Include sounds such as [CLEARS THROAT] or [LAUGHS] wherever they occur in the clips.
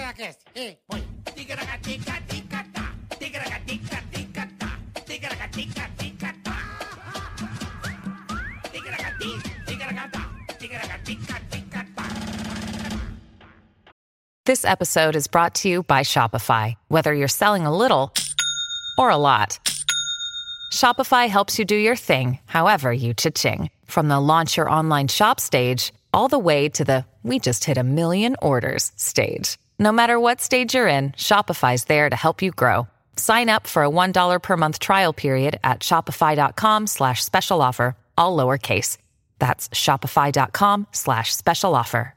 podcast. Ei, põe. Ticaracatica-ticatá, ticaracatica-ticatá, ticaracatica-ticatá. Ticaracati, ticaracatá, ticaracatica-ticatá. This episode is brought to you by Shopify. Whether you're selling a little or a lot, Shopify helps you do your thing, however you cha-ching. From the launch your online shop stage, all the way to the we just hit a million orders stage. No matter what stage you're in, Shopify's there to help you grow. Sign up for a $1 per month trial period at shopify.com slash special offer, all lowercase. That's shopify.com slash special offer.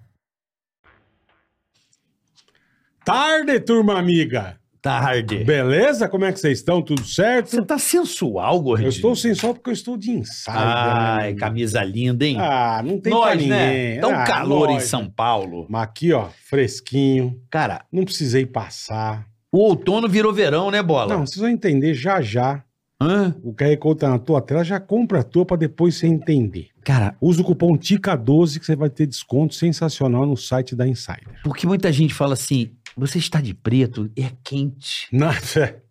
Tarde, turma amiga! Tarde. Beleza? Como é que vocês estão? Tudo certo? Você tá sensual, gordinho. Eu estou sensual porque eu estou de ensaio. Ai, né? camisa linda, hein? Ah, não tem pra Nós, ninguém. né? Tá um Ah, calor nós. em São Paulo. Mas aqui, ó, fresquinho. Cara, Não precisei passar. o outono virou verão, né, Bola? Não, vocês vão entender já já. Hã? O QR Code tá na tua tela, já compra a tua pra depois você entender. Cara, Usa o cupom TICA12 que você vai ter desconto sensacional no site da Insider. [LAUGHS] porque muita gente fala assim, você está de preto, é quente. Nada.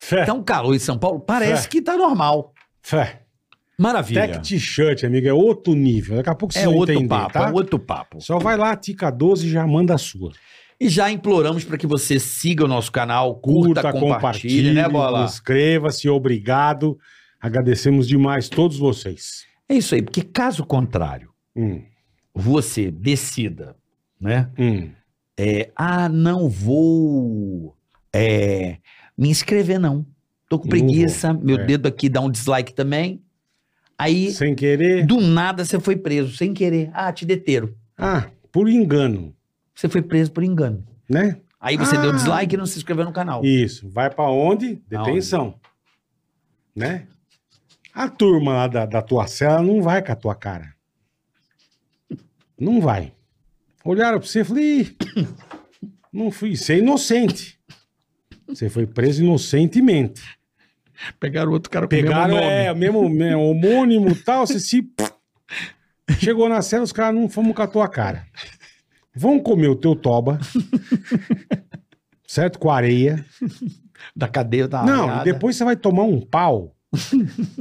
Fé, Tá um calor em São Paulo, parece É. que tá normal. fé. Maravilha. Tech T-shirt, amigo, é outro nível. Daqui a pouco vocês É vão outro entender, papo, tá? é outro papo. Só vai lá, TICA12 e já manda a sua. E já imploramos para que você siga o nosso canal, curta, compartilhe, né, Bola? Inscreva-se, obrigado. Agradecemos demais todos vocês. É isso aí, porque caso contrário, Hum, você decida, né? hum. É, ah, não vou é, me inscrever, não. Tô com Não preguiça, meu é. dedo aqui dá um dislike também. Aí, Sem querer. do nada, você foi preso, sem querer. Ah, te deteram. Ah, por engano, Você foi preso por engano. né? Aí você Ah. deu dislike e não se inscreveu no canal. Isso. Vai pra onde? Detenção. Né? A turma lá da, da tua cela não vai com a tua cara. Não vai. Olharam pra você e falei, "Ih, não fui, você é inocente. Você foi preso inocentemente. Pegaram outro cara Pegaram, é, o mesmo, né, homônimo e tal, você [LAUGHS] se... Chegou na cela, os caras não fomos com a tua cara. Vão comer o teu toba, certo? Com areia. Da cadeia da não, e arreada. depois você vai tomar um pau.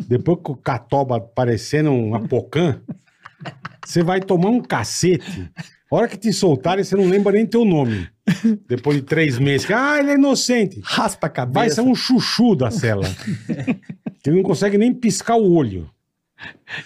depois com a toba parecendo uma pocã, você vai tomar um cacete. A hora que te soltarem, você não lembra nem teu nome. Depois de três meses. Ah, ele é inocente. Raspa a cabeça. Vai ser um chuchu da [LAUGHS] cela. que ele não consegue nem piscar o olho.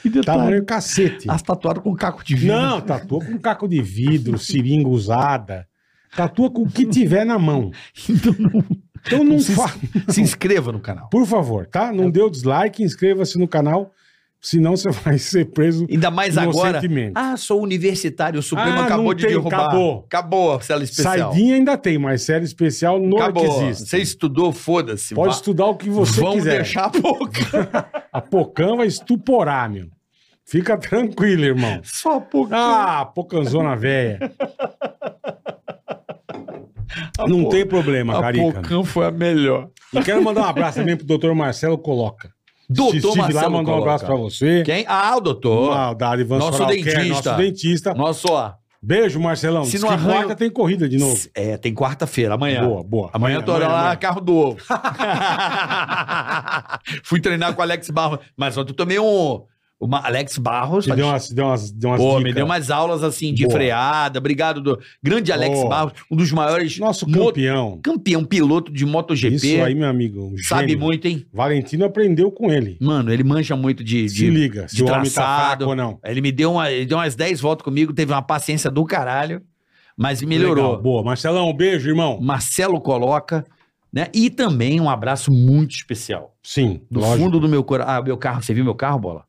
E detalhe, Tamanho Tá cacete. As tatuadas Tá com caco de vidro. Não, tatua com um caco de vidro, seringa usada. Tatua com o que tiver na mão. Então não- Então não se, fa... se inscreva no canal. Por favor, tá? Não dê o dislike, inscreva-se no canal, senão você vai ser preso. Ainda mais agora. Inocentemente. Ah, sou universitário, o Supremo Ah, acabou não de tem, derrubar. acabou. Acabou a cela especial. Saidinha ainda tem, mas série especial não acabou. existe. Você estudou, foda-se. Pode Vá- estudar o que você Vão quiser. deixar a boca. A Pocan vai estuporar, meu. Fica tranquilo, irmão. [LAUGHS] Só a boca. Ah, Pocanzona [LAUGHS] velha. Não tem problema, a Carica. Pocã foi a melhor. E quero mandar um abraço também pro doutor Marcelo Coloca. Doutor Estive lá, Marcelo mandou um abraço pra Coloca. você. Quem? Ah, o doutor. Ah, o da Ivan Nosso Soralquer, dentista. Nosso dentista. Nosso, ó. Beijo, Marcelão. Se Diz não que arranha- quarta tem corrida de novo. É, tem quarta-feira, amanhã. Boa, boa. Amanhã, eu tô Amanhã, lá, amanhã. carro do ovo. [LAUGHS] Fui treinar com o Alex Barros. Mas ontem eu tomei um... Uma Alex Barros. Te deu umas, te deu umas, deu umas Pô, dicas. me deu umas aulas assim de Boa. freada. Obrigado, do grande Alex Boa. Barros, um dos maiores Nosso mo- campeão. campeão piloto de MotoGP. Isso aí, meu amigo. um sabe gênio. muito, hein? Valentino aprendeu com ele. Mano, ele manja muito de. Se de- liga, de se o homem tá fraco traçado. ou não. Ele me deu, uma, ele deu umas 10 voltas comigo, teve uma paciência do caralho, mas Legal, melhorou. boa. Marcelão, um beijo, irmão. Marcelo coloca, né? E também um abraço muito especial. Sim, Do lógico. fundo do meu coração. Ah, meu carro, você viu meu carro, bola?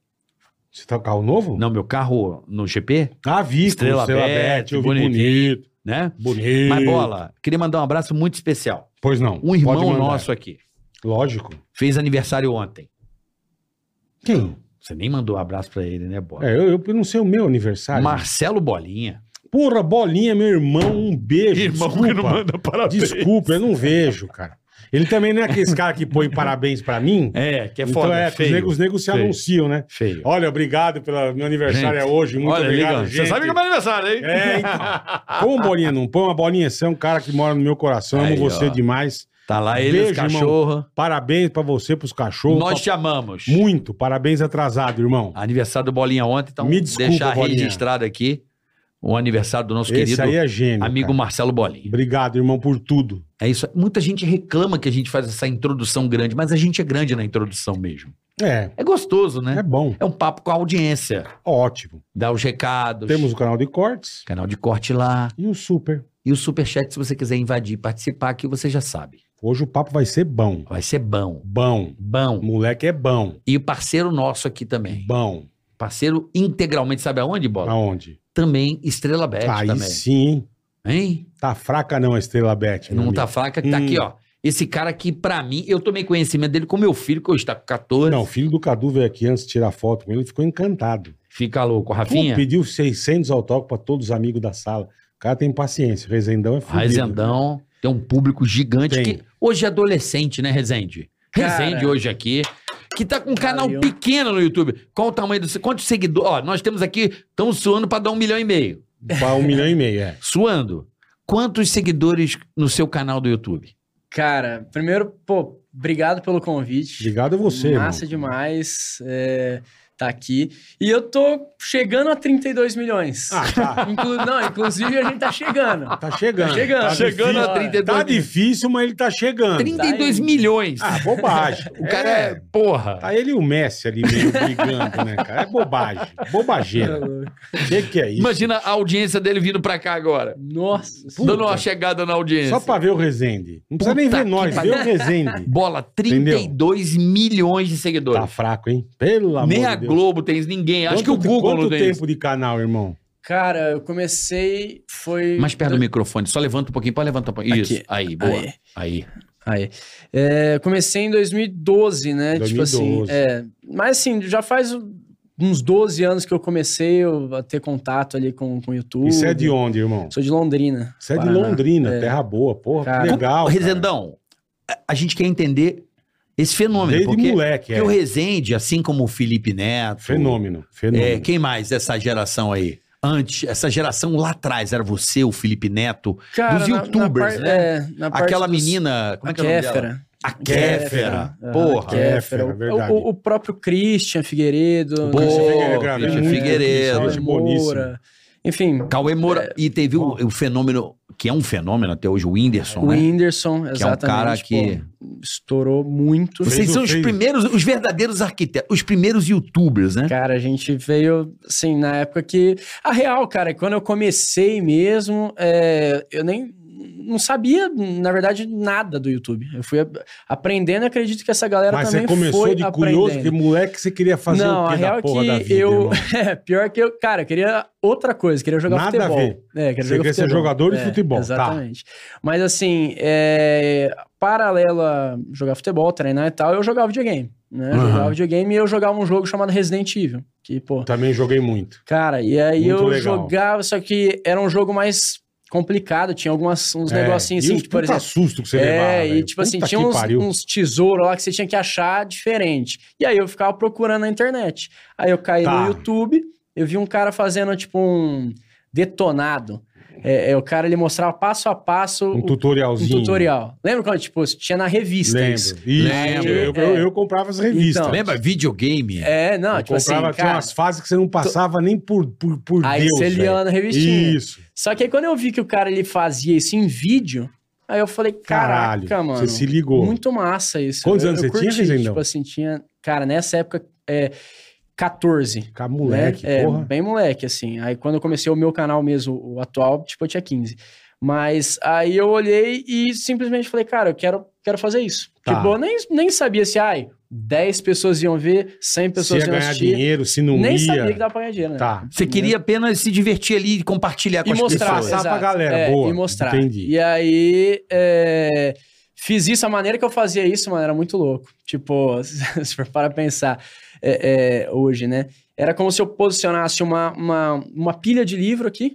Você tá com carro novo? Não, meu carro no GP, Ah, vi. com Estrela Estrela Beth, Beth, eu vi bonitinho. né? Bonito. Mas bola, queria mandar um abraço muito especial. Pois não. Um pode irmão mandar. nosso aqui Lógico. fez aniversário ontem. Quem? Você nem mandou um abraço pra ele, né, Bola? É, eu, eu- eu não sei o meu aniversário. Marcelo Bolinha. Porra, bolinha, meu irmão, um beijo. desculpa. parabéns. Desculpa, eu não vejo, cara. Ele também não é aqueles cara que põe parabéns pra mim. É, que é foda, é, feio. os negros, os negros se feio. anunciam, né? Feio. Olha, obrigado pelo meu aniversário é Gente, hoje, muito Olha, obrigado, liga, gente. Você sabe que é meu aniversário, hein? É, Põe uma bolinha, não põe uma bolinha. Você é um cara que mora no meu coração, amo Aí, você ó. demais. Tá lá ele, os Beijo, irmão. cachorros. Parabéns pra você, pros cachorros. Nós Ah, pra- te amamos. Muito, parabéns atrasado, irmão. Aniversário do Bolinha ontem, então Me desculpa, deixar Bolinha. registrado aqui o aniversário do nosso Esse querido aí é gênio. amigo cara. Marcelo Bolinha. Obrigado, irmão, por tudo. É isso. aí. Muita gente reclama que a gente faz essa introdução grande, mas a gente é grande na introdução mesmo. É, É gostoso, é, né? bom, É um papo com a audiência. ótimo. Dá os recados. Temos o canal de cortes canal de corte lá. e o super. E o superchat, se você quiser invadir, participar aqui, você já sabe. Hoje o papo vai ser bom. Vai ser bom. Bom. O Bom. moleque é bom. E o parceiro nosso aqui também. Bom. Parceiro integralmente, sabe aonde, Bola? Aonde? Também Estrela Bet Aí também. sim, hein? Hein? Tá fraca não a Estrela Bet. Não meu tá amigo. fraca, que tá aqui, Hum. ó. Esse cara aqui, pra mim, eu tomei conhecimento dele com meu filho, que hoje tá com 14. Não, o filho do Cadu veio aqui antes de tirar foto com ele, ele ficou encantado. Fica louco, Pô, Rafinha. pediu 600 autógrafos pra todos os amigos da sala. O cara tem paciência. Rezendão é fudido. Rezendão tem um público gigante Tem. que hoje é adolescente, né, Rezende? Rezende Cara. hoje aqui, que tá com um canal Valeu. pequeno no YouTube. Qual o tamanho do quantos seguidores? Ó, nós temos aqui, estamos suando pra dar um milhão e meio. Pra um milhão e meio, é. Suando. Quantos seguidores no seu canal do YouTube? Cara, primeiro, pô, obrigado pelo convite. Obrigado a você, Massa irmão. demais é, tá aqui. E eu tô chegando a 32 milhões. Ah, tá. Inclu- não, inclusive a gente tá chegando. [LAUGHS] Tá [LAUGHS] chegando. Tá chegando. Tá Chegando difícil. a 32 Tá difícil, mas ele tá chegando. 32 Tá aí. milhões. Ah, bobagem. o cara [LAUGHS] é, porra. Tá ele e o Messi ali meio brigando, né, cara? É bobagem. Bobageira. O que, que é isso? Imagina a audiência dele vindo pra cá agora. Nossa. Puta. Dando uma chegada na audiência. Só pra ver o Rezende. Não precisa nem Puta ver que nós, vê pariu. o [LAUGHS] Rezende. Bola, Entendeu? 32 milhões de seguidores. Tá fraco, hein? Pelo amor Nem de a Deus. Globo tem isso, ninguém. Acho que o Quanto- Google não Quanto tem tempo de canal, irmão? Cara, eu comecei. Foi. isso. Mais Tá. perto do microfone, só levanta um pouquinho, pode levantar um pouquinho. Isso, Aqui. aí, boa. Aí. Aí. Aí. É, comecei em 2012, né? Tipo 2012. assim. É, mas assim, já faz uns 12 anos que eu comecei eu- a ter contato ali com com o YouTube. Isso é de onde, irmão? Sou de Londrina. Isso é de Paraná. Londrina, É. terra boa, porra. Cara. que legal. cara. Rezendão, a- a gente quer entender esse fenômeno. Desde porque moleque, porque é. o Rezende, assim como o Felipe Neto. Fenômeno, É, fenômeno. quem mais dessa geração aí? Antes, essa geração lá atrás, era você, o Felipe Neto, dos na- na youtubers, par- né? é, na parte aquela dos- menina. Como A é que é o nome dela? Kéfera. A Kéfera. Porra. Kéfera. Kéfera. é verdade. O, o- o próprio Christian Figueiredo. Boa, Christian Figueiredo, né? Christian É, Figueiredo. Cauê Gente boníssima. Moura. Enfim, Cauê Moura. E teve um, o, o fenômeno, que é um fenômeno até hoje, o Whindersson, o né? Whindersson, Que é um exatamente. cara que. pô, estourou muito. Fez Vocês o são os feio. primeiros, os verdadeiros arquitetos, os primeiros youtubers, né? Cara, a gente veio, assim, na época que... A real, cara, quando eu comecei mesmo, é, eu nem... Não sabia, na verdade, nada do YouTube. Eu fui a- aprendendo e acredito que essa galera Mas você também começou foi de curioso, aprendendo. que moleque você queria fazer não, o a quê real da porra é que da vida, eu. [LAUGHS] irmão? É, pior que eu. Cara, eu queria outra coisa, queria jogar Nada a futebol. ver. É, queria Você jogar queria ser futebol. jogador de É, futebol, tá. Exatamente. Mas assim, é, paralelo a jogar futebol, treinar e tal, eu jogava videogame. Né? Eu Aham. Jogava videogame e eu jogava um jogo chamado Resident Evil. Que, pô. Também joguei muito. Cara, e aí Muito eu legal. jogava, só que era um jogo mais complicado, tinha alguns uns É, negocinhos e assim, os que, por puta exemplo. susto que você é, levava, e velho. tipo assim, Puta tinha que uns, pariu. uns tesouros lá que você tinha que achar diferente. E aí eu ficava procurando na internet. Aí eu caí Tá. no YouTube, eu vi um cara fazendo tipo um detonado. É, é, o cara ele mostrava passo a passo Um o- um tutorialzinho. tutorial. Lembra quando tipo tinha na revista Lembro. isso? Isso, Lembro. Eu, eu- eu comprava as revistas. é. Então, Lembra? Videogame. É, não, eu tipo assim, comprava, tinha cara, umas fases que você não passava nem por, por, por aí Deus, você lia velho. lá na revistinha. Isso. Só que aí quando eu vi que o cara ele fazia isso em vídeo, aí eu falei, Caralho. caraca, mano. Você se ligou. Muito massa isso. Quantos Eu- anos eu você tinha, curti, Rezendão? Tipo assim, tinha. Cara, nessa época, é, 14. Cara, né? moleque, É, porra. bem moleque, assim. Aí quando eu comecei o meu canal mesmo, o atual, tipo, eu tinha 15. Mas aí eu olhei e simplesmente falei, cara, eu quero, quero fazer isso. Tá. Tipo, eu nem, nem sabia se, ai, 10 pessoas iam ver, 100 Se pessoas ia iam ganhar assistir. dinheiro, se não assim Nem ia. sabia que dava pra ganhar dinheiro, né? Tá. Você queria apenas se divertir ali e compartilhar com e as mostrar, pessoas. passar pra exato. galera, É, boa, E mostrar. entendi. E aí, é, fiz isso, a maneira que eu fazia isso, mano, era muito louco. Tipo, [LAUGHS] se for para pensar é, é, hoje, né? Era como se eu posicionasse uma, uma, uma pilha de livro aqui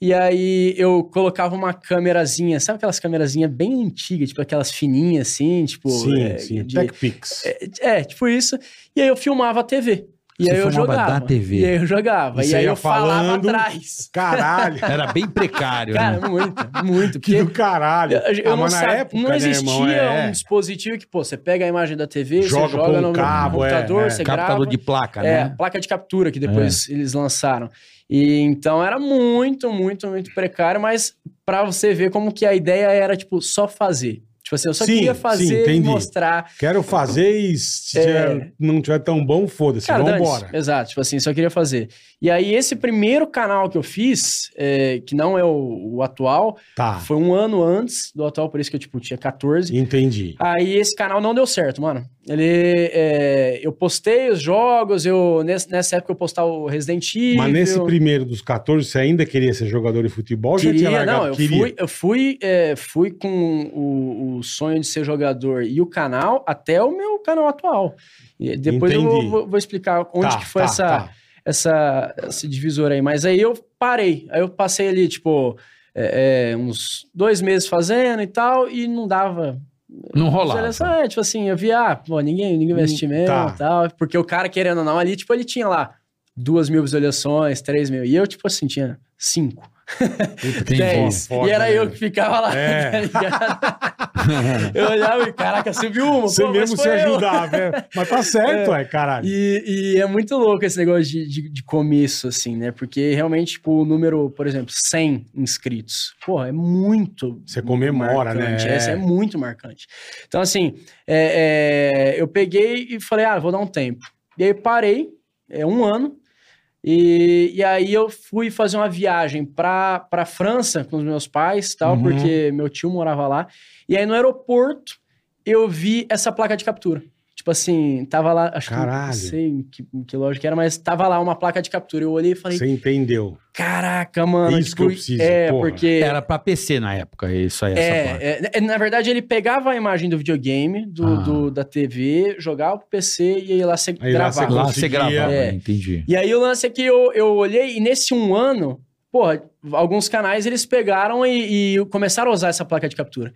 E aí eu colocava uma câmerazinha, sabe aquelas câmerazinhas bem antigas, tipo aquelas fininhas assim, tipo. sim, é, sim. de- TechPix. é, é, tipo isso. E aí eu filmava a TV. E Você aí eu filmava da jogava. TV. E aí eu jogava. E E, você aí ia eu falava é falando. atrás. [LAUGHS] Caralho. Era bem precário, né? Cara, [LAUGHS] muito, muito. Que Porque do caralho. eu, eu Ah, não, mas na sabia, época, não né, existia irmão, é. um dispositivo que, pô, você pega a imagem da TV, Joga, você joga põe um no cabo, é, computador, é. você Captador grava. de placa, É, né? placa de captura que depois eles lançaram. E então era muito, muito, muito precário, mas pra você ver como que a ideia era, tipo, só fazer. Tipo assim, eu só Sim, queria sim, fazer e entendi. Tipo mostrar. Quero fazer e se É. tiver- não tiver tão bom, foda-se. Cara, assim, Vambora. dane-se. Exato, tipo assim, só queria fazer. E aí, esse primeiro canal que eu fiz, é, que não é o, o atual, Tá, foi um ano antes do atual, por isso que eu, tipo, tinha 14. entendi. Aí esse canal não deu certo, mano. Ele. é, eu postei os jogos, eu. Nesse, nessa época eu postava o Resident Evil. Mas nesse primeiro dos 14, você ainda queria ser jogador de futebol? já tinha Queria, largado? não, eu Queria. fui, eu fui, é, fui com o, o sonho de ser jogador e o canal até o meu canal atual. E depois eu Entendi. vou, vou- vou explicar onde Tá, que foi tá, essa, tá. essa, esse divisor aí. Mas aí eu parei. Aí eu passei ali, tipo, é, é, uns dois meses fazendo e tal, e não dava. Não rolava. Seleção, é, tipo assim, eu via, ah, pô, ninguém, ninguém vai assistir mesmo Tá. e tal. Porque o cara, querendo ou não, ali, tipo, ele tinha lá duas mil visualizações, três mil. E eu, tipo assim, tinha cinco. Entendi. Dez. Foda, e era né? eu que ficava lá, [LAUGHS] É. tá ligado? [LAUGHS] Eu olhava e, caraca, subiu uma, Você pô, mas mesmo se foi eu. ajudava, é. Mas [LAUGHS] tá certo, é, caralho. E, e é muito louco esse negócio de, de, de começo, assim, né? Porque realmente, tipo, o número, por exemplo, 100 inscritos, porra, é muito. Você comemora, marcante. né? Essa é muito marcante. Então, assim, é, é, eu peguei e falei, ah, vou dar um tempo. E aí eu parei, é um ano, e, e aí eu fui fazer uma viagem pra, pra França com os meus pais, tal, Uhum. porque meu tio morava lá. E aí no aeroporto eu vi essa placa de captura. Tipo assim, tava lá, acho que não Caralho. sei em que, em que loja que era, mas tava lá uma placa de captura. Eu olhei e falei, Você entendeu. caraca, mano. É isso que eu preciso, É, porra. porque... Era pra PC na época, isso aí, essa parte. É, é, na verdade, ele pegava a imagem do videogame, do, Ah. do- da TV, jogava pro PC e aí lá você Aí lá gravava. você Lá conseguia- você gravava, É. entendi. E aí o lance é que eu, eu olhei e nesse um ano, porra, alguns canais eles pegaram e, e começaram a usar essa placa de captura.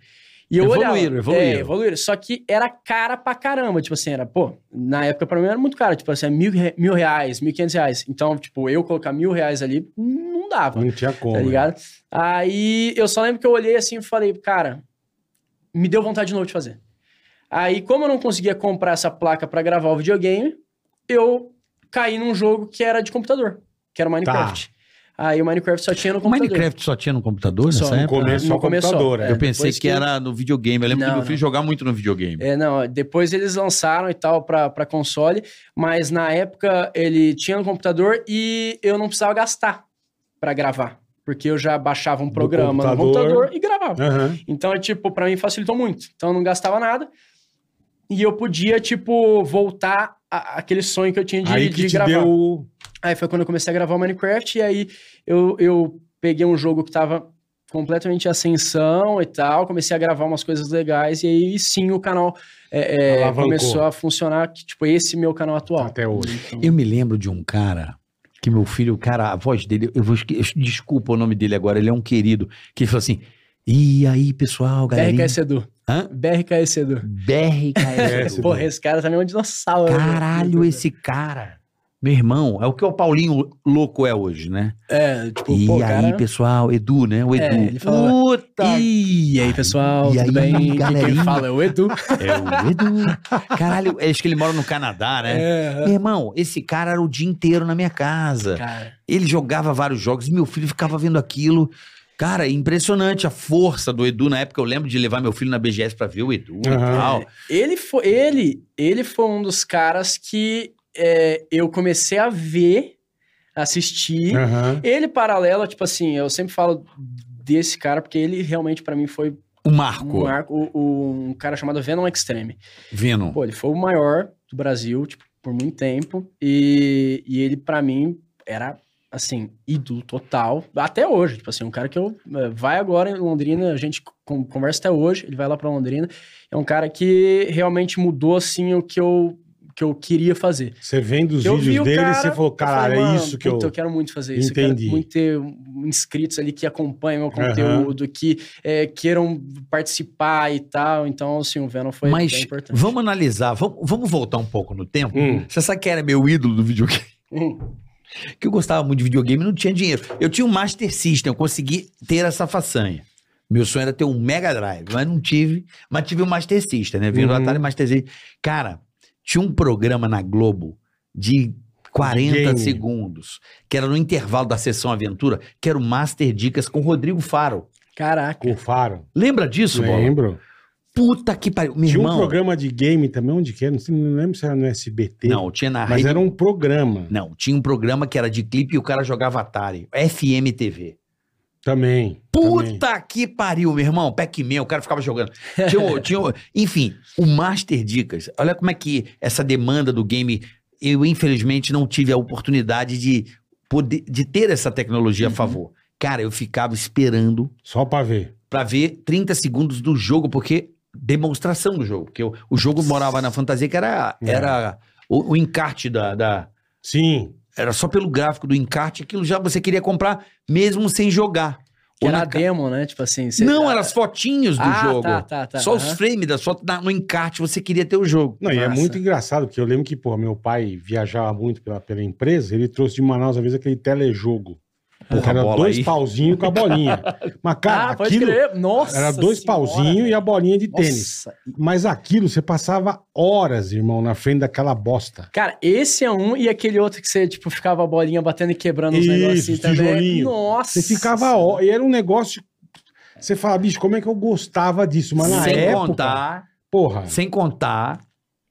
E eu Evoluíram, olhava, evoluíram. É, evoluíram. Só que era cara pra caramba. Tipo assim, era, pô, na época pra mim era muito caro. Tipo assim, mil, re- mil reais, mil e quinhentos reais. Então, tipo, eu colocar mil reais ali, não dava Não tinha como. tá né? ligado? Aí eu só lembro que eu olhei assim e falei, cara, me deu vontade de novo de fazer. Aí, como eu não conseguia comprar essa placa pra gravar o videogame, eu caí num jogo que era de computador, que era o Tá. Minecraft. Aí o Minecraft só tinha no O computador. Minecraft só tinha no computador nessa Só no época? No começo, No só começo, computador. é. é. né? Eu pensei depois que, que- era no videogame. Eu lembro Não, que meu filho não. jogava muito no videogame. É, não, depois eles lançaram e tal pra, pra console, mas na época ele tinha no computador e eu não precisava gastar pra gravar, porque eu já baixava um Do programa no computador. computador e gravava. Aham. Então, é, tipo, pra mim facilitou muito. Então, eu não gastava nada. E eu podia, tipo, voltar a- aquele sonho que eu tinha de, Aí que de te gravar. deu o- Aí foi quando eu comecei a gravar o Minecraft. E aí eu, eu peguei um jogo que tava completamente em ascensão e tal. Comecei a gravar umas coisas legais. E aí sim o canal é, é, Alavancou. Tá começou a funcionar. Que, tipo, esse meu canal atual. Até hoje. Então, Eu me lembro de um cara que meu filho, o cara, a voz dele, eu vou esque- eu- desculpa o nome dele agora, ele é um querido, que ele falou assim: "E aí, pessoal, galerinha?" BRKS Edu. Hã? BRKS Edu. [LAUGHS] BRKS. Edu. Porra, esse cara também é um dinossauro. Caralho, esse cara. Meu irmão, é o que o Paulinho louco é hoje, né? É, tipo, e pô, aí, cara... pessoal, Edu, né? O Edu. É, ele falava, Puta E aí, pessoal, Tá. E tudo aí, bem? E galerinha? quem fala é o Edu. [LAUGHS] É o Edu. Caralho, acho que ele mora no Canadá, né? É, Meu irmão, esse cara era o dia inteiro na minha casa. cara. Ele jogava vários jogos e meu filho ficava vendo aquilo. Cara, impressionante a força do Edu. Na época eu lembro de levar meu filho na BGS pra ver o Edu e Aham. tal. Ele foi, ele, ele foi um dos caras que é, eu comecei a ver, assistir. É. Aham. Ele, paralelo, tipo assim, eu sempre falo desse cara, porque ele realmente, pra mim, foi O um, Marco, arco, o- o- um cara chamado Venom Extreme. Venom. Pô, ele foi o maior do Brasil, tipo, por muito tempo. E, e ele, pra mim, era, assim, ídolo total. Até hoje, tipo assim, um cara que eu... eh, Vai agora em Londrina, a gente con- conversa até hoje, ele vai lá pra Londrina. É um cara que realmente mudou, assim, o que eu, o que eu queria fazer. Você vendo os eu vi vídeos o dele, cara, você falou, eu falei, caralho, é "Mano, isso que eu... puta, eu quero muito fazer isso. Eu Entendi. quero muito ter um- inscritos ali que acompanham o conteúdo, que eh, queiram participar e tal. Então, assim, o Venom foi Mas bem importante. vamos analisar, vamos, vamos voltar um pouco no tempo. Hum. Você sabe quem era meu ídolo do videogame? [LAUGHS] Hum. Que eu gostava muito de videogame e não tinha dinheiro. Eu tinha um Master System, eu consegui ter essa façanha. Meu sonho era ter um Mega Drive, mas não tive. Mas tive um Master System, né? Virou Uhum. Atari Master System. Cara, tinha um programa na Globo de 40 Game. segundos, que era no intervalo da sessão Aventura, que era o Master Dicas com o Rodrigo Faro. Caraca. Com o faro. Lembra disso, Bola? Lembro. Puta que pariu. Meu Tinha um irmão. programa de game também, onde que era? Não, sei, não lembro se era no SBT. Não, tinha na Mas Rede era um programa Não, tinha um programa que era de clipe e o cara jogava Atari. FM TV. também. também. Puta que pariu, meu irmão. Pac-Man, o cara ficava jogando. Tinha, o- tinha [LAUGHS] o- enfim, o Master Dicas. Olha como é que essa demanda do game. Eu, infelizmente, não tive a oportunidade de, poder, de ter essa tecnologia Uhum. a favor. Cara, eu ficava esperando Só pra ver. pra ver 30 segundos do jogo, porque demonstração do jogo. Porque o, o jogo morava na fantasia, que era, É. era o, o encarte da- da, Sim. era só pelo gráfico do encarte, aquilo já você queria comprar mesmo sem jogar. Que Ou era na a ca- demo, né? Tipo assim. você- Não, eram as fotinhos do Ah, jogo. tá, tá, tá. só os Aham. Ah. frames das fotos na- no encarte você queria ter o jogo. Não, e é Massa. muito engraçado, porque eu lembro que, pô, meu pai viajava muito pela, pela empresa, ele trouxe de Manaus, às vezes, aquele telejogo. Porra, era a bola dois aí. pauzinhos com a [LAUGHS] bolinha. Mas, cara, ah, pode aquilo crer. Nossa. era dois senhora, pauzinhos e a bolinha de Nossa. tênis. Mas aquilo, você passava horas, irmão, na frente daquela bosta. Cara, esse é um e aquele outro que você, tipo, ficava a bolinha batendo e quebrando os Isso, negocinhos também. tijolinho. Nossa. Você ficava horas. E era um negócio. Você fala, bicho, como é que eu gostava disso? Mas na sem época. contar, Porra. sem contar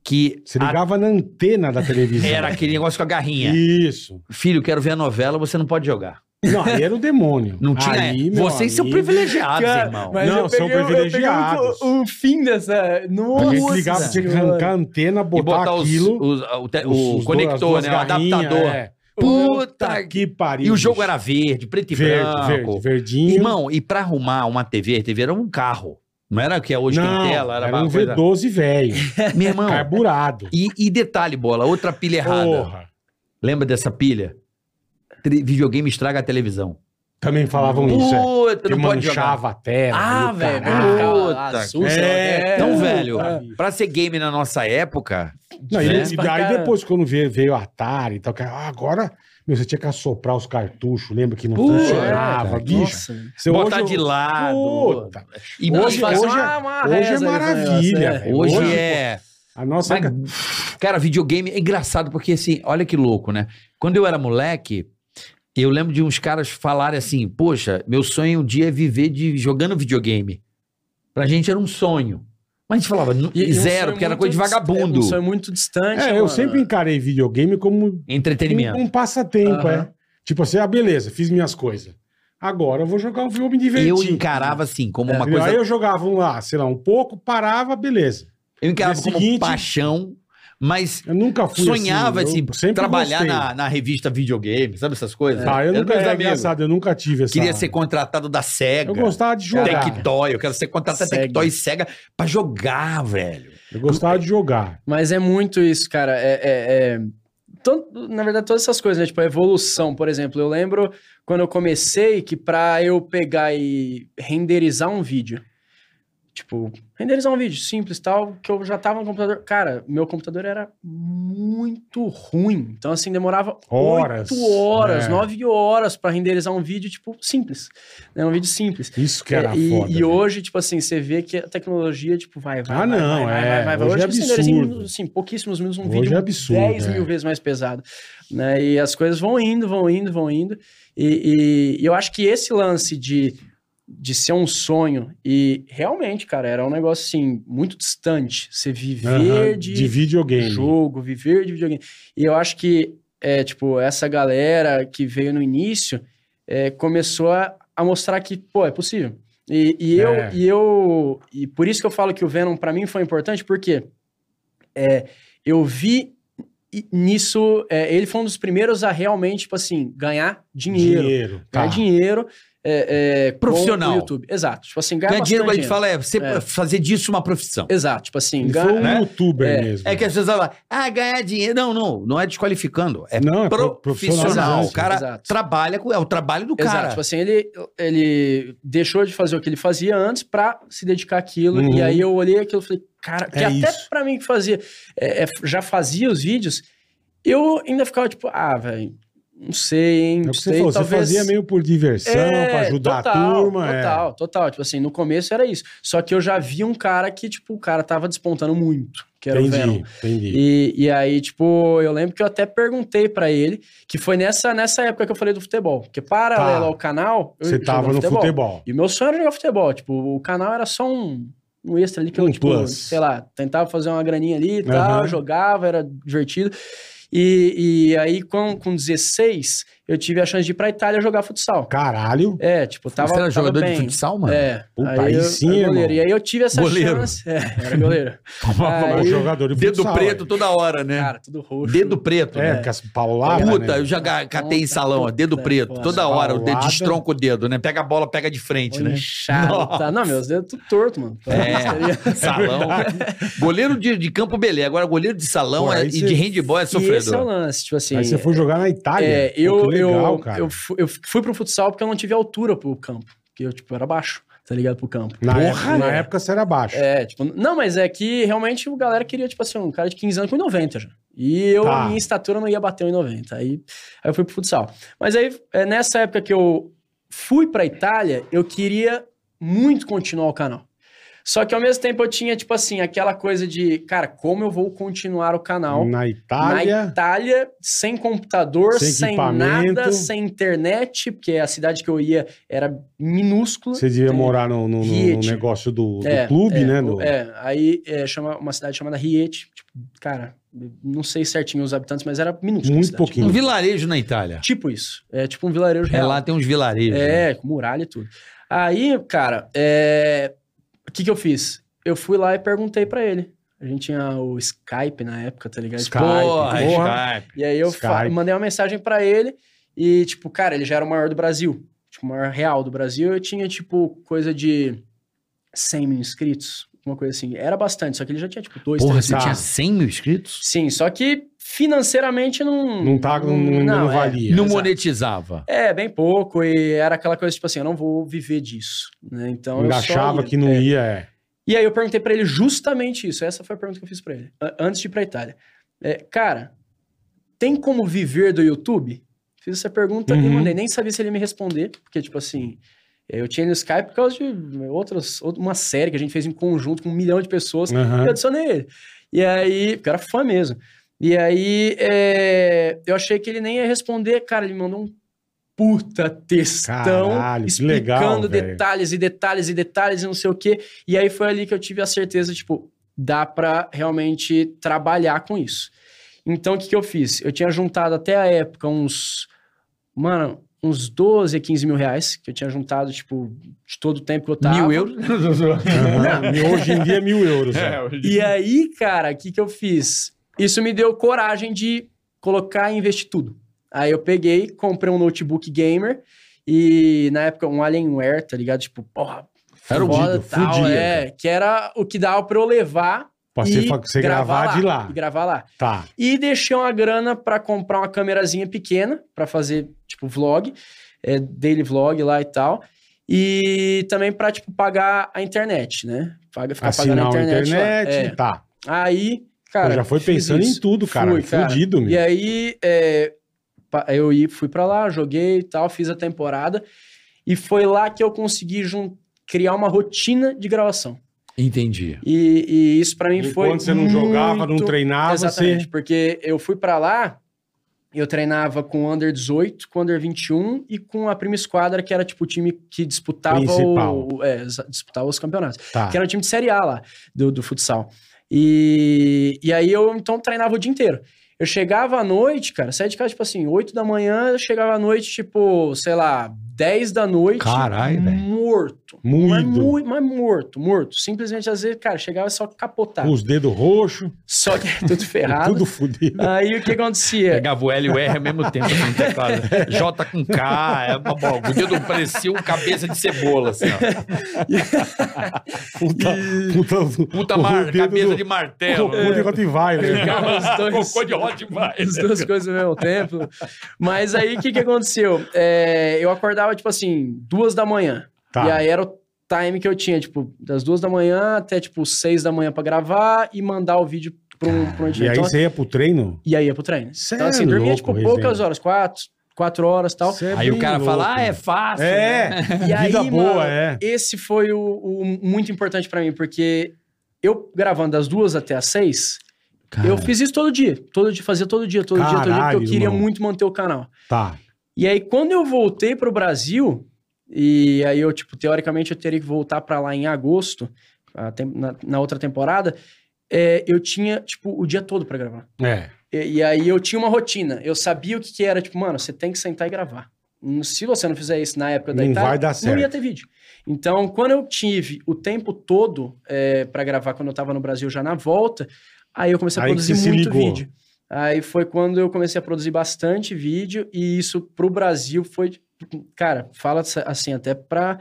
que Você a- ligava na antena da televisão. era aquele negócio com a garrinha. Isso. Filho, quero ver a novela, você não pode jogar. Não, aí era o demônio. Não tinha. Aí, meu Vocês são amigo, privilegiados, Cara, irmão. mas Não, eu são peguei, eu peguei privilegiados. o, o um fim dessa. A Nossa. gente ligava, tinha que arrancar a antena, E botar, aquilo. os, os- a- o, os- te- o os conector, dois- as duas né? O garrinhas, adaptador. é. Puta que. pariu. E o jogo bicho. era verde, preto e branco. verde, verde, verdinho. Irmão, e pra arrumar uma TV, a TV era um carro. Não era o que é hoje não, tem tela, era, era uma um coisa... V12 velho, Meu irmão, carburado. e, e detalhe, bola, outra pilha errada. Porra. Lembra dessa pilha? Tri- videogame estraga a televisão. Também falavam isso, é. Puta, Que não pode jogar. manchava a tela. e Ah, o caralho. velho. caralho. vamos ficar Puta, sujo, é, né? Então, velho, é. pra ser game na nossa época, Não, e, né? e daí depois, quando veio, veio o Atari e tal, que, ah, agora meu, você tinha que assoprar os cartuchos, lembra que não Puta, funcionava, cara, bicho. Nossa. Você botar hoje- de lado. Ah, Puta, E Hoje- hoje, Fazer hoje- uma- uma hoje é reza ali, maravilha, né? velho. hoje, hoje, é... a nossa... Mas, cara, videogame é engraçado porque assim, olha que louco, né? Quando eu era moleque, eu lembro de uns caras falarem assim: "Poxa, meu sonho um dia é viver de jogando videogame". Pra gente era um sonho. Mas a gente falava "Nu- E- e um zero, sonho porque era muito coisa de dist- vagabundo. Um sonho muito distante. É, eu mano. sempre encarei videogame como Entretenimento. um, um passatempo, Aham. é. Tipo assim, ah, beleza, fiz minhas coisas. Agora eu vou jogar um filme divertido. eu encarava assim, como uma Entendeu? coisa. Aí eu jogava um lá, sei lá, um pouco, parava, beleza. Eu encarava dia como seguinte- paixão, mas Eu nunca fui sonhava assim, assim, eu sempre trabalhar gostei. na, na revista videogame, sabe essas coisas? Ah, eu Era nunca meus era amigos. engraçado, eu nunca tive essa... Queria ser contratado da SEGA. Eu gostava de jogar. Tectoy, eu quero ser contratado da Sega. Tectoy e Sega pra jogar, velho. Eu gostava de jogar. Mas é muito isso, cara. É, é- é- tanto- na verdade, todas essas coisas, né? Tipo, a evolução, por exemplo. Eu lembro quando eu comecei que pra eu pegar e renderizar um vídeo, tipo, renderizar um vídeo simples tal, que eu já tava no computador. Cara, meu computador era muito ruim. Então, assim, demorava Horas, 8 horas, né? 9 horas pra renderizar um vídeo, tipo, simples. Né? Um vídeo simples. Isso que era É, e, foda. e velho. hoje, tipo assim, você vê que a tecnologia, tipo, vai, vai, Ah, vai, não, vai, é. vai, vai, vai. Hoje é você renderiza em absurdo. minutos, assim, pouquíssimos minutos, um Hoje vídeo é absurdo, 10 é. mil vezes mais pesado, né? E as coisas vão indo, vão indo, vão indo. E, e- e eu acho que esse lance de, de ser um sonho, e realmente, cara, era um negócio, assim, muito distante. Você viver Aham, de, de videogame. jogo, viver de videogame. E eu acho que, é, tipo, essa galera que veio no início é, começou a, a mostrar que, pô, é possível. E, e eu, É. e eu, e por isso que eu falo que o Venom pra mim foi importante, porque é, eu vi i- nisso, é, ele foi um dos primeiros a realmente, tipo assim, ganhar dinheiro. Tá. Ganhar dinheiro é, é, com Profissional. o YouTube. Exato. Tipo assim, ganhar Ganhar dinheiro, a bastante gente fala, é, você É. fazer disso uma profissão. Exato. Tipo assim, Ele ganha- foi um né? youtuber É, mesmo. É que as pessoas falam, ah, ganhar dinheiro. Não, não, não é desqualificando. É, Não, é pro- profissional. O profissionalizante. cara Exato. trabalha com. É o trabalho do Exato. cara. Tipo assim, ele, ele deixou de fazer o que ele fazia antes pra se dedicar àquilo. Uhum. E aí eu olhei aquilo e falei, cara, que É até isso. pra mim que fazia, é, é, já fazia os vídeos, eu ainda ficava tipo, ah, velho, não sei, É hein? o Não que sei, você falou, talvez. É, você fazia meio por diversão, pra ajudar a total, turma. é. Total, total. Tipo assim, no começo era isso. Só que eu já vi um cara que, tipo, o cara tava despontando muito, que era o Venom. Entendi, entendi. um. E, e aí, tipo, eu lembro que eu até perguntei pra ele, que foi nessa, nessa época que eu falei do futebol. Porque paralelo Tá. ao canal, eu Você jogava tava no futebol. E o meu sonho era jogar futebol. Tipo, o canal era só um, um extra ali que Um eu, tipo, plus. sei lá, tentava fazer uma graninha ali e Aham. tal, jogava, era divertido. E, e aí, com, com 16, eu tive a chance de ir pra Itália jogar futsal. Caralho. É, tipo, tava. você era tava jogador bem. de futsal, mano? É, Puta, aí, aí eu, sim, era irmão. goleiro. E aí eu tive essa Goleiro. chance. É, era [LAUGHS] goleiro. Bom Aí- jogador de Dedo futsal, preto toda hora, né? Cara, tudo roxo. dedo preto. É, né? porque as pauladas. Puta, né? eu já ga- catei em Puta, salão, ó, dedo puta, preto. puta. Toda hora, o dedo Paulada. destronca o dedo, né? Pega a bola, pega de frente, né? [LAUGHS] Inchado, tá? Não, meus dedos tudo torto, tá mano. É, salão. goleiro de, de campo, beleza. Agora, goleiro de salão Pô, é- aí e cê- de handball é E esse é o sofredor. lance, tipo assim. Aí você foi jogar na Itália. é, Pô, eu, que legal, eu, cara. eu, fu- eu fui pro futsal porque eu não tive altura pro campo. Porque eu, tipo, era baixo, tá ligado? Pro campo. na, Porra, época, na né? época você era baixo. É, tipo, não, mas é que realmente o galera queria, tipo assim, um cara de 15 anos com 90 já. E eu, Tá. a minha estatura, não ia bater um em 90. Aí, aí eu fui pro futsal. Mas aí, é, nessa época que eu fui pra Itália, eu queria muito continuar o canal. Só que ao mesmo tempo eu tinha, tipo assim, aquela coisa de, cara, como eu vou continuar o canal Na Itália. na Itália, sem computador, Sem sem, equipamento. nada, sem internet, porque a cidade que eu ia era minúscula. Você devia Tem- morar no, no- no- no Riet. negócio do, do É, clube, é, né? o- do- É, aí é, chama uma cidade chamada Riete. Tipo, cara, não sei certinho os habitantes, mas era minúsculo. Muito a cidade. pouquinho. Um vilarejo na Itália. Tipo isso. É tipo um vilarejo É, real. lá tem uns vilarejos. né? É, com muralha e tudo. Aí, cara, é, o que que eu fiz? Eu fui lá e perguntei pra ele. A gente tinha o Skype na época, tá ligado? Skype. Porra, Porra. Skype. E aí eu fa- Skype. mandei uma mensagem pra ele e, tipo, cara, ele já era o maior do Brasil. Tipo, o maior real do Brasil. Eu tinha, tipo, coisa de 100 mil inscritos, uma coisa assim. Era bastante, só que ele já tinha, tipo, dois, Porra, três você mil. tinha 100 mil inscritos? Sim, só que financeiramente não... Não, tá, não, não, não é. valia. Não exato. monetizava. É, bem pouco, e era aquela coisa, tipo assim, eu não vou viver disso, né? Então eu Ainda só achava ia. que não É. ia. é. E aí eu perguntei pra ele justamente isso. Essa foi a pergunta que eu fiz pra ele, a- antes de ir pra Itália. É, cara, tem como viver do YouTube? Fiz essa pergunta e Uhum. mandei. Nem sabia se ele ia me responder, porque, tipo assim, eu tinha ele no Skype por causa de outras, outra- uma série que a gente fez em conjunto com um milhão de pessoas. Aham. Eu adicionei ele. E aí, porque eu era fã mesmo. E aí, é, eu achei que ele nem ia responder. Cara, ele mandou um puta textão Caralho, que explicando legal, velho. detalhes e detalhes e detalhes e não sei o quê. E aí foi ali que eu tive a certeza, tipo, dá pra realmente trabalhar com isso. Então, o que, que eu fiz? Eu tinha juntado até a época uns. Mano, uns 12, 15 mil reais que eu tinha juntado, tipo, de todo o tempo que eu tava. Mil euros? Aham. E Hoje em dia é mil euros. [LAUGHS] é. [LAUGHS] E aí, cara, o que, que eu fiz? Isso me deu coragem de colocar e investir tudo. Aí eu peguei, comprei um notebook gamer e na época um Alienware, tá ligado? Tipo, porra, Era o foda, Guido, tal, fudido, é, que era o que dava pra eu levar Pra e você, fa- você gravar, de lá. E gravar lá. Tá. E deixei uma grana pra comprar uma câmerazinha pequena pra fazer, tipo, vlog, é, daily vlog lá e tal. E também pra, tipo, pagar a internet, né? Paga, ficar Assinar a pagando a internet, internet. lá. É. tá. Aí, Pô, cara. já foi fiz pensando isso. em tudo, cara. Fui, cara. Fudido, meu. E aí, é, pa- eu i- fui pra lá, joguei e tal, fiz a temporada. E foi lá que eu consegui jun- criar uma rotina de gravação. Entendi. E, e isso pra mim Enquanto foi. você não jogava, não muito- treinava, Exatamente, você. porque eu fui pra lá, eu treinava com o Under 18, com o Under 21 e com a Prima Esquadra, que era tipo o time que disputava, Principal. o, o- é, exa- disputava os campeonatos Tá. que era um time de Série A lá, do, do futsal. E, e aí eu, então, treinava o dia inteiro. Eu chegava à noite, cara, saía de casa, tipo assim, 8 da manhã, eu chegava à noite, tipo, sei lá, 10 da noite. Caralho, velho. morto. Mas, Moído. mui- mas morto, morto. Simplesmente, às vezes, cara, chegava só capotado. Com os dedos roxos, Só que tudo ferrado. tudo [LAUGHS] fodido. Aí o [LAUGHS] que acontecia? Pegava o L e o R ao mesmo tempo assim, no teclado. J com K, é uma bola. O dedo parecia um cabeça de cebola, assim, ó. Puta, puta, Puta mar, cabeça de martelo. Cocô É. de né? Rottweiler. Pegava os dois. Cocô de [LAUGHS] Rottweiler. as duas coisas ao mesmo tempo. Mas aí o que, que aconteceu? É, eu acordava, tipo assim, duas da manhã. Tá. E aí era o time que eu tinha, tipo, das duas da manhã até, tipo, seis da manhã pra gravar e mandar o vídeo pra um, pra um E editor. aí Então, você ia pro treino? e aí ia pro treino. Cê então, é assim, dormia, louco, tipo, poucas resenha. horas, quatro, quatro horas e tal. Cê é Aí o bem cara fala, louco, ah, é velho. fácil. né? É, E aí, vida boa, mano, é. esse foi o, o muito importante pra mim, porque eu gravando das duas até as seis, eu fiz isso todo dia. Todo dia, fazia todo dia, todo dia, todo dia, porque Ah. Caralho, eu queria irmão. muito manter o canal. Tá. E aí, quando eu voltei pro Brasil, e aí eu, tipo, teoricamente eu teria que voltar pra lá em agosto, a tem- na, na outra temporada, é, eu tinha, tipo, o dia todo pra gravar. É. E, e aí eu tinha uma rotina, eu sabia o que, que era, tipo, mano, você tem que sentar e gravar. Hum, Se você não fizer isso na época da Não Itália, vai dar não ia certo. ter vídeo. Então, quando eu tive o tempo todo é, para gravar, quando eu tava no Brasil já na volta, aí eu comecei a Aí que produzir você se muito ligou. vídeo. Aí foi quando eu comecei a produzir bastante vídeo e isso pro Brasil foi, cara, fala assim até pra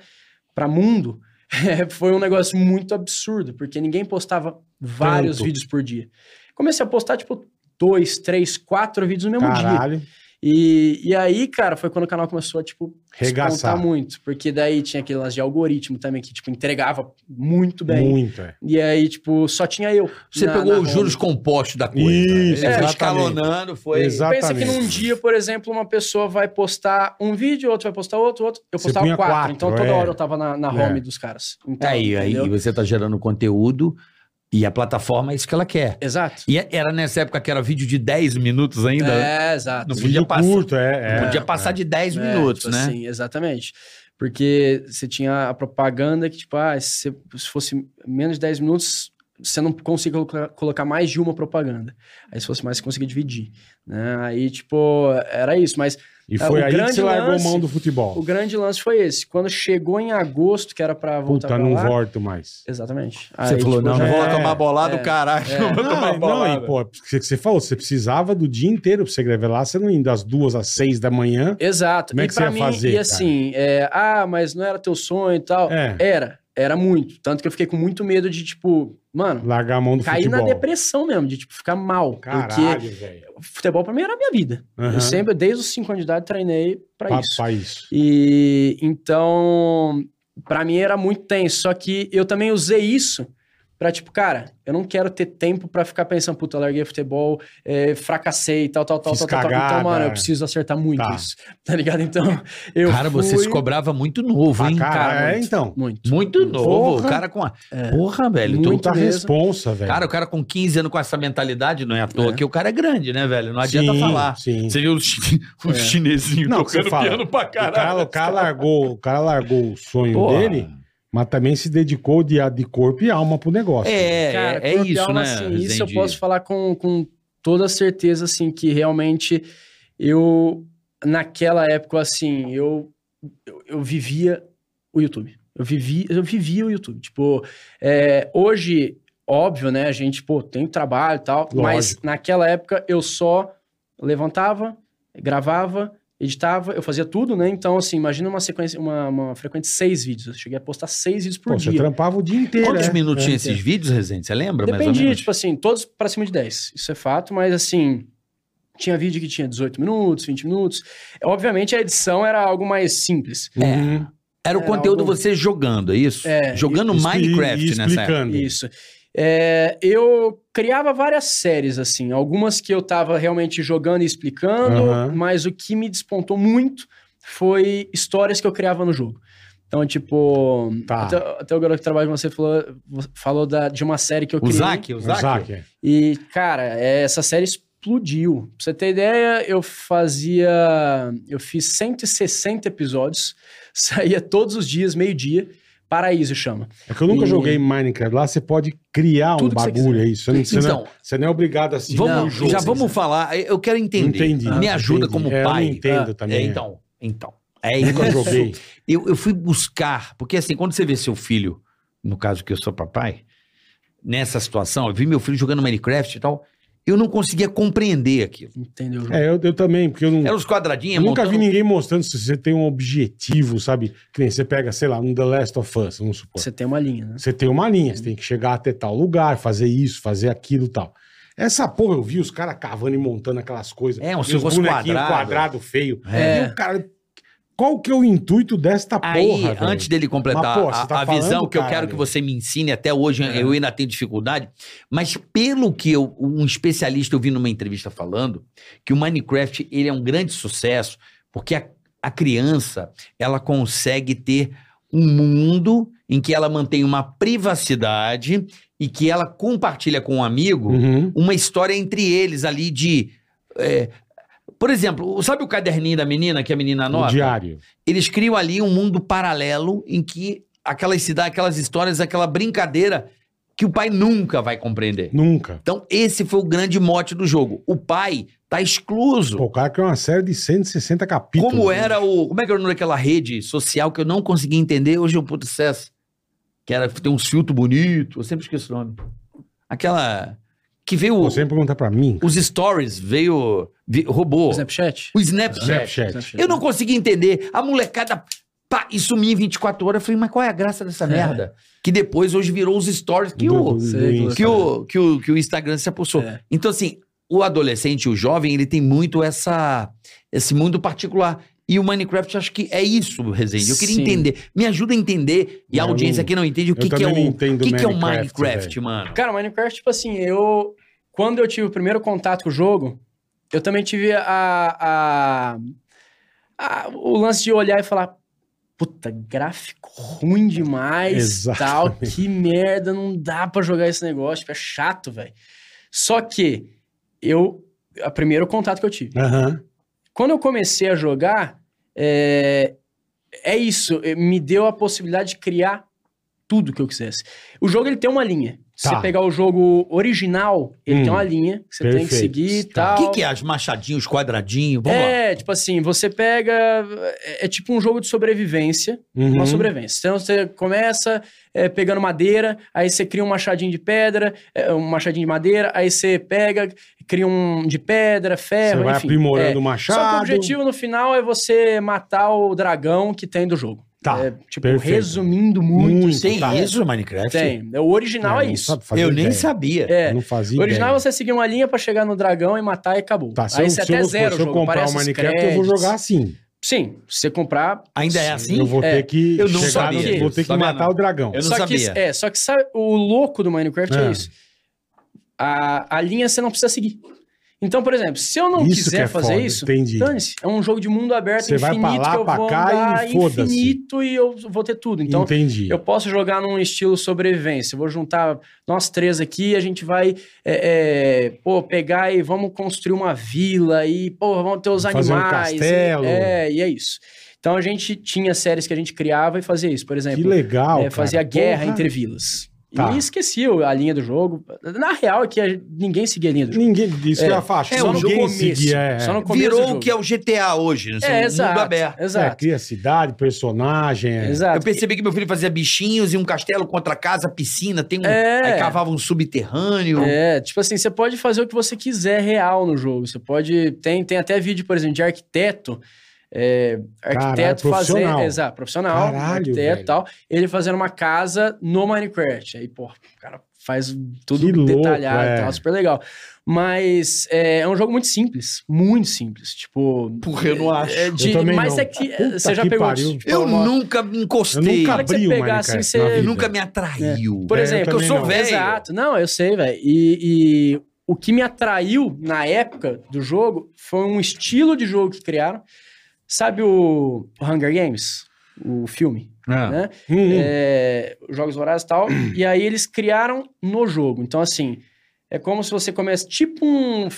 para mundo, [LAUGHS] é, foi um negócio muito absurdo, porque ninguém postava vários Tanto. vídeos por dia. Comecei a postar tipo dois, três, quatro vídeos no mesmo um dia. Caralho. E, e aí, cara, foi quando o canal começou a, tipo, Regaçar. despontar muito. Porque daí tinha aquele lance de algoritmo também, que, tipo, entregava muito bem. Muito, é. E aí, tipo, só tinha eu. Você na- pegou na os home. juros compostos da coisa. Isso, Ele foi exatamente. escalonando, foi. Exato. Pensa que num Exatamente. dia, por exemplo, uma pessoa vai postar um vídeo, outro vai postar outro, outro. Eu Você postava punha quatro, quatro, Então toda é. hora eu tava na, na home É. dos caras. Então, Aí, aí entendeu? você tá gerando conteúdo e a plataforma é isso que ela quer. Exato. E é, era nessa época que era vídeo de 10 minutos ainda. né? É, exato. Não podia Vídeo passar. curto, é. é. Não podia passar de 10 É, minutos, tipo né? Sim, exatamente. Porque você tinha a propaganda que, tipo, ah, se, se fosse menos de 10 minutos, você não conseguia colocar, colocar mais de uma propaganda. Aí se fosse mais, você conseguia dividir. Né? Aí, tipo, era isso. Mas E foi É, O aí que grande você largou a lance- mão do o futebol. grande lance foi esse. Quando chegou em agosto, que era pra Puta, voltar tá pra não lá... volto mais. Exatamente. Você Aí, falou, tipo, não, já não vou lá era- tomar bolada é, do caralho, é. [LAUGHS] não [LAUGHS] vou tomar e bolada. e, pô, você, você falou, você precisava do dia inteiro pra você gravar lá, você não indo das duas às seis da manhã. Exato. Como é e que pra você ia mim, fazer, e cara? assim, é, ah, mas não era teu sonho e tal. É. Era, era muito. Tanto que eu fiquei com muito medo de, tipo, mano, Largar a mão do cair futebol. na depressão mesmo, de tipo, ficar mal. Caralho, Porque velho. futebol pra mim era a minha vida. Aham. Eu sempre, desde os 5 anos de idade, treinei pra Pra- isso. pra isso. E então, pra mim era muito tenso. Só que eu também usei isso pra, tipo, cara, eu não quero ter tempo pra ficar pensando, puta, eu larguei futebol, eh, fracassei e tal, tal, tal, Fiz tal, tal, tal. Então, cagada. mano, eu preciso acertar muito Tá. isso. [LAUGHS] Tá ligado? Então, eu. Cara, você fui se cobrava muito novo, Ah, hein? cara, cara, é, muito. então. Muito. Muito novo. Porra. O cara com a. Porra, velho. então tu- É. Muito Puta mesmo. tá responsa, velho. Cara, o cara com 15 anos com essa mentalidade, não é à toa É. que o cara é grande, né, velho? Não adianta Sim, falar. sim. Você viu os, chi- [LAUGHS] os É. chinesinhos Não, você tocando fala. piano pra O cara, caralho. o cara largou, o cara largou o sonho [LAUGHS] Porra. dele, mas também se dedicou de, de corpo e alma pro negócio. É, Cara, é, é corpo e isso, alma, né? assim, isso eu Rezende? posso falar com, com toda certeza, assim, que realmente eu, naquela época, assim, eu, eu, eu vivia o YouTube. Eu vivi, eu vivia o YouTube. Tipo, é, hoje, óbvio, né? A gente, pô, tem trabalho e tal, mas Lógico. naquela época eu só levantava, gravava, editava, eu fazia tudo, né? Então, assim, imagina uma sequência, uma, uma frequência de seis vídeos. Eu cheguei a postar seis vídeos por Pô, você dia. trampava o dia inteiro. Quantos né? minutos tinha É. esses vídeos, Rezende? Você lembra? mais ou Dependia, menos? tipo assim, todos pra cima de 10. Isso é fato, mas assim, tinha vídeo que tinha 18 minutos, 20 minutos. Obviamente a edição era algo mais simples. É, Uhum. Era o Era conteúdo algo- você jogando, é isso? É, jogando Minecraft e, e nessa época. explicando. Isso. É, eu criava várias séries, assim, algumas que eu tava realmente jogando e explicando, Aham. mas o que me despontou muito foi histórias que eu criava no jogo. Então, tipo, Ah. Tá. Então, até, até o garoto que trabalha com você falou, falou da- de uma série que eu O criei. Zac, o O Zac. Zac, é. E, cara, é, essa série explodiu. Pra você ter ideia, eu [LAUGHS] fazia. Eu fiz 160 episódios, saía todos os dias, meio-dia. Paraíso chama. É que eu Hum. nunca E- joguei Minecraft. Lá você pode criar um Tudo que você bagulho, é isso. Você não, você Então- não- você não é obrigado a seguir Vamos, o jogo. já vamos falar. Eu quero entender. Entendi. Me ajuda Entendi. como É, pai. Eu não entendo Ah, também. é, é. então, então. [LAUGHS] É Nunca isso. joguei. Eu, eu fui buscar, porque assim, quando você vê seu filho, no caso que eu sou papai, nessa situação, eu vi meu filho jogando Minecraft e tal, eu não conseguia compreender aquilo. Entendeu? É, eu, eu também, porque eu não. Era os quadradinhos, Eu nunca vi montando- ninguém mostrando se você tem um objetivo, sabe? Que nem você pega, sei lá, um The Last of Us, vamos supor. Você tem uma linha, né? Você tem uma linha, você tem que chegar até tal lugar, fazer isso, fazer aquilo e tal. Essa porra, eu vi os caras cavando e montando aquelas coisas. É, um E os negócio bonequinhos quadrado. quadrado feio. É. E o cara... Qual que é o intuito desta porra, Aí, velho? antes dele completar Mas, pô, a- você tá a, visão falando, É. que eu quero caralho. que você me ensine, até hoje eu ainda tenho dificuldade, mas pelo que eu, um especialista eu vi numa entrevista falando, que o Minecraft ele é um grande sucesso, porque a, a criança ela consegue ter um mundo em que ela mantém uma privacidade e que ela compartilha com um amigo Uhum. uma história entre eles ali de... é, por exemplo, sabe o caderninho da menina que a menina O anota? diário. eles criam ali um mundo paralelo em que aquelas cidades, aquelas histórias, aquela brincadeira que o pai nunca vai compreender. Nunca. Então, esse foi o grande mote do jogo. O pai tá excluso. Pô, o cara criou uma série de 160 capítulos. como né? era o. Como é que era o nome daquela rede social que eu não conseguia entender? Hoje é um puto sucesso. Que era tem um filtro bonito. Eu sempre esqueço o nome. Aquela. Que veio. Pô, Você sempre pergunta pra mim. Os stories veio. vi- roubou. O Snapchat? O Snapchat. Snapchat. Snapchat. Eu não consegui entender. A molecada pá, e sumia em 24 horas. Eu falei, mas qual é a graça dessa merda? Que depois house virou os stories que, o, é Sei, Insta. que, o, que, o, que o Instagram se apossou. É. Então, assim, o adolescente, o jovem, ele tem muito essa esse mundo particular. E o Minecraft, acho que é isso, Rezende. Eu queria Sim. entender. Me ajuda a entender. E a Eu audiência não- que não entende o eu que, que é também o não entendo o que, que é o Minecraft, Minecraft, velho. mano. Cara, Minecraft, tipo assim, eu. Quando eu tive o primeiro contato com o jogo, eu também tive a. a- a- o lance de olhar e falar. Puta, gráfico ruim demais, tal, Exatamente. que merda, não dá pra jogar esse negócio, tipo, é chato, velho. Só que eu, a primeiro contato que eu tive. Aham. Quando eu comecei a jogar, é, é isso, eh, me deu a possibilidade de criar tudo que eu quisesse. O jogo ele tem uma linha. Se Tá. você pegar o jogo original, ele Hum, tem uma linha que você tem que perfeito. seguir e Tá. O tal. que, que é as machadinhos, os quadradinhos? Vamos lá. É, tipo assim, você pega. É, é tipo um jogo de sobrevivência. Uhum. Uma sobrevivência. Então você começa é, pegando madeira, aí você cria um machadinho de pedra, é, um machadinho de madeira, aí você pega, cria um de pedra, Você ferro, vai enfim. aprimorando É, o machado. só que o objetivo no final é você matar o dragão que tem do jogo. Tá, É, tipo, perfeito. resumindo muito. Muito, sim, Tem tá. isso no Minecraft? Tem. O original Não, é não isso. sabe fazer eu nem ideia. sabia. É. Não fazia O original é ideia. você seguir uma linha pra chegar no dragão e matar e acabou. Tá, se Aí eu, você se até eu, zero se eu o jogo. comprar Aparece o os Minecraft, eu vou créditos. jogar assim. Sim, se você comprar. Ainda é assim? Eu vou É, ter que eu não chegar, no- sabia. vou ter que Sabia matar não. o dragão. assim, Eu não só sabia. Que, é, só que sabe, o louco do Minecraft é, Ah. isso. A, a linha você não precisa seguir. Então, por exemplo, se eu não Isso que quiser é fazer foda, isso, entendi. dane-se. É um jogo de mundo aberto Você vai infinito pra lá, que eu pra vou cá e andar foda-se. infinito e eu vou ter tudo. Então, Entendi. Eu posso jogar num estilo sobrevivência. Eu vou juntar nós três aqui, a gente vai é, é, pô, pegar e vamos construir uma vila e pô, vamos ter os Vamos fazer um animais. e- castelo. é, e é isso. Então a gente tinha séries que a gente criava e fazia isso. Por que exemplo, legal, é, fazia cara. guerra Porra. entre vilas. Tá. E esqueci a linha do jogo. Na real é que a- ninguém seguia a linha do jogo. Ninguém disse É. que eu ia falar. acho que É, o ninguém começo. seguia, é. Só no começo do Virou o jogo. que é o GTA hoje, né? É, um mundo exato, aberto. É, exato, cria cidade, personagem. é. exato. Eu percebi que meu filho fazia bichinhos e um castelo contra casa, piscina, tem um. É. Aí cavava um subterrâneo. É, tipo assim, você pode fazer o que você quiser real no jogo. Você pode. Tem, tem até vídeo, por exemplo, de arquiteto. é, Caralho, arquiteto profissional. fazendo. Exato, profissional. Caralho, arquiteto velho. e tal. Ele fazendo uma casa no Minecraft. Aí, pô, o cara faz tudo Que louco, detalhado é. e tal, super legal. Mas é, é um jogo muito simples. Muito simples. Tipo. Porra, eu não acho. é de- também mas não. é que. é, Puta você já que pegou. pariu. tipo, eu uma- nunca me encostei. Eu nunca Cara, Nunca, que você abri o pegar Minecraft assim, você- na vida. nunca me atraiu. Por É, eu exemplo, eu também sou não. velho. Exato, não, eu sei, velho. E, e o que me atraiu na época do jogo foi um estilo de jogo que criaram. Sabe o Hunger Games? O filme, Ah. né? Hum, hum. É, os Jogos Vorazes [CLEARS THROAT] e tal. e aí eles criaram no jogo. Então, assim, é como se você começa tipo um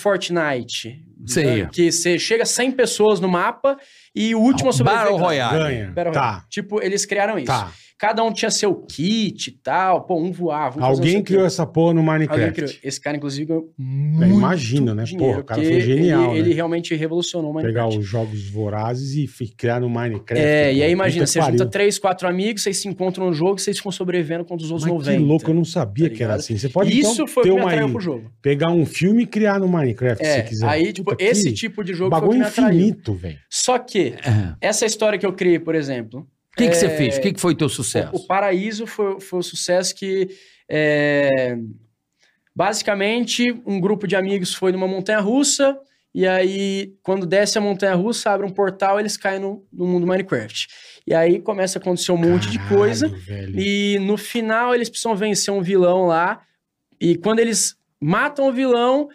Fortnite. Sei. né? Que você chega a 100 pessoas no mapa e o último Battle Ah, sobrevivente. Royale. Ganha. Battle Tá, Royale. Tipo, eles criaram isso. um tá. Cada um tinha seu kit e tal. Pô, um voava. um fazia não sei Alguém o quê. criou essa porra no Alguém Minecraft. criou. Esse cara, inclusive, ganhou Eu muito imagino, né? dinheiro. Porra, o cara porque foi genial, Ele, né? ele realmente revolucionou o Pegar Minecraft. os jogos vorazes e fi- criar no Minecraft. É, e pô. aí imagina, Puta você que pariu. junta três, quatro amigos, vocês se encontram no jogo, vocês ficam sobrevivendo contra os outros Mas 90. que louco, eu não sabia tá que era ligado? assim. Você pode Isso então, foi o ter que me uma atraiu aí, pro jogo. pegar um filme e criar no Minecraft, se É, você quiser. aí, tipo, Puta, esse que tipo de jogo foi o que bagulho me atraiu. infinito, velho. Só que, É. essa história que eu criei, por exemplo, O que, que você É. fez? O que, que foi o teu o, sucesso? o Paraíso foi, foi o sucesso que. é, basicamente, um grupo de amigos foi numa montanha russa, e aí, quando desce a montanha russa, abre um portal, eles caem no, no mundo Minecraft. E aí começa a acontecer um monte de Caralho, coisa. velho. E no final eles precisam vencer um vilão lá. E quando eles matam o vilão,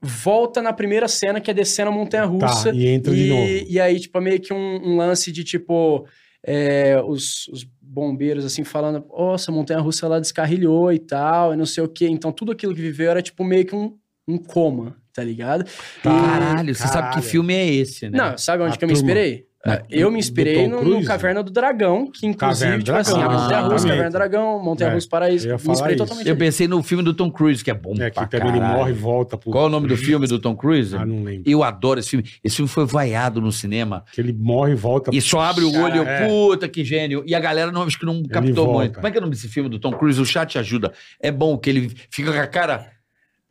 volta na primeira cena, que é descendo a Montanha Russa. Tá, e entra de novo. e aí, tipo, é meio que um, um lance de tipo. é, os, os bombeiros assim falando, nossa, a montanha russa ela descarrilhou e tal, e não sei o que. Então, tudo aquilo que viveu era tipo meio que um, um coma, tá ligado? Caralho, você sabe Caralho. que filme é esse, né? Não, sabe onde Tá, A que eu me turma É, inspirei? Ah, Na- eu me inspirei do Tom no, no Cruise? Caverna do Dragão, que inclusive, Caverna do tipo assim, a Dragão, Montanha Russa, exatamente. Caverna do Dragão, Montanha É, Russa Paraíso, eu ia me falar inspirei isso. totalmente. Eu ali. pensei no filme do Tom Cruise, que é bom É, pra que também ele caralho. morre e volta pro. Qual é o nome do filme do Tom Cruise? Ah, não lembro. Eu adoro esse filme. Esse filme foi vaiado no cinema. Que ele morre e volta. E só abre o olho, eu, é. puta que gênio. E a galera não, acho que não captou volta. muito. Como é que é o nome desse filme do Tom Cruise? O chat ajuda. É bom que ele fica com a cara.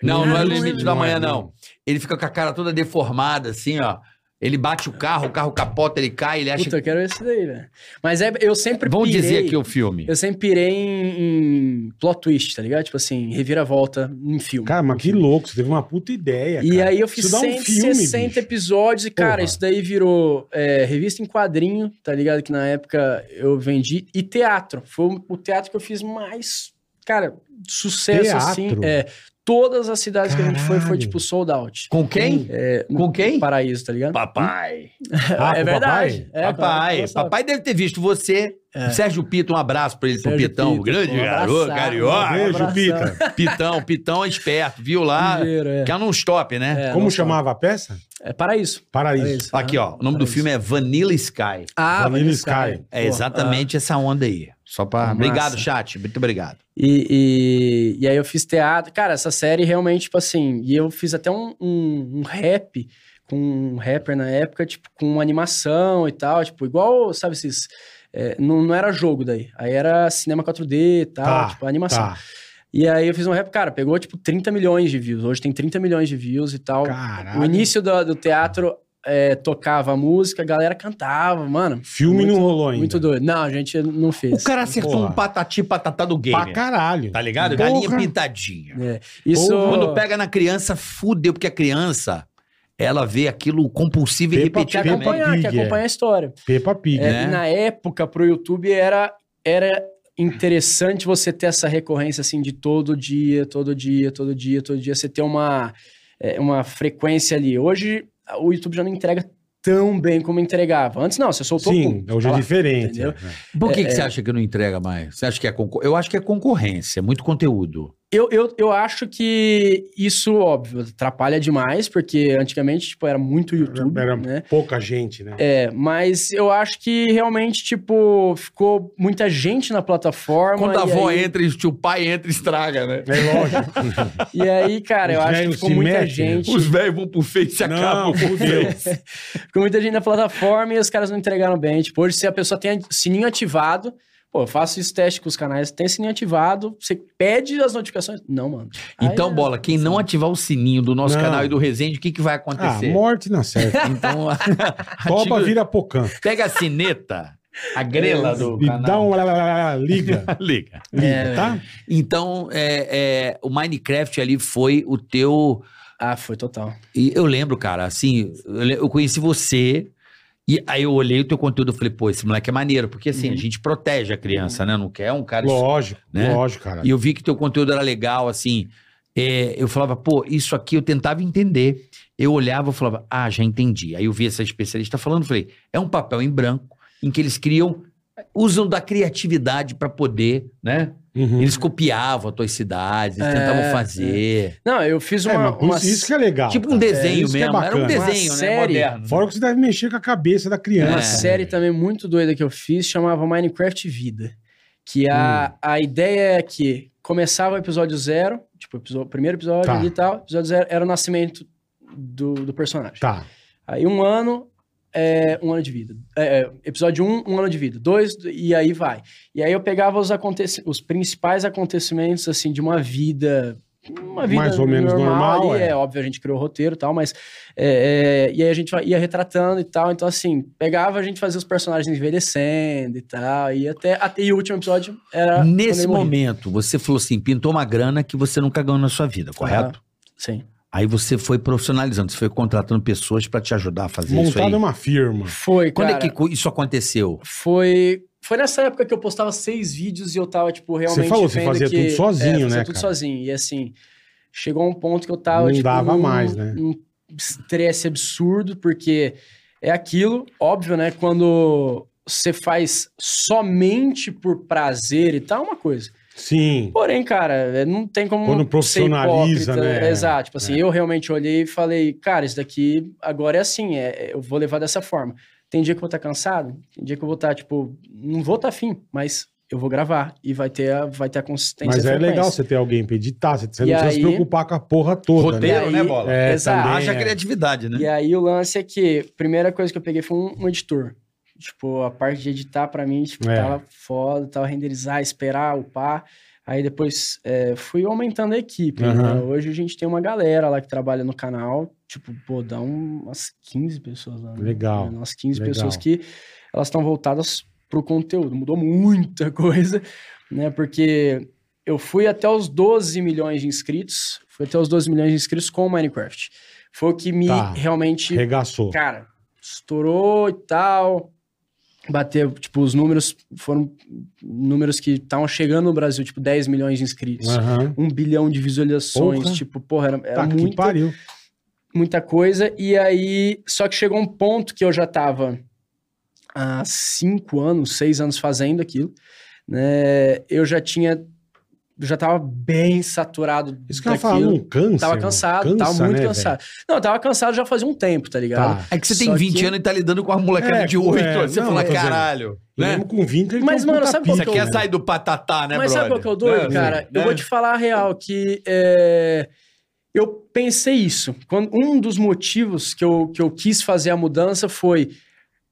Não, não, é o limite da Não é, manhã, não. não. Ele fica com a cara toda deformada, assim, ó. Ele bate o carro, o carro capota, ele cai, ele acha Puta, eu quero esse daí, velho. Mas é, eu sempre que. Vão pirei- dizer aqui o filme. Eu sempre pirei em, em plot twist, tá ligado? Tipo assim, reviravolta em filme. Cara, mas que louco, você teve uma puta ideia. e cara. aí eu fiz Isso dá um filme, 160 bicho. episódios e, cara, Porra. isso daí virou é, revista em quadrinho, tá ligado? Que na época eu vendi. E teatro. Foi o- o teatro que eu fiz mais, cara, sucesso, Teatro? assim. É, todas as cidades que a gente foi, foi Caralho. tipo sold out. Com quem? é, Com quem? Paraíso, tá ligado? Papai. Ah, é com o verdade. papai? É, papai. claro, É. papai deve ter visto você. Sérgio Pito, um abraço pra ele, pro Sérgio Pitão. Pito, grande pô, garoto, abraçado, carioca. um Beijo, abração. Pica. Pitão, Pitão é esperto, viu lá? Ligeiro, é. Que é não stop, né? É, Como não chamava a peça? É Paraíso. Paraíso. Paraíso. Aqui, ó. O nome do filme é Vanilla Sky. Ah, Vanilla Vanilla Sky. É Pô, exatamente essa onda aí. Só pra. Massa. Obrigado, chat. Muito obrigado. E, e, e aí eu fiz teatro. Cara, essa série realmente, tipo assim, e eu fiz até um, um, um rap com um rapper na época, tipo, com animação e tal, tipo, igual, sabe, esses. é, não, não era jogo daí. Aí era cinema 4D e tal, Tá, tipo, animação. Tá. E aí eu fiz um rap, cara, pegou tipo 30 milhões de views. Hoje tem 30 milhões de views e tal. Caralho. O início do, do teatro é, tocava a música, a galera cantava, mano. Filme muito, não rolou ainda. Muito doido. Não, a gente não fez. O cara acertou Porra. um patati patatá do Pra game. caralho. Tá ligado? Porra. Galinha pintadinha. É, Isso. Porra. Quando pega na criança, fudeu, porque a criança, ela vê aquilo compulsivo e Peppa que Pig, repetidamente. acompanhar, que Pig, é. acompanhar a história. Peppa Pig. É, né? e na época, pro YouTube, era, era interessante você ter essa recorrência, assim, de todo dia, todo dia, todo dia, todo dia, você ter uma, é, uma frequência ali. Hoje, o YouTube já não entrega tão bem como entregava. Antes não, você soltou... Sim, pum, hoje é tá lá. diferente. entendeu? é. Por que, que você acha que não entrega mais? Você acha que é concor... Eu acho que é concorrência, é muito conteúdo. Eu, eu, eu acho que isso, óbvio, atrapalha demais, porque antigamente, tipo, era muito YouTube, Era né? pouca gente, né? É, mas eu acho que realmente, tipo, ficou muita gente na plataforma. Quando a e avó aí- entra e o tio pai entra, estraga, né? É lógico. E aí, cara, eu Os acho que velhos ficou se muita metem, né? gente. Os velhos vão pro Face e acabam não, com fudeu. Ficou muita gente na plataforma e os caras não entregaram bem. Tipo, hoje, se a pessoa tem sininho ativado. Pô, eu faço esse teste com os canais. Tem sininho ativado, você pede as notificações. Não, mano. Aí Então, é- bola, quem não ativar o sininho do nosso Não. canal e do Resende, o que, que vai Ah, acontecer? morte na [LAUGHS] certa. [LAUGHS] então, Toba ativa- vira pocã. pega a sineta, a grela do E dá canal. um lá, lá, lá, lá, liga. [LAUGHS] Liga. Liga, É, tá? Então, é, é, o Minecraft ali foi o teu. Ah, foi total. E eu lembro, cara, assim, eu le- eu conheci você. E aí eu olhei o teu conteúdo e falei, pô, esse moleque é maneiro, porque assim, Uhum. a gente protege a criança, né? Não quer um cara Lógico, Né? lógico, cara. E eu vi que teu conteúdo era legal, assim. É, eu falava, pô, isso aqui eu tentava entender. Eu olhava e falava, ah, já entendi. Aí eu vi essa especialista falando, falei, é um papel em branco em que eles criam, usam da criatividade pra poder, né? Uhum. Eles copiavam as tuas cidades, eles É, tentavam fazer. Não, eu fiz uma. É, mas por uma- isso que é legal. Tipo um cara. desenho isso que é mesmo. Era um bacana. desenho, Uma né? série. Moderno. Fora que você deve mexer com a cabeça da Uma criança. É. série né? também muito doida que eu fiz chamava Minecraft Vida. Que a, Hum. a ideia é que começava o episódio zero, tipo, o primeiro episódio Tá. ali e tal, episódio zero era o nascimento do, do personagem. Tá. Aí um ano, é, um ano de vida. É, é, episódio um, um ano de vida. Dois, e aí vai. E aí eu pegava os, aconteci- os principais acontecimentos, assim, de uma vida... Uma vida Mais ou menos normal, ali, é. é. óbvio, a gente criou o roteiro e tal, mas... é, é, e aí a gente vai- ia retratando e tal, então assim, pegava a gente fazia os personagens envelhecendo e tal, e até... até e o último episódio era... quando Nesse ele morria. momento, você falou assim, pintou uma grana que você nunca ganhou na sua vida, correto? Sim. Aí você foi profissionalizando, você foi contratando pessoas pra te ajudar a fazer é isso aí. Montada uma firma. Foi, Quando cara. é que co- isso aconteceu? Foi. Foi nessa época que eu postava seis vídeos e eu tava, tipo, realmente. Você falou, você vendo fazia que- tudo sozinho, é, fazia né, tudo cara? sozinho. E assim, chegou um ponto que eu tava. Não tipo, dava num- mais, né? Um estresse absurdo, porque é aquilo, óbvio, né? Quando você faz somente por prazer e tal, é uma coisa. Sim. Porém, cara, é, não tem como. Quando ser profissionaliza, hipócrita. né? Exato. Tipo assim, eu realmente olhei e falei, cara, isso daqui agora é assim, é, eu vou levar dessa forma. Tem dia que eu vou estar cansado, tem dia que eu vou estar, tipo, não vou estar afim, mas eu vou gravar e vai ter a, vai ter a consistência. Mas e a é legal frequência. você ter alguém pra editar. Você você não E precisa se aí- preocupar com a porra toda, Roteiro, E né, aí- Bola? né? É, Exato. também Haja é. criatividade, né? E aí o lance é que, a primeira coisa que eu peguei foi um, um editor. Tipo, a parte de editar pra mim, tipo, É. tava foda, tava renderizar, esperar, upar. Aí depois é, fui aumentando a equipe. né? Aham. Hoje a gente tem uma galera lá que trabalha no canal. Tipo, pô, dá um- umas 15 pessoas lá. né? Legal, Umas 15 legal. pessoas que elas estão voltadas pro conteúdo. Mudou muita [LAUGHS] coisa, né? Porque eu fui até os 12 milhões de inscritos. Fui até os 12 milhões de inscritos com o Minecraft. Foi o que me Tá. realmente Regaçou. Cara, estourou e tal. Bateu, tipo, os números foram números que estavam chegando no Brasil, tipo, 10 milhões de inscritos. Aham. Um bilhão de visualizações, Porra. tipo, porra, era, era Tá que muita, pariu. muita coisa. E aí, só que chegou um ponto que eu já tava há cinco anos, seis anos fazendo aquilo, né? Eu já tinha, já tava bem saturado Isso que ela fala, não cansa. Tava irmão. cansado, um Cansa, tava muito né, cansado. Não, eu tava cansado já fazia um tempo, tá velho? ligado? Tá. É que você tem Só 20 que- anos e tá lidando com uma molecada É, de 8. é, você não, fala, eu tô dizendo. caralho. Né? Mesmo com 20, ele Mas, tem um mano, puta sabe qual Você que é eu- quer sair do patatá, né, Mas sabe qual brother? que é o doido, Né? cara? Eu Né? vou te falar a real, que é, eu pensei isso. Quando, um dos motivos que eu, que eu quis fazer a mudança foi,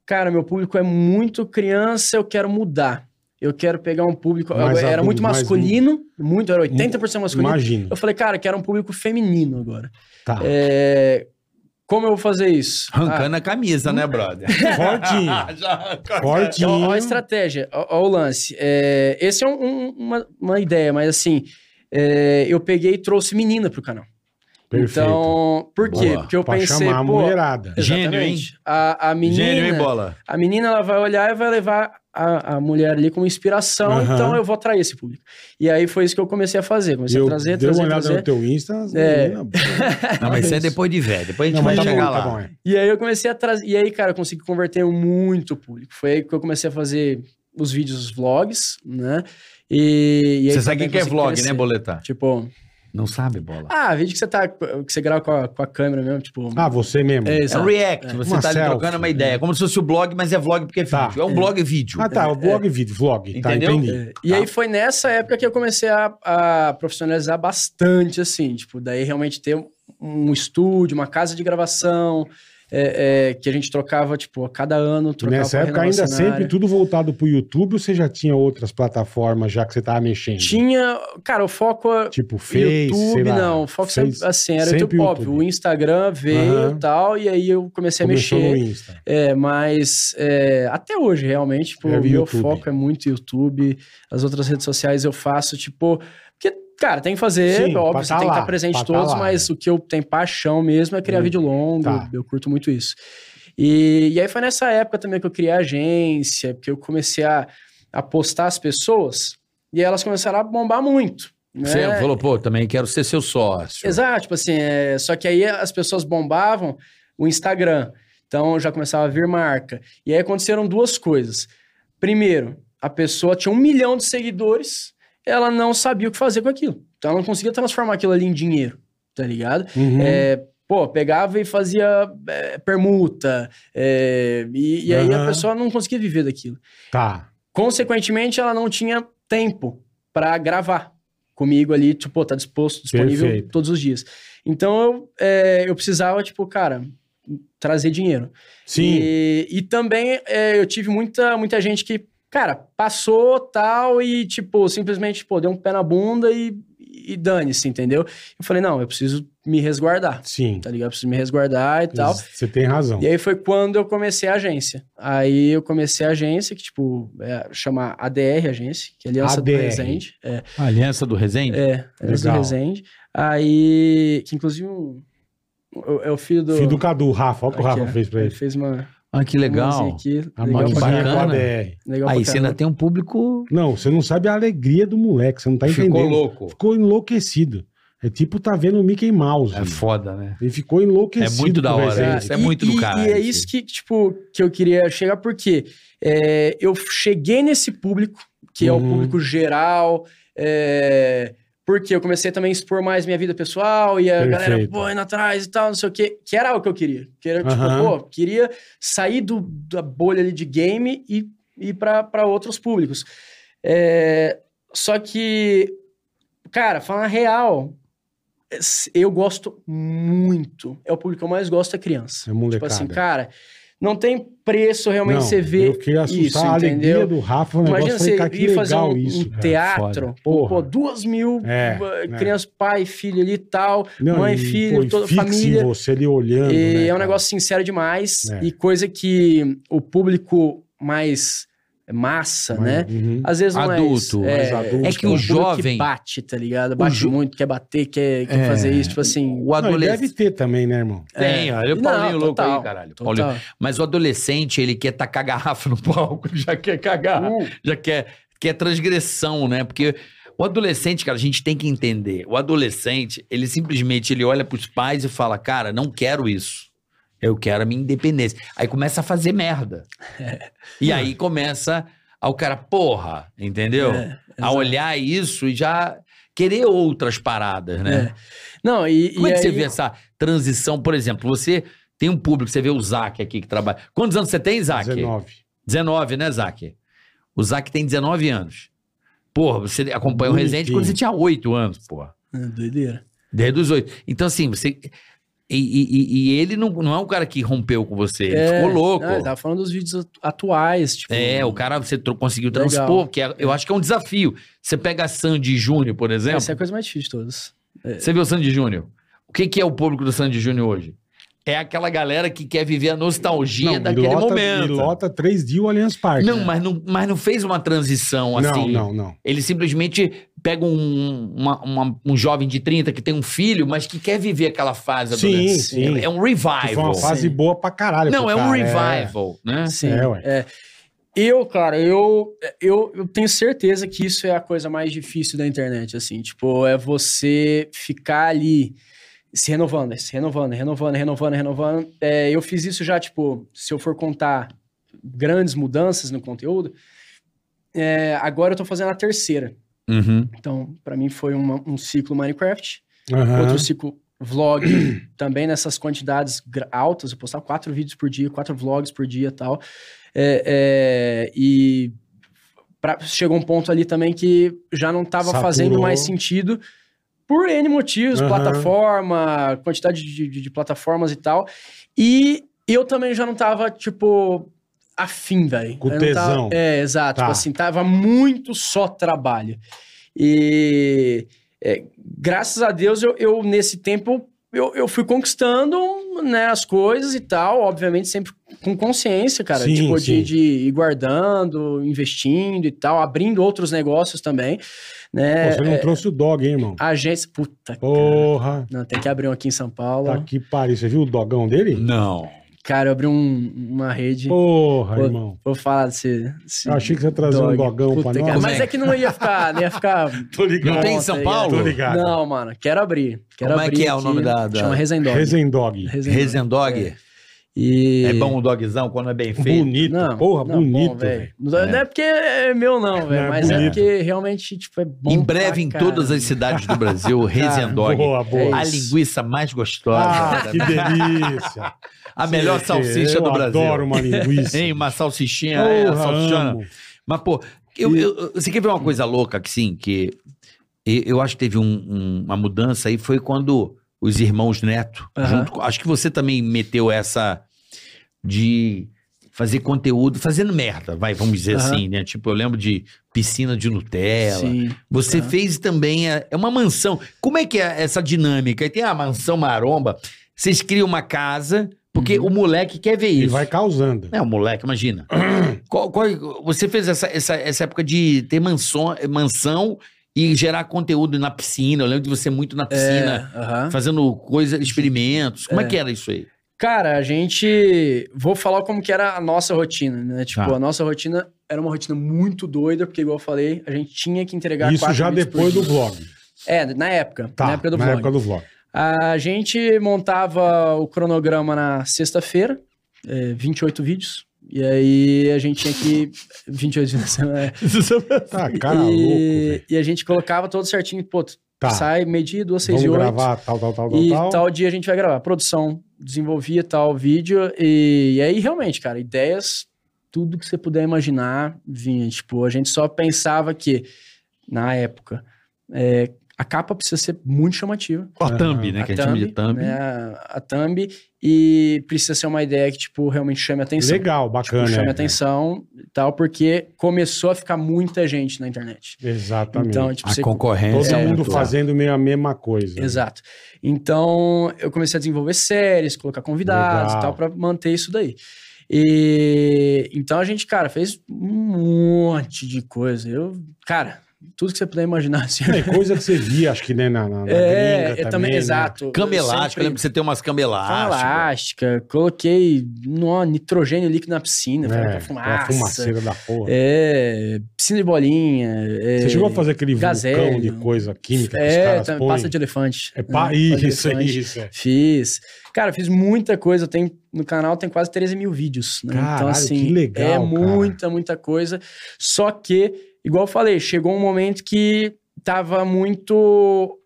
cara, meu público é muito criança, eu quero mudar. Eu quero pegar um público... eu Mais era adulto, muito mais masculino, muito, era 80% masculino. Imagino. Eu falei, cara, eu quero um público feminino agora. Tá. É, como eu vou fazer isso? Ah, Arrancando a camisa, né, brother? [LAUGHS] Fortinho. [LAUGHS] Já arrancou a Fortinho. Ó, ó Então, a estratégia, ó, ó o lance. É, esse é um- um- uma, uma ideia, mas assim, é, eu peguei e trouxe menina pro canal. Perfeito. Então, por quê? Boa. Porque eu pra pensei, chamar a pô... mulherada. Gênio, exatamente, A, a menina, Gênio, hein, bola? a menina ela vai olhar e vai levar a, a mulher ali como inspiração, Aham. então eu vou atrair esse público. E aí foi isso que eu comecei a fazer, comecei eu a trazer, dei uma trazer, olhada trazer. no teu Insta. as É. [LAUGHS] meninas- Não, mas isso é depois de velho. Depois a gente Não, vai mas tá chegar bom, lá. tá bom, é. E aí eu comecei a trazer. E aí, cara, eu consegui converter muito público. Foi aí que eu comecei a fazer os vídeos, os vlogs, né? E, e aí Você sabe quem também que é consegui vlog, crescer. né, Boletar? Tipo, Não sabe, bola. ah, vídeo que você tá. que você grava com a, com a câmera mesmo, tipo. Ah, você mesmo. é, É um exato. react, você Uma tá ali selfie, trocando uma né? ideia. Como se fosse o blog, mas é vlog porque é Tá. vídeo. É um blog vídeo. Ah, tá. O blog e vídeo, vlog. Tá, Entendeu? entendi. É, E aí foi nessa época que eu comecei a, a profissionalizar bastante, assim, tipo, daí realmente ter um- um estúdio, uma casa de gravação, é, é, que a gente trocava, tipo, a cada ano, trocava Nessa pra época, renovar ainda cenário. sempre tudo voltado pro YouTube, ou você já tinha outras plataformas já que você tava mexendo? Tinha, cara, o foco é Tipo, Face, sei YouTube, lá. não. O foco Face- sempre, assim, era sempre YouTube, óbvio. O YouTube. Instagram veio e Aham. tal, e aí eu comecei a Começou mexer. no Insta. É, mas é, até hoje, realmente, tipo, É o o meu YouTube. foco é muito YouTube. As outras redes sociais eu faço, tipo... Porque, cara, tem que fazer, Sim, pra óbvio, você tá tem que lá, estar presente pra em tá todos, lá, mas o que eu tenho paixão mesmo é criar Hum, vídeo longo. tá. Eu curto muito isso. E, e aí foi nessa época também que eu criei a agência, porque eu comecei a, a postar as pessoas e elas começaram a bombar muito. Né? é um Você falou, pô, também quero ser seu sócio. Exato, tipo assim, é, só que aí as pessoas bombavam o Instagram. Então já começava a vir marca. E aí aconteceram duas coisas. Primeiro, a pessoa tinha um milhão de seguidores, ela não sabia o que fazer com aquilo. Então ela não conseguia transformar aquilo ali em dinheiro, tá ligado? Uhum. É, pô, pegava e fazia é, permuta. é, e, e aí a Aham. pessoa não conseguia viver daquilo. Tá. Consequentemente, ela não tinha tempo pra gravar comigo ali, tipo, pô, tá disposto, disponível Perfeito. todos os dias. Então eu, é, eu precisava, tipo, cara, trazer dinheiro. Sim. E, e também é, eu tive muita, muita gente que, cara, passou tal e, tipo, simplesmente, pô, deu um pé na bunda e, e dane-se, entendeu? Eu falei, não, eu preciso me resguardar, Sim. tá ligado? Eu preciso me resguardar e tal. Você tem razão. E aí foi quando eu comecei a agência. Aí eu comecei a agência, que, tipo, é, chama ADR Agência, que é Aliança do ADR. Resende. É, Aliança do Resende? é Aliança do Legal. Resende. Aí, que inclusive um- o- é o filho do... Filho do Cadu, Rafa. Olha o que o Aqui, Rafa ó. fez pra Ele ele. Ah, fez uma... Ah, que mãozinha legal. A Aqui, legal pra mãozinha caramba. com a bacana. DR. Legal Aí pra você ainda caramba. tem um público. Não, você não sabe a alegria do moleque. Você não tá entendendo. Ficou louco. Ficou enlouquecido. É tipo tá vendo o Mickey Mouse. É foda, né? Ele ficou enlouquecido. É muito da com o hora, desenho. é. isso muito do e, caralho, E é isso isso aí. que, tipo, que eu queria chegar, porque é, eu cheguei nesse público, que é o Uhum. público geral, é, porque eu comecei também a expor mais minha vida pessoal, e a galera, Perfeito. pô, indo atrás e tal, não sei o quê, que era o que eu queria. Que era, tipo, Aham. pô, queria sair do, da bolha ali de game e ir para outros públicos. É, só que, cara, falando a real, eu gosto muito. É o público que eu mais gosto é criança. É molecada. Tipo assim, cara, não tem preço realmente você ver. Eu fiquei assustar isso, a alegria entendeu? do Rafa. O Imagina negócio você foi, cara, que ir fazer legal um, isso. um cara. teatro, foda. pô, Porra. duas mil É, eh, né? crianças, pai, filho ali e tal. Não, mãe, e, filho, e toda a fixa em família. você ali olhando. E né, é um cara? negócio sincero demais. É. E coisa que o público mais massa, Mas- né? Uhum. Às vezes não Adulto, é, mais é, adulto, É que o público jovem. que bate, tá ligado? Bate jo- muito, quer bater, quer, quer É. fazer isso, tipo assim. O Não, e adolescente. deve ter também, né, irmão? Tem, olha o Não, Paulinho louco total, aí, caralho. total. Paulinho. Mas o adolescente, ele quer tacar garrafa no palco, [LAUGHS] já quer cagar, Hum. já quer, quer é transgressão, né? Porque o adolescente, cara, a gente tem que entender. O adolescente, ele simplesmente ele olha pros pais e fala, cara, não quero isso. Eu quero a minha independência. Aí começa a fazer [LAUGHS] merda. e aí começa ao cara, porra, entendeu? É, a exato. olhar isso e já querer outras paradas, né? É. Não, e. Como e é que você aí- vê essa transição? Por exemplo, você tem um público, você vê o Zac aqui que trabalha. Quantos anos você tem, Tá, Zac? 19. 19, né, Zac? O Zac tem 19 anos. Porra, você acompanha o Bonitinho. Resende quando você tinha 8 anos, porra. É, Doideira. Desde os 8. Então, assim, você. E, e- e- e ele não, não é um cara que rompeu com você, ele É, ficou louco. não, eu tava falando dos vídeos atu- atuais, tipo. É, o cara você tro- conseguiu Legal. transpor, que é- eu acho que é um desafio. Você pega a Sandy Júnior, por exemplo. Essa é a coisa mais difícil de todas. Você viu o Sandy Júnior? O que, que é o público do Sandy Júnior hoje? É aquela galera que quer viver a nostalgia Não, e daquele lota- E momento. lota 3 dias o Allianz Parque. Não, mas não, mas não fez uma transição não, assim. não, não. Ele simplesmente pega um, uma- uma- um jovem de 30 que tem um filho, mas que quer viver aquela fase Sim, adolescente. sim. É um Que foi uma revival. fase Sim. boa pra caralho. Não, pro é um cara, revival, né? Sim. É, ué. é. Eu, cara, eu, eu, eu tenho certeza que isso é a coisa mais difícil da internet, assim. Tipo, é você ficar ali se renovando, se renovando, renovando, renovando, renovando. É, eu fiz isso já, tipo, se eu for contar grandes mudanças no conteúdo, é, agora eu tô fazendo a terceira. Uhum. Então, pra mim foi uma- um ciclo Minecraft, Aham. É, outro ciclo vlog, [CLEARS THROAT] também nessas quantidades gra- altas, eu postava quatro vídeos por dia, quatro vlogs por dia e tal. É, é, e pra- chegou um ponto ali também que já não estava Saturou. fazendo mais sentido por N motivos, Aham. plataforma, quantidade de, de- de plataformas e tal. E eu também já não estava tipo, afim, velho. Com Eu não tava- tesão. é, exato. Tá. Tipo assim, tava muito só trabalho. E é, graças a Deus, eu, eu, nesse tempo, eu, eu fui conquistando né, as coisas e tal, obviamente sempre com consciência, cara. Sim, tipo, sim. De, de ir guardando, investindo e tal, abrindo outros negócios também, Pô, né? você não trouxe o dog, hein, irmão? Agência... Puta, cara. Porra. Não, tem que abrir um aqui em São Paulo. Tá que pariu. Você viu o dogão dele? Não. Cara, eu abri um- uma rede... Porra, Pô, irmão. Vou falar desse... desse Eu achei que você ia trazer um dogão pra Puta, nós. cara, Mas Como é? é que não ia ficar... Não ia ficar Tô Não tem em Nossa, São aí, Paulo? Tô ligado. Não, mano, quero abrir. Quero Como é abrir que é o aqui. nome da- da- Chama Resendog. Resendog. Resendog. Resendog? E... né? É bom o dogzão quando é bem feito? Bonito. Não, Porra, não, bonito, bom, velho. Não é. não é porque é meu, não, velho. Não, é mas é bonito. porque realmente, tipo, é bom. em breve, pra em todas caramba. as cidades do [LAUGHS] Brasil, Resendog. Boa, boa. A isso. linguiça mais gostosa. Ah, da- que delícia. [LAUGHS] A melhor Sim, salsicha eu do Brasil. [LAUGHS] adoro uma linguiça. é, Hein, uma salsichinha, né? Porra, Uma salsichona. amo. Mas, pô, Eu, eu- você quer ver uma coisa louca, que sim, que e- eu acho que teve um- um- uma mudança aí, foi quando os irmãos Neto, Aham. junto com- acho que você também meteu essa de fazer conteúdo, fazendo merda, vai, vamos dizer Aham. assim, né? Tipo, eu lembro de piscina de Nutella. Sim. Você Aham. fez também, é é uma mansão. Como é que é essa dinâmica? E tem a mansão maromba, vocês criam uma casa, porque Uhum. o moleque quer ver E isso. vai causando. É, o moleque, imagina. [CLEARS THROAT] Qual- qual- você fez essa, essa, essa época de ter mansão, mansão e gerar conteúdo na piscina. Eu lembro de você muito na É, piscina, aham. fazendo coisas, experimentos. Como é. É. que era isso aí? Cara, a gente. Vou falar como que era a nossa rotina, né? Tipo, Tá. a nossa rotina era uma rotina muito doida, porque, igual eu falei, a gente tinha que entregar Isso quatro já vídeos por depois do dia. vlog. É, na época. Tá, na época do vlog. [LAUGHS] vlog. A gente montava o cronograma na sexta-feira, é, 28 vídeos. E aí a gente tinha que. [LAUGHS] 28 vídeos. né? Tá, cara e, louco, velho. e a gente colocava todo certinho, pô, tu Tá, sai meio-dia, duas, seis vamos e oito. gravar tal, tal, tal, E tal, tal. tal. dia a gente vai gravar. Produção, desenvolvia tal vídeo. E, e aí, realmente, cara, ideias, tudo que você puder imaginar vinha. Tipo, a gente só pensava que, na época, é, a capa precisa ser muito chamativa. A thumb, né? A que a gente chama de thumb. né, a thumb. E precisa ser uma ideia que, tipo, realmente chame atenção. Legal, Tipo, bacana. chame é. atenção e tal, porque começou a ficar muita gente na internet. Exatamente. Então, tipo, você concorrência. Todo é, mundo tá. fazendo meio a mesma coisa. Exato. Então, eu comecei a desenvolver séries, colocar convidados Legal. e tal, pra manter isso daí. E então a gente, cara, fez um monte de coisa. Eu, cara, tudo que você puder imaginar assim. É coisa que você via, acho que, né, na, na, na É, gringa eu também, também, né? exato. Cama elástica, eu Sempre- lembro que você tem umas cama Cama elástica. elástica, coloquei nó, nitrogênio líquido na piscina, É, pra ficar aquela né? fumaça. fumaceira da porra. É, piscina de bolinha. é, Você chegou a fazer aquele gazélio. vulcão de coisa química que os É, caras também, põem? pasta de elefante. É né? pa... Pasta de Isso, elefante. isso. é. Fiz. Cara, fiz muita coisa. Tem, no canal tem quase 13 mil vídeos. Né? Caralho, então, assim, que legal, é cara. muita, muita coisa. Só que, igual eu falei, chegou um momento que tava muito.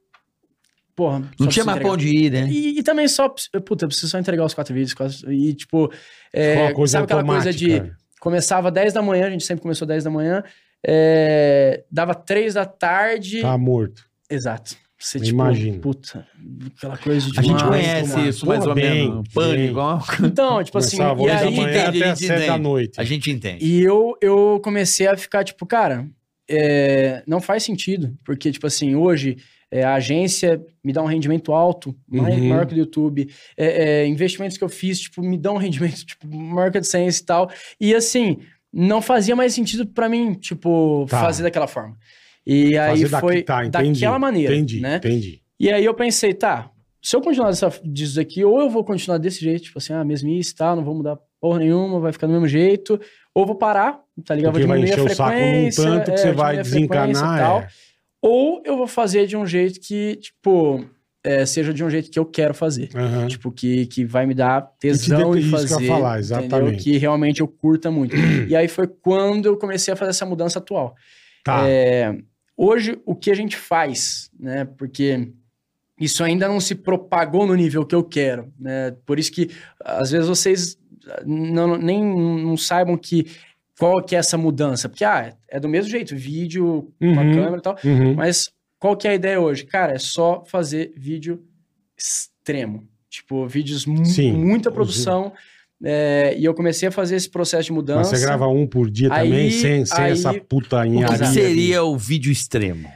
Porra. só Não tinha preciso mais pra entregar. onde ir, né? E, e também só. Puta, eu preciso só entregar os quatro vídeos. quatro- e, tipo. é, Ficou uma coisa sabe aquela coisa de. automática. né? Começava 10 da manhã, a gente sempre começou 10 da manhã. é, dava 3 da tarde. Tá morto. Exato. Você, Eu tipo, imagino. puta, aquela coisa de A gente demais, conhece tomar. isso mais Porra, ou bem, menos. bem. Pânico. ó. Então, tipo assim, Começava e hoje da aí, manhã entende, até a às gente sete da entende. noite. A gente entende. e eu, eu comecei a ficar, tipo, cara, é, não faz sentido. Porque, tipo assim, hoje é, a agência me dá um rendimento alto, mai- Uhum. maior que o do YouTube. É, é, investimentos que eu fiz, tipo, me dão um [LAUGHS] rendimento tipo, maior que a AdSense e tal. E assim, não fazia mais sentido pra mim, tipo, Tá. fazer daquela forma. E aí Fazer daqui- foi tá, entendi, daquela maneira, Entendi, né? entendi. E aí eu pensei, tá, se eu continuar dessa, disso daqui, ou eu vou continuar desse jeito, tipo assim, ah, mesmice, tá, não vou mudar porra nenhuma, vai ficar do mesmo jeito, ou vou parar, tá ligado? Porque vou vai encher diminuir a o saco num frequência, tanto é, que você vai diminuir a frequência e tal, desencanar. é. Ou eu vou fazer de um jeito que, tipo, é, seja de um jeito que eu quero fazer. Aham. Tipo, que, que vai me dar te tesão dê em isso que eu ia fazer. falar, entendeu? exatamente. Que realmente eu curta muito. e aí foi quando eu comecei a fazer essa mudança atual. Tá. É, hoje, o que a gente faz, né? Porque isso ainda não se propagou no nível que eu quero, né? Por isso que, às vezes, vocês ah, não, nem não saibam que qual que é essa mudança. Porque, ah, é do mesmo jeito, vídeo, uma Uhum. câmera e tal. Uhum. Mas qual que é a ideia hoje? Cara, é só fazer vídeo extremo. Tipo, vídeos mu Sim, muita os- produção. é, e eu comecei a fazer esse processo de Mas mudança. você grava um por dia Aí- também, sem, sem aí- essa O putainha que que Exato. seria o vídeo extremo?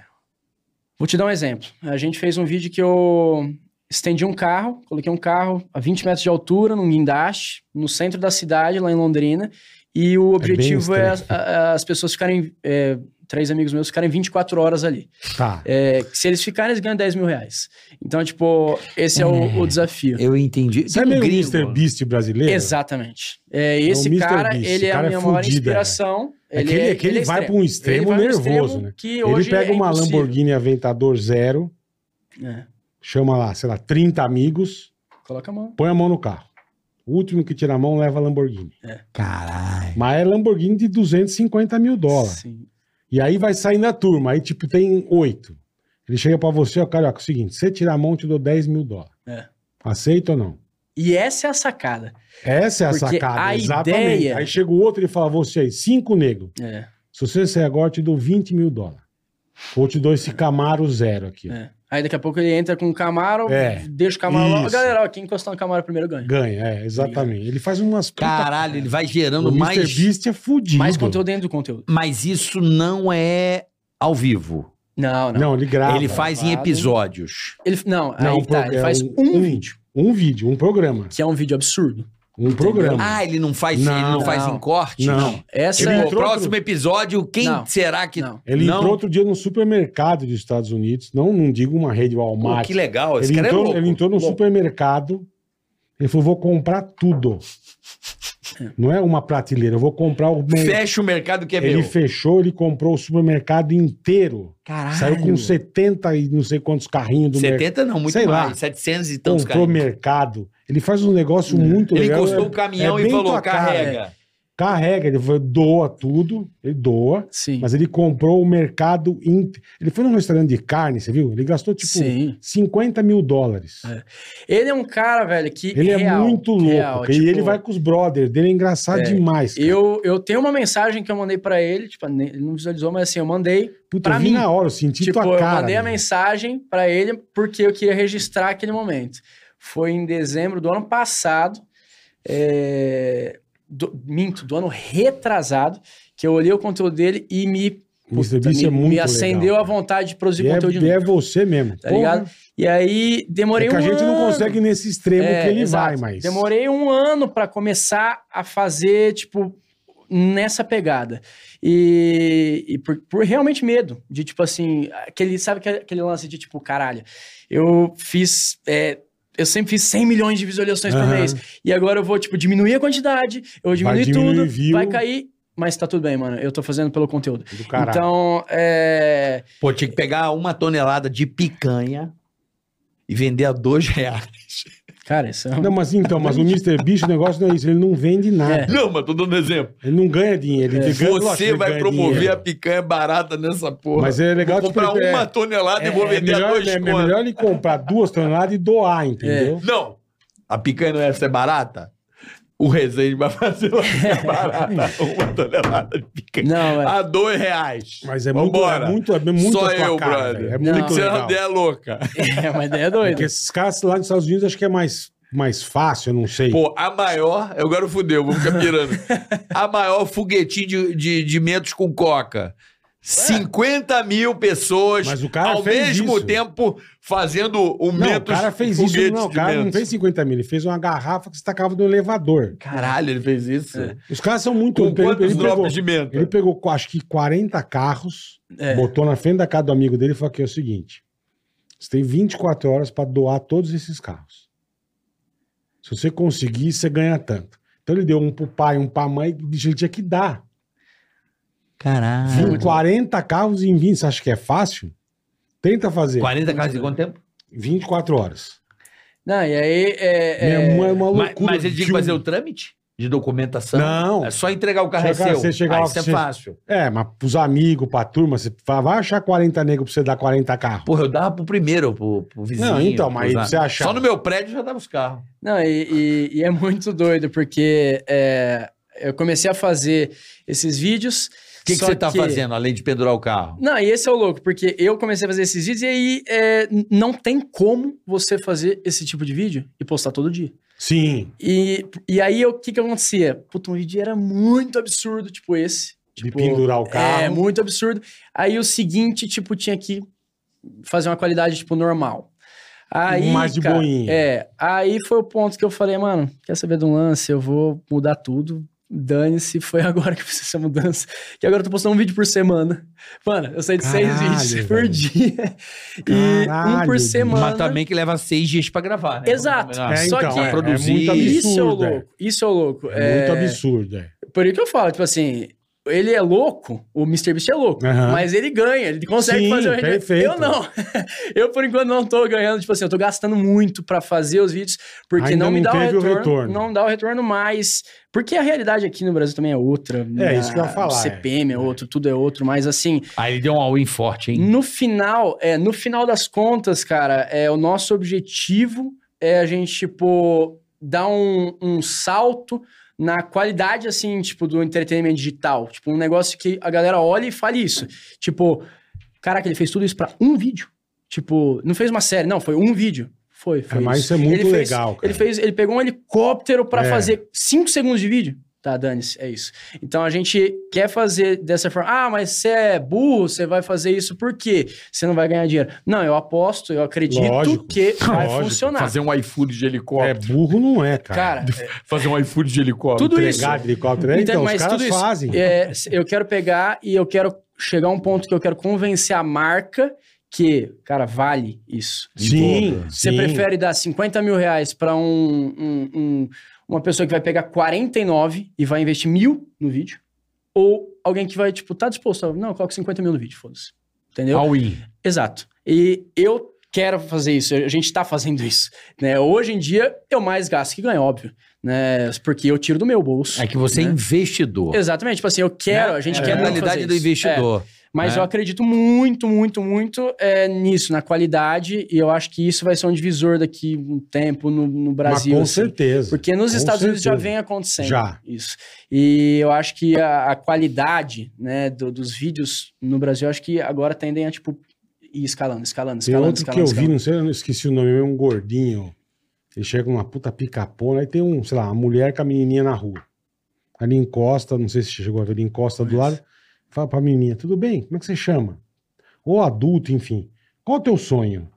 Vou te dar um exemplo. A gente fez um vídeo que eu estendi um carro, coloquei um carro a 20 metros de altura, num guindaste, no centro da cidade, lá em Londrina. E o objetivo é, estranho. a- a- as pessoas ficarem. é, três amigos meus ficarem 24 horas ali. Tá. É, que se eles ficarem, eles ganham 10 mil reais. Então, tipo, esse é o, o desafio. Eu entendi. um Você é meio Mr. Beast brasileiro? Exatamente. É, esse Mr. cara, Beast, ele é cara é a minha maior fudido, é. inspiração. É que ele- é que ele vai pra um extremo Ele vai pra um nervoso, né? Que Ele hoje pega é uma impossível. Lamborghini Aventador zero, É, chama lá, sei lá, 30 amigos, coloca a mão. põe a mão no carro. O último que tira a mão leva a Lamborghini. Caralho. Mas é Lamborghini de 250 mil dólares. Sim. E aí vai saindo a turma. Aí, tipo, tem oito. Ele chega pra você, ó, carioca, é o seguinte: se você tirar a mão, eu te dou 10 mil dólares. É. Aceita ou não? E essa é a sacada. Essa é a Porque sacada, a exatamente. ideia- Aí chega o outro e fala: você aí, cinco negros. É. Se você sair agora, eu te dou 20 mil dólares. Ou te dou esse Camaro zero aqui. ó. É. Aí daqui a pouco ele entra com o Camaro, É. deixa o Camaro lá. Ó, Isso. Galera, ó, quem encostar no Camaro primeiro ganha. Ganha, é, exatamente. Ele faz umas... puta- Caralho, ele vai gerando o mais. Mr. Beast é fudido. Mais conteúdo dentro do conteúdo. Mas isso não é ao vivo. Não, não. Não, ele grava. ele faz em gravado. episódios. Ele, não, Não, aí tá, pro- ele é faz um- um, um- vídeo, Um vídeo, um programa. que é um vídeo absurdo. Um programa. Ah, ele não faz, ele não Não. faz em corte? Não. Essa Tipo, Ele é... o entrou próximo outro- episódio, quem Não. será que. Não. Ele Não? entrou outro dia num supermercado dos Estados Unidos. Não, não digo uma rede Pô, Walmart. que legal, esse ele, cara é entrou, louco. ele entrou num Louco. supermercado. Ele falou: vou comprar tudo. Não é uma prateleira, eu vou comprar o. mer- Fecha o mercado que é ele meu. fechou, ele comprou o supermercado inteiro. Caralho. Saiu com 70 e não sei quantos carrinhos do mercado. 70 não, muito Sei lá. mais. 700 e Então, tantos Comprou caras. mercado. Ele faz um negócio muito Ele legal. encostou é- o caminhão é e bem falou: tua cara. carrega. Carrega, ele falou, doa tudo, ele doa. Sim. Mas ele comprou o mercado. inte- Ele foi num restaurante de carne, você viu? Ele gastou tipo Sim. 50 mil dólares. Ele é um cara, velho, que. Ele é real, muito louco. real, e tipo, ele vai com os brothers dele, é engraçado É, demais. cara. Eu, eu tenho uma mensagem que eu mandei pra ele, tipo, nem- ele não visualizou, mas assim, eu mandei. Puta, pra eu vi mim, na hora, eu senti tipo, tua eu cara. né? mandei a meu. mensagem pra ele porque eu queria registrar aquele momento. Foi em dezembro do ano passado, é, do- minto, do ano retrasado, que eu olhei o conteúdo dele e me, Mr. Beast me, é muito me acendeu legal. a vontade de produzir E é, conteúdo de e é novo. você mesmo. Tá ligado? E aí demorei É que um a gente não ano. consegue nesse extremo É, que ele exato. vai, mas. Demorei um ano pra começar a fazer, tipo, nessa pegada. E, e por, por realmente medo de, tipo assim, aquele, sabe aquele- aquele lance de, tipo, caralho, eu fiz. é, eu sempre fiz 100 milhões de visualizações por Aham. mês. E agora eu vou, tipo, diminuir a quantidade, eu vou Vai diminuir diminuir tudo, view. vai cair. Mas tá tudo bem, mano. Eu tô fazendo pelo conteúdo. Do caralho. Então, é. Pô, tinha que pegar uma tonelada de picanha e vender a dois reais. [LAUGHS] Cara, isso é um. Não, mas então, mas o Mr. Beast, o negócio não é isso. Ele não vende nada. Não, mas tô dando exemplo. Ele não ganha dinheiro. É. Ele ganha, lógico que Você ele vai ganha promover dinheiro. a picanha barata nessa porra. Mas é legal Vou tipo, comprar ele- uma é- tonelada é, e vou é vender a melhor, dois é, é conto. É. melhor ele comprar duas toneladas e doar, entendeu? Não. A picanha não é essa é barata? O Rezende vai [LAUGHS] fazer uma picanha barata. Uma tonelada de picanha. Não, é. A dois reais. Mas é muito, é Vambora. muito, é muito Só a tua eu, cara, brother. velho. É Não. Tem que muito ser uma legal. ideia louca. É [LAUGHS] uma ideia Porque doida. esses caras lá nos Estados Unidos acho que é mais, mais fácil, eu não sei. Pô, a maior. Eu agora fudeu, vou ficar [LAUGHS] pirando. A maior foguetinho de, de, de mentos com coca. 50 mil pessoas Mas o cara ao fez mesmo isso. tempo fazendo o não, o Mentos cara fez isso, foguete não, o de cara não Mentos. fez 50 mil, ele fez uma garrafa que se tacava no elevador. Caralho, ele fez isso. Os caras são muito... É. Com ele pegou- quantos ele drops pegou- de menta? Ele pegou, co- acho que 40 carros, É. botou na frente da casa do amigo dele e falou aqui, é o seguinte, você tem 24 horas pra doar todos esses carros. Se você conseguir, você ganha tanto. Então ele deu um pro pai, um pra mãe, bicho, ele tinha que dar. Caralho. 40 carros em 20, você acha que é fácil? Tenta fazer. 40 casas de quanto tempo? 24 horas. Não, e aí. É, é- Minha mãe é uma Ma- loucura. um mas ele tinha que Tio- fazer o trâmite de documentação? Não. É só entregar o carro é Chegar- seu. você chegar Ah, lá, isso é você- fácil. É, mas pros amigos, pra turma, você fala, vai achar 40 negros pra você dar 40 carros. Porra, eu dava pro primeiro, pro, pro vizinho. Não, então, mas pros- você achar- Só no meu prédio já dava os carros. Não, e, e- e é muito doido, porque é, eu comecei a fazer esses vídeos. O que, que só você tá fazendo, além de pendurar o carro? Não, e esse é o louco, porque eu comecei a fazer esses vídeos e aí é, n- não tem como você fazer esse tipo de vídeo e postar todo dia. Sim. E, e aí o que que acontecia? Puta, um vídeo era muito absurdo, tipo esse. De Tipo, pendurar o carro. É, muito absurdo. Aí o seguinte, tipo, tinha que fazer uma qualidade, tipo, normal. Aí, Um Mais de cara, boinha. É, aí foi o ponto que eu falei, mano, quer saber de um lance? Eu vou mudar tudo. Dane-se, foi [LAUGHS] agora que precisa essa mudança. Que agora eu tô postando um vídio por semana. Mano, eu saí de seis Caralho, vídeos [LAUGHS] por velho. dia. E um Caralho, por bicho. semana. Mas também que leva seis dias pra gravar, né? Exato. Vamos combinar. Ah, Só que- é, Produzir. é muito absurdo. Isso é o é. louco. Isso é o louco. É muito É, absurdo, é. Por isso que eu falo, tipo assim, ele é louco, o Mr. Beast é louco, Aham. mas ele ganha, ele consegue Sim, fazer o rendimento. perfeito. Eu não. [LAUGHS] eu, por enquanto, não tô ganhando, tipo assim, eu tô gastando muito pra fazer os vídeos, porque Ainda não me não dá o teve o retorno, retorno. Não dá o retorno mais. Porque a realidade aqui no Brasil também é outra. na- isso que eu ia falar, O CPM é, outro, tudo é outro, mas assim, Aí ele deu um all-in forte, hein? no final, é, no final das contas, cara, é o nosso objetivo é a gente, tipo, dar um, um salto na qualidade, assim, tipo, do entretenimento digital. Tipo, um negócio que a galera olha e fale isso. Tipo, caraca, ele fez tudo isso pra um vídeo. Tipo, não fez uma série, não, foi um vídeo. Foi, foi É, mas isso é muito fez- legal, cara. Ele, fez, ele pegou um helicóptero pra É. fazer cinco segundos de vídeo. Tá, dane-se, é isso. Então a gente quer fazer dessa forma. Ah, mas você é burro, você vai fazer isso por quê? Você não vai ganhar dinheiro. Não, eu aposto, eu acredito Lógico, que vai lógico. funcionar. Fazer um iFood de É, helicóptero. burro não é, cara. Cara, Fazer um iFood de helicóptero. Tudo isso. Entregar de helicóptero. é, Entende? Então, os Mas caras tudo isso, fazem. é, eu quero pegar e eu quero chegar a um ponto que eu quero convencer a marca que, cara, vale isso. Sim, Você sim. prefere dar 50 mil reais pra um, um- um- uma pessoa que vai pegar 49 e vai investir mil no vídeo? Ou alguém que vai, tipo, tá disposto a... Não, eu coloco 50 mil no vídeo, foda-se. Entendeu? All-in. Exato. E eu quero fazer isso, a gente tá fazendo isso. Né? Hoje em dia, eu mais gasto que ganho, óbvio. Né? Porque eu tiro do meu bolso. É que você é Né? investidor. Exatamente, tipo assim, eu quero, a gente É quer a muito mentalidade fazer do isso. investidor. É, mas né? eu acredito muito, muito, muito é, nisso, na qualidade, e eu acho que isso vai ser um divisor daqui um tempo no, no Mas Brasil. com assim. certeza. Porque nos Com Estados Unidos já certeza. vem acontecendo Já. isso. E eu acho que a, a qualidade né, do- dos vídeos no Brasil, eu acho que agora tendem a, tipo, ir escalando, escalando, Tem escalando, outro que escalando. eu vi, escalando. não sei, eu não esqueci o nome, é um gordinho. Ele chega com uma puta picapona, aí tem um, sei lá, uma mulher com a menininha na rua. Ali encosta, não sei se chegou a ver, ele encosta do lado, fala pra menininha, tudo bem? Como é que você chama? Ou adulto, enfim. Qual é o teu sonho?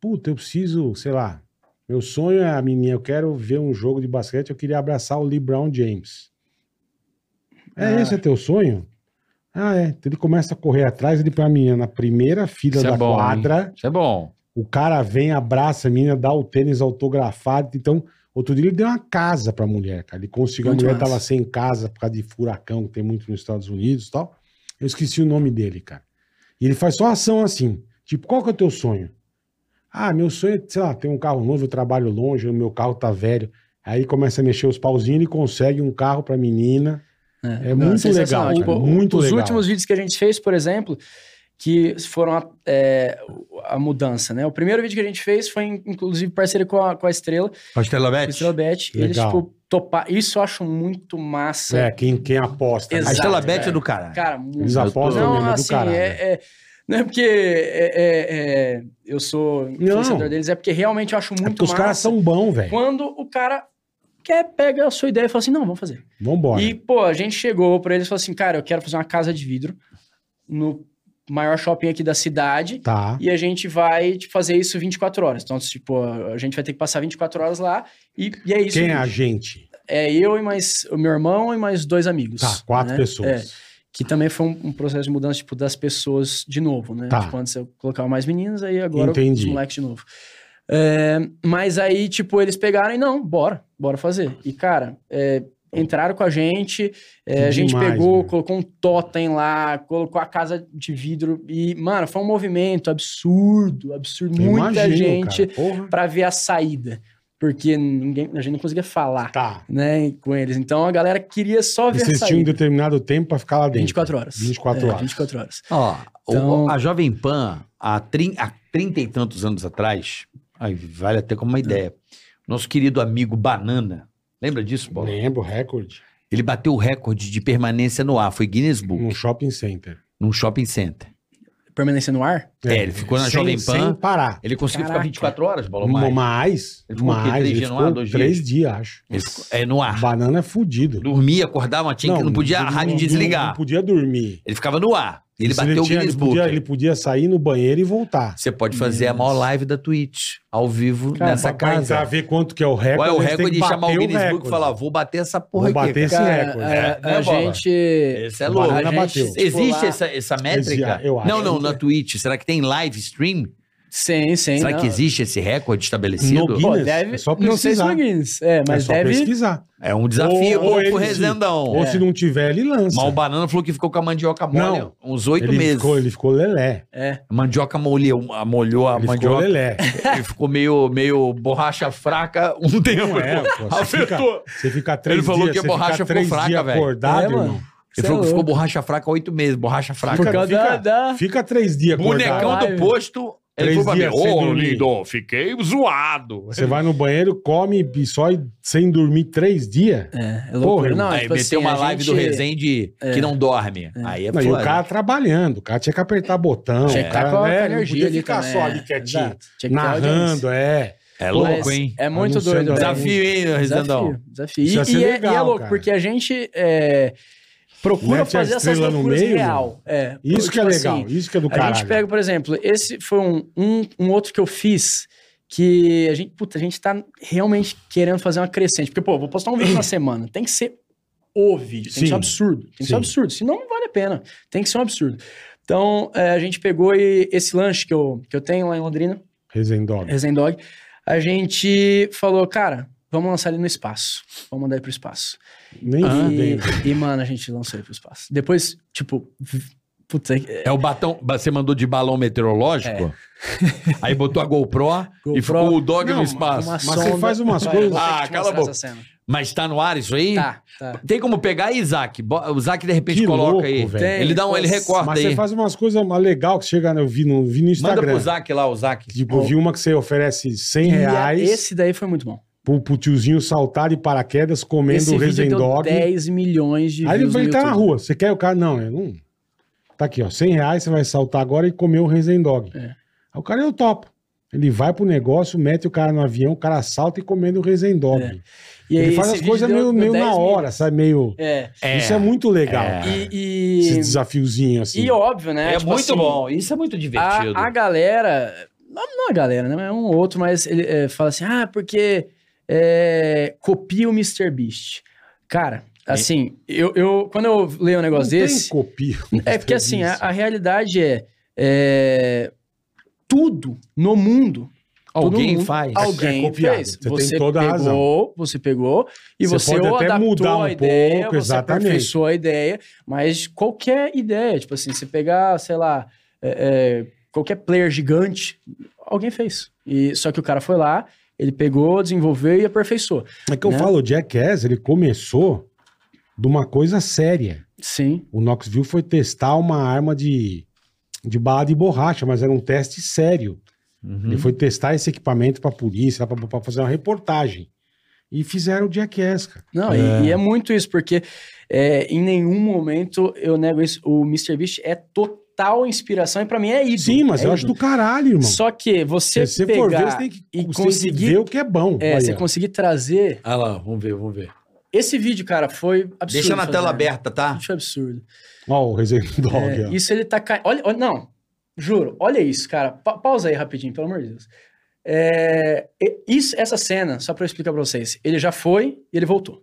Puta, eu preciso, sei lá. Meu sonho é a menina, eu quero ver um jogo de basquete, eu queria abraçar o LeBron James. É, Ah. esse é teu sonho? Ah, é. Então ele começa a correr atrás, ele põe a menina na primeira fila Isso é da bom, hein? quadra. Isso é bom. O cara vem, abraça a menina, dá o tênis autografado. Então, outro dia ele deu uma casa pra mulher, cara. Ele conseguiu, Muito a mulher massa. tava sem casa por causa de furacão, que tem muito nos Estados Unidos e tal. Eu esqueci o nome dele, cara. E ele faz só ação assim. Tipo, qual que é o teu sonho? Ah, meu sonho é, sei lá, ter um carro novo, eu trabalho longe, o meu carro tá velho. Aí começa a mexer os pauzinhos e consegue um carro pra menina. É muito sensacional, Tipo, legal, cara, muito os legal. últimos vídeos que a gente fez, por exemplo, que foram a, é, a mudança, né? O primeiro vídeo que a gente fez foi, in- inclusive, parceria com a, com a Estrela, Pastela com a Estrela Bet. Legal. Eles, tipo, topar. Isso eu acho muito massa. É, quem, quem aposta. né? A Exato, Estela Bet é velho. do caralho. Cara, muito. Eles apostam Não, mesmo, é do assim, caralho. é, é- Não é porque é- é- é, eu sou influenciador Não. deles, é porque realmente eu acho É muito porque os caras massa são bons, velho. quando o cara quer, pega a sua ideia e fala assim, não, vamos fazer. Vambora. E, pô, a gente chegou pra eles e falou assim, cara, eu quero fazer uma casa de vidro no maior shopping aqui da cidade Tá. e a gente vai tipo, fazer isso 24 horas. Então, tipo, a gente vai ter que passar 24 horas lá e, e é isso. Quem é a gente? É eu e mais o meu irmão e mais dois amigos. Tá, quatro né? É, pessoas. que também foi um, um processo de mudança, tipo, das pessoas de novo, né? Tá. Tipo, antes eu colocava mais meninas, aí agora Entendi. os moleques de novo. É, mas aí, tipo, eles pegaram e não, bora, bora fazer. E, cara, é, entraram com a gente, é, Que a gente demais, pegou, mano. colocou um totem lá, colocou a casa de vidro e, mano, foi um movimento absurdo, absurdo. Eu Muita imagino, gente cara, porra. pra ver a saída, porque ninguém, a gente não conseguia falar, Tá. né, com eles. Então, a galera queria só E ver a vocês tinham um saída. determinado tempo pra ficar lá dentro. 24 horas. É, 24 horas. 24 horas. Ó, o- Então- a Jovem Pan, há, trin, há 30 e tantos anos atrás, aí vale até como uma ideia. Nosso querido amigo Banana, lembra disso, Paulo? Lembro, recorde. Ele bateu o recorde de permanência no ar, foi Guinness Book, Num shopping center. num shopping center. Permanecer no ar? É, ele ficou na sem, Jovem Pan. Sem parar. Ele conseguiu Caraca. ficar 24 horas, Paulo Mais. mais. mais Ele ficou o quê? Três ele dias no ar, ficou dois Três dias? dias, acho. Ele ficou- Tipo, É no ar. Banana é fudido. Dormia, acordava, tinha que não podia a rádio Não desligar. podia dormir. Ele ficava no ar. Ele Se bateu o tinha- Guinness ele podia, Book. ele podia sair no banheiro e voltar. Você pode fazer a maior live da Twitch, ao vivo, Cara, nessa Pra- pra- casa. Pra ver quanto que é o recorde. Qual é o eles têm recorde que de chamar o bater Guinness Book recorde. e falar, vou bater essa porra Vou aqui. bater cara. esse Cara, recorde. a- É, né, a Bola? gente. Esse é a louco. Banana gente, bateu. tipo, Existe lá- essa, essa métrica? eu acho não, não, que- na Twitch. Será que tem live stream? Sim, sim. Será não. que existe esse recorde estabelecido? No Pô, Guinness? deve, É só não sei se pesquisar. no Guinness. É, mas é só deve. pesquisar. É um desafio Ou- ou bom ele pro se- Rezendão. É. Ou se não tiver, ele lança. Mas o Banana falou que ficou com a mandioca mole Não. uns oito ele meses. Tá, Ficou, ele ficou lelé. É. A mandioca molhou, a- molhou a ele ficou mandioca. [LAUGHS] lelé. ele ficou meio, meio borracha fraca um tempo. Não é, pô, você Afetou. Fica, você fica três Ele falou dias, que a você borracha fica ficou três fraca, dias velho. acordado, É, mano. irmão. Cê Ele falou é que ficou louco. borracha fraca oito meses, borracha fraca. Por causa fica- da. Fica três dias acordado. Bonecão Caralho. do posto Ele Três foi pra mim, dias sem ô, dormir." lindo, fiquei zoado. Você vai no banheiro, come e só sem dormir três dias. É, é loucura. Porra, não, aí tipo meteu assim, uma a live do gente- É. Resende que não dorme. Aí é Não, e o foda. cara trabalhando, o cara tinha que apertar botão. Tinha que o estar cara, com a né, não energia podia ali ficar também, só é, ali quietinho, exato. Tinha que ter narrando, audiência. é. É Mas louco, hein? É muito Anunciando doido. a velho. Desafio, hein, Resendão? Desafio, desafio. Isso ia E, ser e é, legal, e é louco, cara. porque a gente é, procura Mete a fazer essas estrela no loucuras meio, real. É, Isso tipo que é legal, assim, isso que é do a caralho. gente pega, por exemplo, esse foi um, um, um outro que eu fiz que a gente, puta, a gente tá realmente querendo fazer uma crescente. Porque, pô, vou postar um vídeo na semana. Tem que ser o vídeo, tem que Sim. ser um absurdo. Tem que ser Sim. um absurdo, senão não vale a pena. Tem que ser um absurdo. Então, é, a gente pegou e- esse lanche que eu, que eu tenho lá em Londrina, Resendog. Resendog, a gente falou, cara, vamos lançar ele no espaço. Vamos mandar ele pro espaço. Nem Ah, e, fudendo. e, mano, a gente lançou ele pro espaço. Depois, tipo, v- puta, é- É o batão. Você mandou de balão meteorológico? [LAUGHS] Aí botou a GoPro, e GoPro. ficou o dog Não, no espaço. uma mas você faz umas Vai, coisas- eu vou ter que Ah, te cala mostrar a boca. essa cena. Mas tá no ar isso aí? Tá, tá. Tem como pegar aí, Isaac? Bo- O Isaac, de repente, Que coloca louco, aí. velho. É, Ele dá um, ele recorta Mas você aí. faz umas coisas legais que chega, né? eu vi no, vi no Manda pro Instagram. Isaac lá, o Isaac. Tipo, eu vi uma que você oferece 100 E a- reais É, esse daí foi muito bom. pro, pro tiozinho saltar de paraquedas comendo esse o vídeo deu Resendog. 10 milhões de Aí views ele, no ele tá na YouTube. rua. Você quer o cara? Não, eu não. Tá aqui, ó. 100 reais você vai saltar agora e comer o Resendog. É. Aí o cara, eu topo. Ele vai pro negócio, mete o cara no avião, o cara salta e comendo o Resendog. É. E aí Ele faz esse as vídeo coisas deu- meio, deu meio 10 na mil. hora, sabe? Meio. É. Isso é muito legal. cara. E, Esse e, desafiozinho assim. e óbvio, né? É tipo muito assim, bom. Isso é muito divertido. A, a galera, não, não a galera, né? É um ou outro, mas ele é, fala assim: ah, porque é, copia o Mr. Beast. Cara, assim, eu, eu quando eu leio um negócio desse. copia. É porque assim, a, a realidade é, é, tudo no mundo. Alguém todo mundo- faz. Alguém É copiado. fez. Você tem toda a pegou, razão. Você pegou e Você você, pode ou até adaptou mudar um a ideia, pouco, você exatamente. aperfeiçoou a ideia, mas qualquer ideia, tipo assim, você pegar, sei lá, é, é, qualquer player gigante, alguém fez. E, só que o cara foi lá, ele pegou, desenvolveu e aperfeiçoou. É que eu né? falo, o Jackass, ele começou de uma coisa séria. Sim. O Knoxville foi testar uma arma de, de bala de borracha, mas era um teste sério. Uhum. Ele Uhum. foi testar esse equipamento pra polícia, pra, pra fazer uma reportagem. E fizeram o Jackass, cara. Não, E, e é muito isso, porque é, em nenhum momento eu nego isso. O Mr. Beast é total inspiração e pra mim é ídolo. Sim, mas é eu acho ídolo. do caralho, irmão. Só que você É, Se você pegar for ver, você tem que, e você tem que conseguir... ver o que é bom. É, Olha. você conseguir trazer... Ah lá, vamos ver, vamos ver. Esse vídeo, cara, foi absurdo. Deixa na fazer, tela né? aberta, tá? Isso é absurdo. Ó, o Resident Dog. É, ó. isso ele tá caindo... Olha, olha- não, juro, olha isso, cara. Pa- pausa aí rapidinho, pelo amor de Deus. É, e- isso, essa cena, só pra eu explicar pra vocês, ele já foi e ele voltou.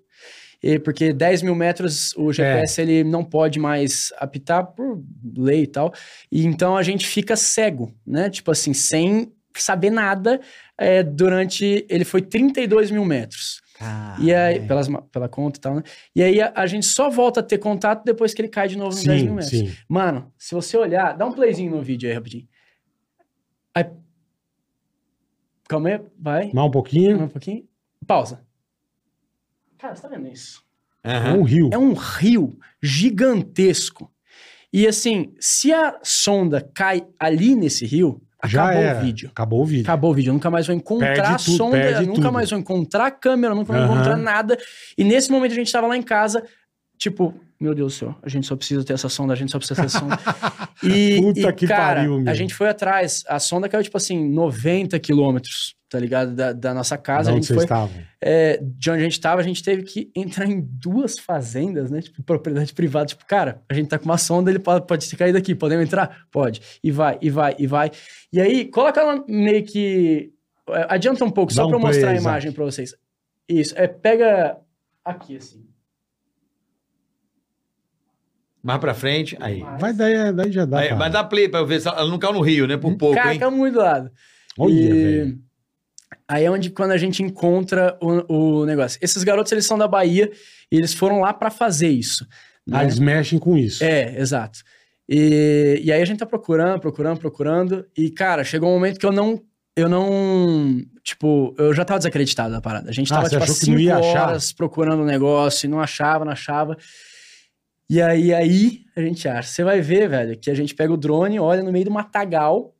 E porque 10 mil metros o É. GPS ele não pode mais apitar por lei e tal. E então a gente fica cego, né? Tipo assim, sem saber nada é, durante. Ele foi 32 mil metros. é e aí, pelas, ma- pela conta e tal, né? E aí a, a gente só volta a ter contato depois que ele cai de novo nos 10 mil Sim, metros. sim. Mano, se você olhar, dá um playzinho no vídeo aí rapidinho. Aí... Calma aí, vai. Mais um Calma pouquinho. um pouquinho. Pausa. Cara, você tá vendo isso? É um rio. É um rio gigantesco. E assim, se a sonda cai ali nesse rio, Já um- acabou era. o vídeo. Acabou o vídeo. Acabou o vídeo. Eu nunca mais vou encontrar Perde a tudo, sonda, eu perde nunca tudo. mais vou encontrar a câmera, eu nunca vou Aham. encontrar nada. E nesse momento a gente tava lá em casa, tipo, meu Deus do céu, a gente só precisa ter essa sonda, a gente só precisa ter essa [LAUGHS] sonda. E, Puta e, que cara, pariu, meu. a gente foi atrás, a sonda caiu, tipo assim, 90 quilômetros, tá ligado? Da, da nossa casa, Da a onde gente vocês foi estavam. é, de onde a gente tava, a gente teve que entrar em duas fazendas, né? Tipo, propriedade privada. Tipo, cara, a gente tá com uma sonda, ele pode, pode cair daqui, podemos entrar? Pode. E vai, e vai, e vai. E aí, coloca ela meio que. é, Adianta um pouco, Dá só um pra eu play mostrar aí, a imagem pra vocês. Isso, é, pega aqui, assim. Mais pra frente. Aí. Vai daí, é, daí já dá. Aí, cara. Vai dar play pra eu ver se ela não caiu no Rio, né? Por pouco, Cara, hein? caiu muito do lado. Olha, E velho. Aí é onde quando a gente encontra o, o negócio. Esses garotos, eles são da Bahia e eles foram lá pra fazer isso. Ah, eles mexem com isso. É, exato. E, e aí a gente tá procurando, procurando, procurando. E, cara, chegou um momento que eu não. Eu não. Tipo, eu já tava desacreditado da parada. A gente Ah, tava, você tipo, há achou que não cinco ia achar? horas procurando o negócio e não achava, não achava. E aí, aí a gente acha. Você vai ver, velho, que a gente pega o drone, olha no meio do matagal.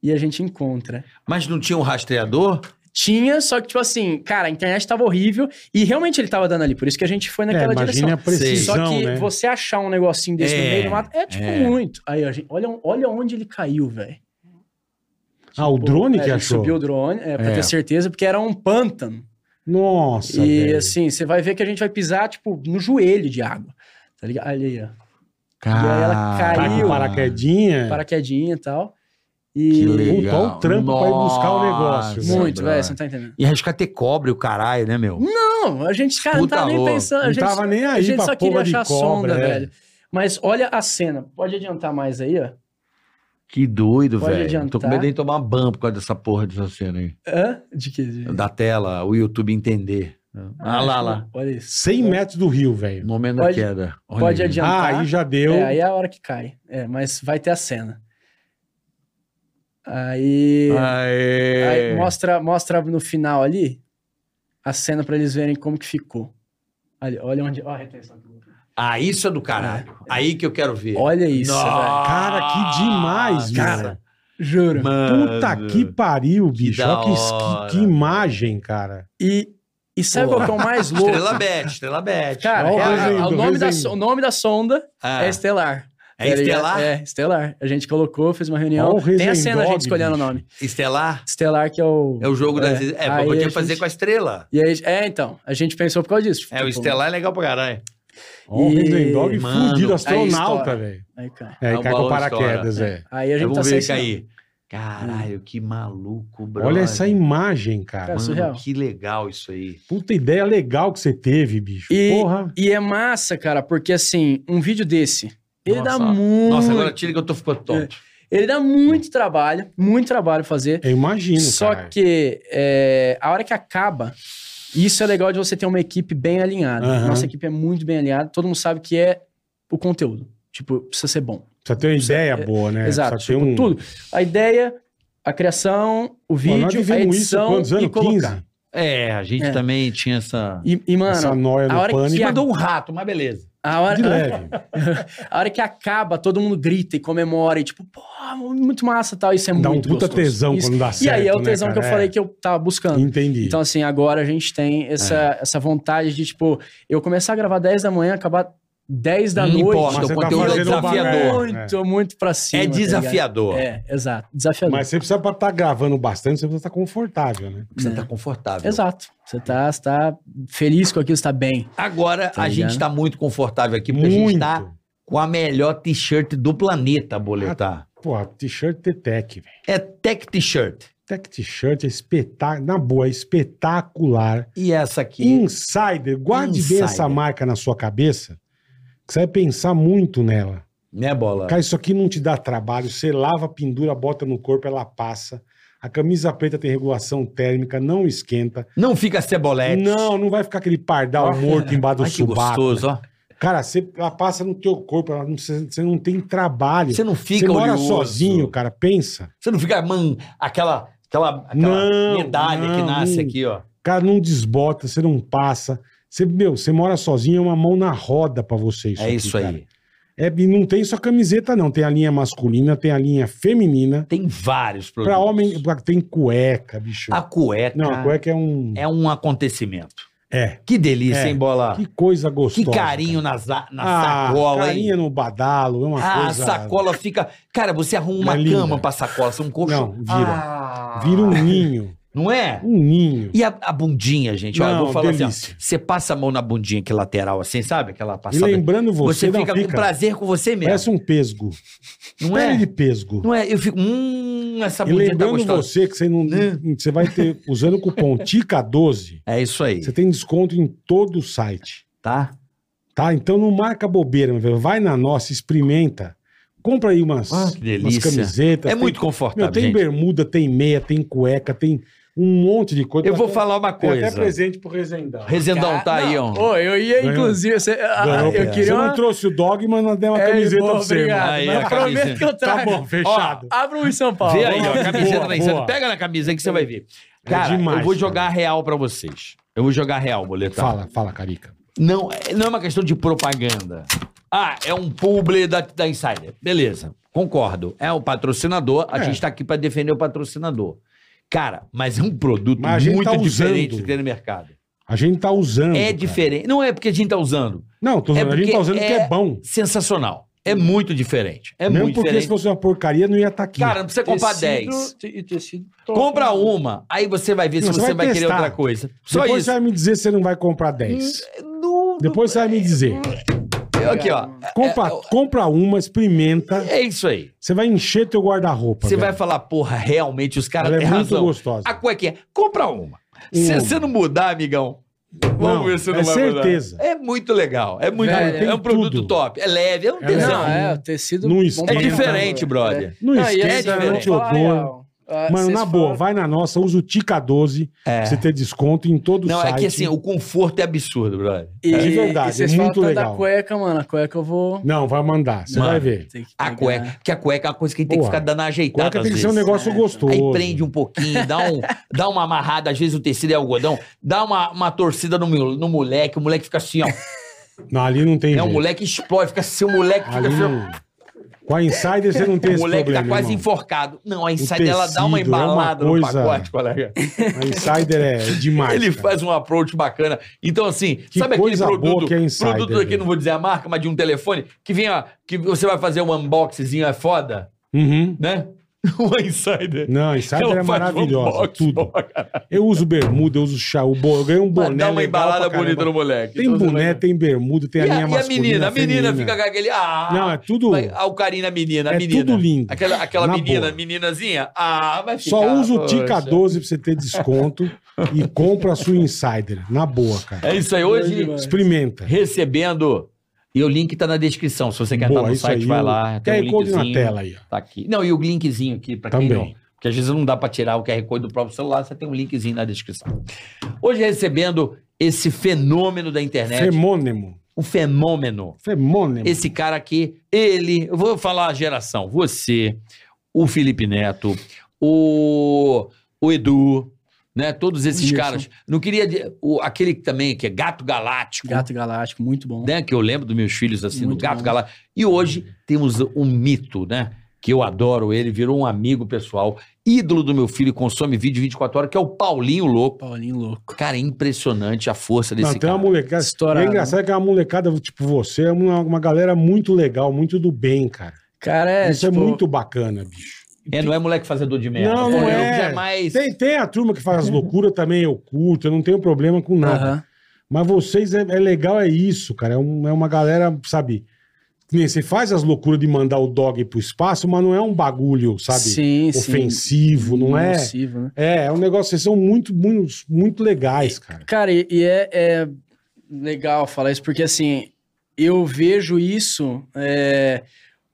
e a gente encontra. Mas não tinha um rastreador? Tinha, só que, tipo assim, cara, a internet tava horrível e realmente ele tava dando ali. Por isso que a gente foi naquela É, direção. imagina a precisão, Só que né? você achar um negocinho desse no É, meio do mato é tipo é. muito. Aí, ó, gente, olha, olha onde ele caiu, velho. Ah, o Pô, drone é, que ele achou. Subiu o drone, é, pra É. ter certeza, porque era um pântano. Nossa, e velho. assim, você vai ver que a gente vai pisar, tipo, no joelho de água. Tá ligado? Ali, ó. aí ela Tá com caiu. paraquedinha. Paraquedinha e tal. Que E. legal. Puta, olha o trampo pra ir buscar o negócio, Nossa, Muito, velho, brother. você não tá entendendo. E arriscar ter cobre, o caralho, né, meu? Não, a gente, cara, não Puta tava nem louco. pensando. Não A gente, tava nem aí a gente pra só queria porra de achar cobra, sonda, é. velho. Mas olha a cena. Pode adiantar mais aí, ó. Que doido, Pode velho. Tô com adiantar. medo de tomar ban por causa dessa porra dessa cena aí. Hã? De que? de- Da tela, o YouTube entender. Ah lá, lá. Olha isso. 100 metros do rio, velho. Momento da Pode- queda. Olha pode aí. adiantar. Ah, aí já deu. É, aí é a hora que cai. É, mas vai ter a cena. Aí. Aê. aí mostra, mostra no final ali a cena pra eles verem como que ficou. Ali, olha onde. Ó, a retenção. Ah, isso é do caralho. Aí que eu quero ver. Olha isso, velho. Cara, Ah, que demais, cara. cara. Juro. Puta que pariu, bicho. da Olha que, es- que- hora, que imagem, cara. E, e sabe Pô. qual que é o mais louco? Estrela Bet, Estrela Bet. Cara, Olha o é a- desenho, a- o, do nome da, desenho. so- o nome da sonda Ah, é Estelar. é Tá ligado? Estelar? É, Estelar. A gente colocou, fez uma reunião. Olha o Tem a cena a Resendog, gente escolhendo o bicho. nome. Estelar Estelar, que é o. é o jogo das. É, É, aí podia a fazer gente- com a estrela. E aí, é, então, a gente pensou por causa disso. É, o Tipo, Estelar é legal pra caralho. Olha o E- Resident Dog Mano, fudido, aí astronauta, estoura. velho. Aí, cara. É, É, e o cai com balão paraquedas, é. Aí a gente Vamos tá ver sem ele sinal. cair. Caralho, que maluco, É, bro. é. Olha essa imagem, cara. Cara, Mano, é surreal. que legal isso aí. Puta ideia legal que você teve, bicho. E- Porra. E é massa, cara, porque assim, um vídeo desse, ele dá Nossa. muito. Nossa, agora tira que eu tô É. ficando tonto. Ele dá muito trabalho, muito trabalho fazer. Eu imagino, Só caralho. que é, a hora que acaba, isso é legal de você ter uma equipe bem alinhada. Aham. Nossa equipe é muito bem alinhada, todo mundo sabe que é o conteúdo. Tipo, precisa ser bom. Precisa ter uma ideia boa, né? Exato. Precisa ter tipo, um... tudo. A ideia, a criação, o Pô, vídeo, nós a vivemos isso há edição quantos e anos? colocar. 15? É, a gente É. também tinha essa. E, e, mano, Essa noia a no hora que né? pânico. é a- Mandou um rato, mas beleza. a hora, De leve. a hora que acaba, todo mundo grita e comemora e tipo, pô, muito massa e tal. Isso é Dá um muito puta gostoso. tesão Isso. quando dá E certo, aí é o né, tesão que eu cara? falei É. que eu tava buscando. Entendi. É. Então, assim, agora a gente tem essa, essa vontade de, tipo, eu começar a gravar 10 da manhã, acabar 10 da Não noite. importa, Mas o você tá conteúdo é fazendo um bagulho, desafiador. Muito, muito pra cima. é tá ligado? desafiador. é, exato. Desafiador. Mas você precisa estar gravando bastante, você precisa estar confortável, né? Você É. tá confortável. Exato. Você tá, você tá feliz com aquilo, você tá bem. Agora Tá a ligado? gente tá muito confortável aqui, porque a Muito. gente tá com a melhor t-shirt do planeta, boletar. Porra, t-shirt T-Tech, velho. É Tech T-shirt. Tech t-shirt é espetacular. Na boa, é espetacular. E essa Hum. aqui. Insider. Guarde bem Insider. essa marca na sua cabeça, que você vai pensar muito nela. Né, bola? Cara, isso aqui não te dá trabalho. Você lava, pendura, bota no corpo, ela passa. A camisa preta tem regulação térmica, não esquenta. Não fica cebolete. Não, não vai ficar aquele pardal morto embaixo do Ai, que subaco. né? gostoso, ó. Cara, você, ela passa no teu corpo, ela não- você, você não tem trabalho. Você não fica você mora oleoso. sozinho, cara, pensa. Você não fica, mano, aquela, aquela, aquela Não, medalha que não, nasce não. aqui, ó. Cara, não desbota, você não passa. Você, meu, você mora sozinho, é uma mão na roda pra você isso é aqui, isso cara. aí. É, e não tem só camiseta, não. Tem a linha masculina, tem a linha feminina. Tem vários produtos. Pra homem, pra- tem cueca, bicho. A cueca, não, a cueca é um. é um acontecimento. É. Que delícia, É. hein, bola? Que coisa Que gostosa. carinho cara. na, za- na Ah, sacola, hein? Carinho no badalo, é uma Ah, coisa. a sacola fica. Cara, você arruma uma Mas linda. cama pra sacola, você é um colchão. Não, vira. Ah. Vira um ninho. Não é? Um ninho. E a, a bundinha, gente? Olha, eu Não, vou falar assim. delícia. ó. Você passa a mão na bundinha, que lateral, assim, sabe? Aquela E passada. lembrando você, você não fica, com prazer com você mesmo. Parece um pesgo. não Pele é? de pesgo. Não é? Eu fico. Hum, essa E bundinha tá lembrando gostosa. você que você não. Você vai ter, usando o cupom TICA12, É isso aí. você tem desconto em todo o site. Tá? Tá? Então não marca bobeira, meu velho. Vai na nossa, experimenta. Compra aí umas, Ah, que umas delícia. camisetas. É tem- muito confortável. Meu, tem gente. bermuda, tem meia, tem cueca, tem um monte de coisa. Eu vou Tem- falar uma tem coisa. até presente pro Rezendão. Resendão, tá aí, ó. Ô, eu ia, Ganhou. inclusive. você- ah, Ganhou, eu cara. queria Você uma. não trouxe o dog, mas nós demos uma É, camiseta boa, pra você. obrigado. mano. Aí, mas a prometo camiseta. que Tá eu trago. bom, fechado. Abre um em São Paulo. Vê aí, Vamos ó, lá. a camiseta Boa, da Insano. boa. Pega na camisa aí que você vai ver. É Cara, demais, eu vou cara. jogar a real pra vocês. Eu vou jogar a real, boletar. Fala, fala, Carica. Não, é- não é uma questão de propaganda. Ah, é um publi da, da Insider. Beleza, concordo. É o patrocinador, a É. gente tá aqui pra defender o patrocinador. Cara, mas é um produto Mas a gente muito tá diferente usando. do que tem no mercado. A gente tá usando. é cara. diferente. Não é porque a gente tá usando. Não, tô É usando. a gente porque tá usando porque é é bom. Sensacional. É muito diferente. É Mesmo muito porque diferente. se fosse uma porcaria, não ia estar aqui. Cara, não precisa comprar 10. Compra uma, aí você vai ver Não, se você você vai vai, querer testar. outra coisa. Só Depois isso. você vai me dizer se você não vai comprar 10. No- É, Depois você vai me dizer. Aqui, ó. Compra, compra uma, experimenta. É isso aí. Você vai encher teu guarda-roupa. Você vai velho. falar, porra, realmente os caras Ela é têm muito razão. gostosa. A cuequinha, compra uma. Se Uma. você não mudar, amigão, vamos Não, ver se não é vai certeza. mudar. É muito legal. é muito Velho, É um tem produto tudo. top, é leve, é um É tesão. Não, leve. é, o tecido. Não bom esquenta. É pra diferente, caramba, né? brother. Não esquenta, não é Tipo, te odor. ah, Mano, na boa, vai na nossa, usa o Tica 12 É. pra você ter desconto em todo o Não, site. é que assim, o conforto é absurdo, brother. E, de verdade, e vocês é muito falam tanto legal. da cueca, mano. A cueca eu vou. Não, vai mandar, você Mano, vai ver. Tem que A pegar. cueca, porque a cueca é uma coisa que tem que Porra, ficar dando uma ajeitada Cueca às tem que ser um vezes. negócio gostoso. Aí prende um pouquinho, dá, [LAUGHS] um, dá uma amarrada, às vezes o tecido é algodão, dá uma, uma torcida no, meu- no moleque, o moleque fica assim, ó. Não, ali não tem É, o [LAUGHS] jeito. moleque explode, fica assim, o moleque fica Ali assim, ó. não... Com a Insider você não tem [LAUGHS] O esse moleque problema, tá quase irmão. enforcado. Não, a Insider ela dá uma tecido é uma embalada coisa- no pacote, colega. A Insider [LAUGHS] é demais. Ele cara. faz um approach bacana. Então, assim, Que sabe aquele coisa boa produto? que é a Insider, produto aqui, velho. não vou dizer a marca, mas de um telefone, que vem, ó, que você vai fazer um unboxzinho, é foda, Uhum. né? [LAUGHS] Uma Insider. Não, a Insider Ela é faz um maravilhosa, unboxing, tudo. ó, cara. Eu uso bermuda, eu uso chá, o bo... eu ganhei um boné. Mas dá uma legal pra embalada caramba. bonita no moleque. Então, Tem boné, tem bermuda, tem a E linha a, e a masculina. menina, a menina feminina. fica com aquele. Ah, Não, é tudo. Vai, ah, o carinho na menina, a É menina. tudo lindo. Aquela, aquela Na menina, boa. meninazinha. Ah, vai ficar. Só usa o poxa. Tica 12 pra você ter desconto e compra a sua Insider. Na boa, cara. É isso aí. Hoje, demais. Experimenta. recebendo. E o link tá na descrição. Se você quer estar Boa, no isso site, aí, vai o lá. Tem QR um Code na linkzinho. tela aí, ó. Tá aqui. Não, e o linkzinho aqui pra quem não. Também. Porque às vezes não dá pra tirar o QR Code do próprio celular, você tem um linkzinho na descrição. Hoje recebendo esse fenômeno da internet, Femônimo. um fenômeno. Femônimo. Esse cara aqui, ele, eu vou falar a geração, você, o Felipe Neto, o, o Edu, né, todos esses Wilson. caras. Não queria de- o, aquele que também que é Gato Galáctico, Gato Galáctico, muito bom. né, que eu lembro dos meus filhos assim, Muito do Gato bom. Galáctico. E hoje temos um mito, né, que eu adoro ele, virou um amigo pessoal, ídolo do meu filho, consome vídeo 24 horas, que é o Paulinho Louco. Paulinho louco. Cara, é impressionante a força desse Não, tem cara. uma molecada. Estourado, é engraçado que é uma molecada, tipo você, é uma, uma galera muito legal, muito do bem, cara. Cara, é. Isso é tipo, muito bacana, bicho. É, não é moleque fazedor de merda. Não, não eu é. Jamais... Tem, tem a turma que faz as loucuras também, eu curto, eu não tenho problema com nada. Uhum. Aham. Mas vocês, é, é legal, é isso, cara. É, um- é uma galera, sabe? que nem Você faz as loucuras de mandar o dog pro espaço, mas não é um bagulho, sabe? Sim, sim. Ofensivo, não é? Nocivo, né? É, é um negócio, vocês são muito, muito, muito legais, cara. Cara, e, e é, é legal falar isso, porque assim, eu vejo isso é,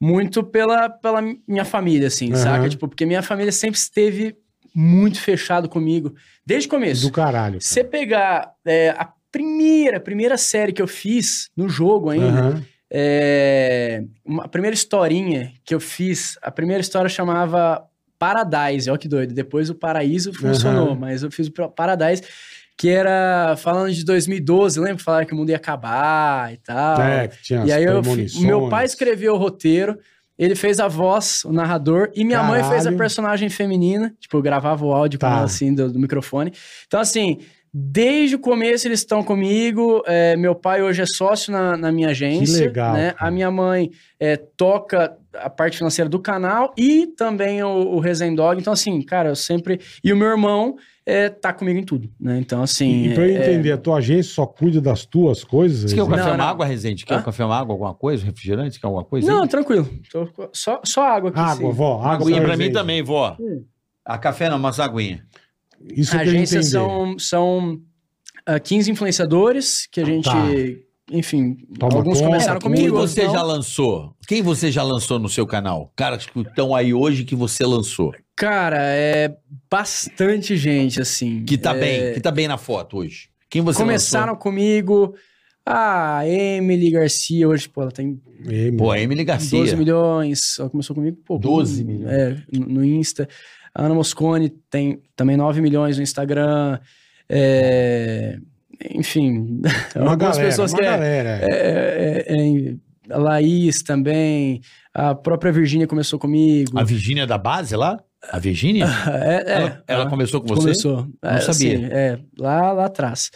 muito pela, pela minha família, assim, Aham. saca? Tipo, porque minha família sempre esteve muito fechado comigo, desde o começo. Do né? caralho. Você pegar é, a primeira, primeira série que eu fiz no jogo ainda, Aham. é, uma, a primeira historinha que eu fiz, a primeira história chamava Paradise, olha que doido. Depois o Paraíso funcionou, Aham. mas eu fiz o pra- Paradise, que era falando de 2012, lembra? Falaram que o mundo ia acabar e tal. É, que tinha Ah, e as aí eu, fi- premonições. meu pai escreveu o roteiro, ele fez a voz, o narrador, e minha mãe fez a Caralho. personagem feminina. Tipo, eu gravava o áudio com Tá. ela, assim, do, do microfone. Então, assim, desde o começo eles estão comigo. é, meu pai hoje é sócio na, na minha agência. legal, né? cara. A minha mãe é, toca a parte financeira do canal e também o, o Resendog. Então, assim, cara, eu sempre. E o meu irmão é, tá comigo em tudo, né? Então, assim. E pra eu é- entender, a tua agência só cuida das tuas coisas? Você quer um Zé? café, Não, uma não. água, Rezende? Quer Hã? um café, uma água, alguma coisa? Refrigerante? Quer alguma coisa? Não, aí? tranquilo. Tô com- só, só água aqui. assim, Água, sim. vó. Uma Água aguinha pra gente. mim também, vó. Hum. A café não, mas aguinha. Isso é eu a quero agência entender. são, são ah, 15 influenciadores que a gente, Tá. enfim, Toma alguns conta, começaram tudo. Quem comigo. você então- já lançou? Quem você já lançou no seu canal? Caras que estão aí hoje que você lançou. Cara, é bastante gente, assim. Que tá É, bem, que tá bem na foto hoje. Quem você começaram comigo. A Emily Garcia, hoje, pô, ela tem É, meu. lançou? Pô, a Emily 12 Garcia. milhões. Ela começou comigo, pô. 12 com- milhões. É, no no Insta. A Ana Moscone tem também 9 milhões no Instagram. É, enfim, Uma algumas galera, pessoas uma que é- galera. É, é, é, a Laís também, a própria Virgínia começou comigo. A Virgínia da base lá? A Virgínia? É, é, ela ela a- começou com você? Começou. Não É, sabia. assim, é, lá, lá atrás.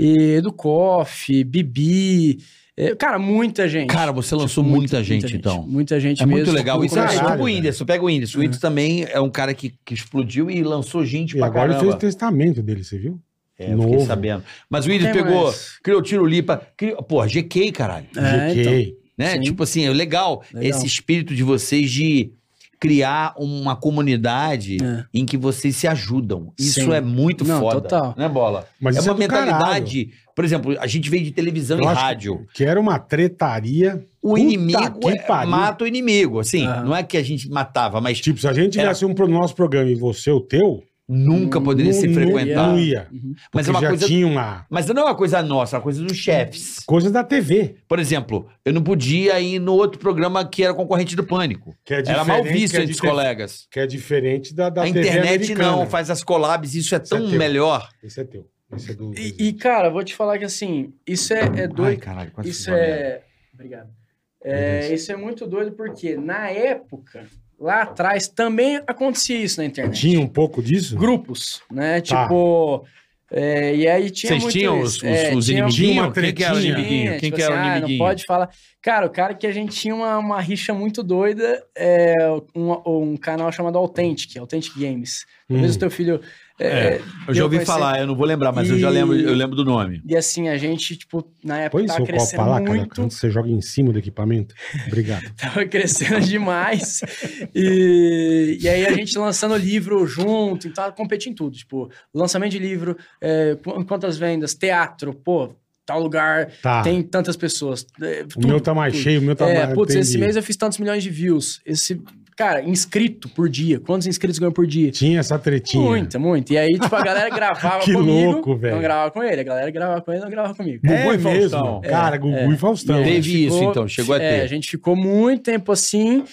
E Edu Koff, Bibi. é, cara, muita gente. Tipo, Cara, você lançou muita, gente, então. Muita gente É mesmo. muito legal isso. Como Ah, Começou- é começar, tipo o né? Whindersson, pega o Whindersson. O Whindersson também é um cara que, que explodiu e lançou gente E tipo pra agora ele caramba. fez o testamento dele, você viu? É, eu fiquei Novo. sabendo. Mas o Whindersson Quem pegou, mais? criou Tiro Lipa, criou, pô, GK, caralho. É, então. GK. Né? Sim. Tipo assim, é legal, Legal. esse espírito de vocês de criar uma comunidade É. em que vocês se ajudam. Isso Sim. é muito Não, foda. total. Né, Bola? Mas é isso é uma do mentalidade. Por exemplo, a gente veio de televisão Eu e acho que- rádio. Que era uma tretaria. O Puta inimigo que é- pariu. mata o inimigo. Assim, Aham. não é que a gente matava, mas Tipo, se a gente Era- tivesse um pro nosso programa e você o teu, nunca poderia se não, frequentar. não ia. mas Porque é uma já coisa. tinha uma Mas não é uma coisa nossa, é uma coisa dos chefes. coisa da TV. Por exemplo, eu não podia ir no outro programa que era concorrente do Pânico. Que é era mal diferente, visto que é entre os difer- colegas. Que é diferente da, da a TV internet americana. não, faz as collabs, isso é Isso é tão teu. melhor. Esse é teu. Esse é do... E, e, cara, vou te falar que assim, isso é, é doido. caralho, isso fiz uma merda. é. Obrigado. É, Beleza. isso é muito doido porque na época, lá atrás, também acontecia isso na internet. Tinha um pouco disso? grupos, né? Tá. Tipo. é, e aí tinha Vocês muito tinham os, isso. os, É, os tinha inimiguinhos? uma Quem que era o tretinha. inimiguinho? Tinha, Quem tipo que era o assim, "Ah, inimiguinho? Não pode falar. Cara, o cara que a gente tinha uma, uma rixa muito doida é um, um canal chamado Authentic, Authentic Games. Talvez Hum. o teu filho. é, É. é, Eu já ouvi conheci- falar, eu não vou lembrar, mas eu já E- lembro, eu lembro do nome. E assim, a gente, tipo, na época Põe tá tava seu copo crescendo pra lá, cara. muito, Antes você joga em cima do equipamento. Obrigado. tava crescendo [LAUGHS] demais. E, e aí a gente lançando livro junto, então competindo em tudo. Tipo, lançamento de livro, é, qu- quantas vendas, teatro, pô, tal lugar, Tá. tem tantas pessoas. é, o tudo, meu tá mais tudo. cheio, o meu tá é, mais... putz, esse entendi. mês eu fiz tantos milhões de views. Esse, cara, inscrito por dia. Quantos inscritos ganhou por dia? Tinha essa tretinha. Muita, muito. E aí, tipo, a galera gravava [LAUGHS] Que comigo. louco, velho. Não gravava com ele. A galera gravava com ele, não gravava comigo. Gugu É, é, Faustão. mesmo. Cara, é. Gugu e Faustão. E aí Teve isso, então, chegou a É, ter. a gente ficou muito tempo assim.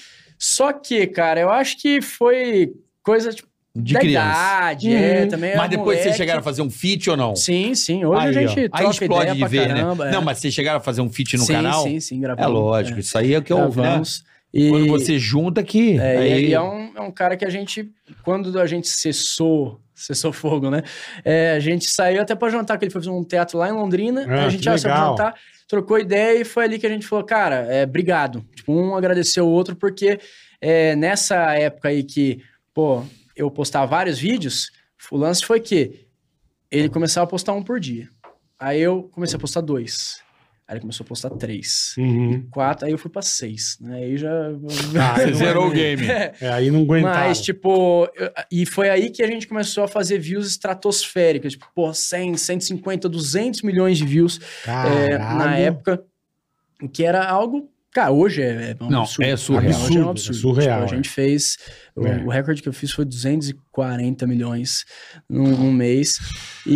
Só que, cara, eu acho que foi coisa tipo, De da criança. idade, é, também Mas era depois vocês moleque. chegaram a fazer um feat ou não? Sim, sim. Hoje Aí, a gente ó. troca Aí explode ideia de pra ver, caramba. né? é. Não, mas vocês chegaram a fazer um feat no sim, canal? Sim, sim, É gravamos. lógico, isso aí é o que eu ouvi, né? Gravamos. E... Quando você junta que... É, e aí... ele é um, é um cara que a gente, quando a gente cessou, cessou [LAUGHS] fogo, né? É, a gente saiu até pra jantar, que ele foi fazer um teatro lá em Londrina, Ah, a gente que já saiu pra legal. jantar, trocou ideia e foi ali que a gente falou, cara, é, obrigado. Tipo, um agradeceu o outro, porque é, nessa época aí que, pô, eu postava vários vídeos, o lance foi que ele começava a postar um por dia. Aí eu comecei a postar dois. Aí ele começou a postar três. [LAUGHS] Uhum. Quatro, aí eu fui pra seis, né? Aí [LAUGHS] já. Ah, Você aí não- zerou [LAUGHS] o game. É, aí não aguentava. Mas, tipo, eu- e foi aí que a gente começou a fazer views estratosféricas, tipo, pô, 100, 150, 200 milhões de views é, na época, o que era algo. Cara, hoje é, é um Não, absurdo. é surreal. Hoje é Absurdo, um é absurdo. surreal, Tipo, é. a gente fez. O, É. o recorde que eu fiz foi 240 milhões num, num mês.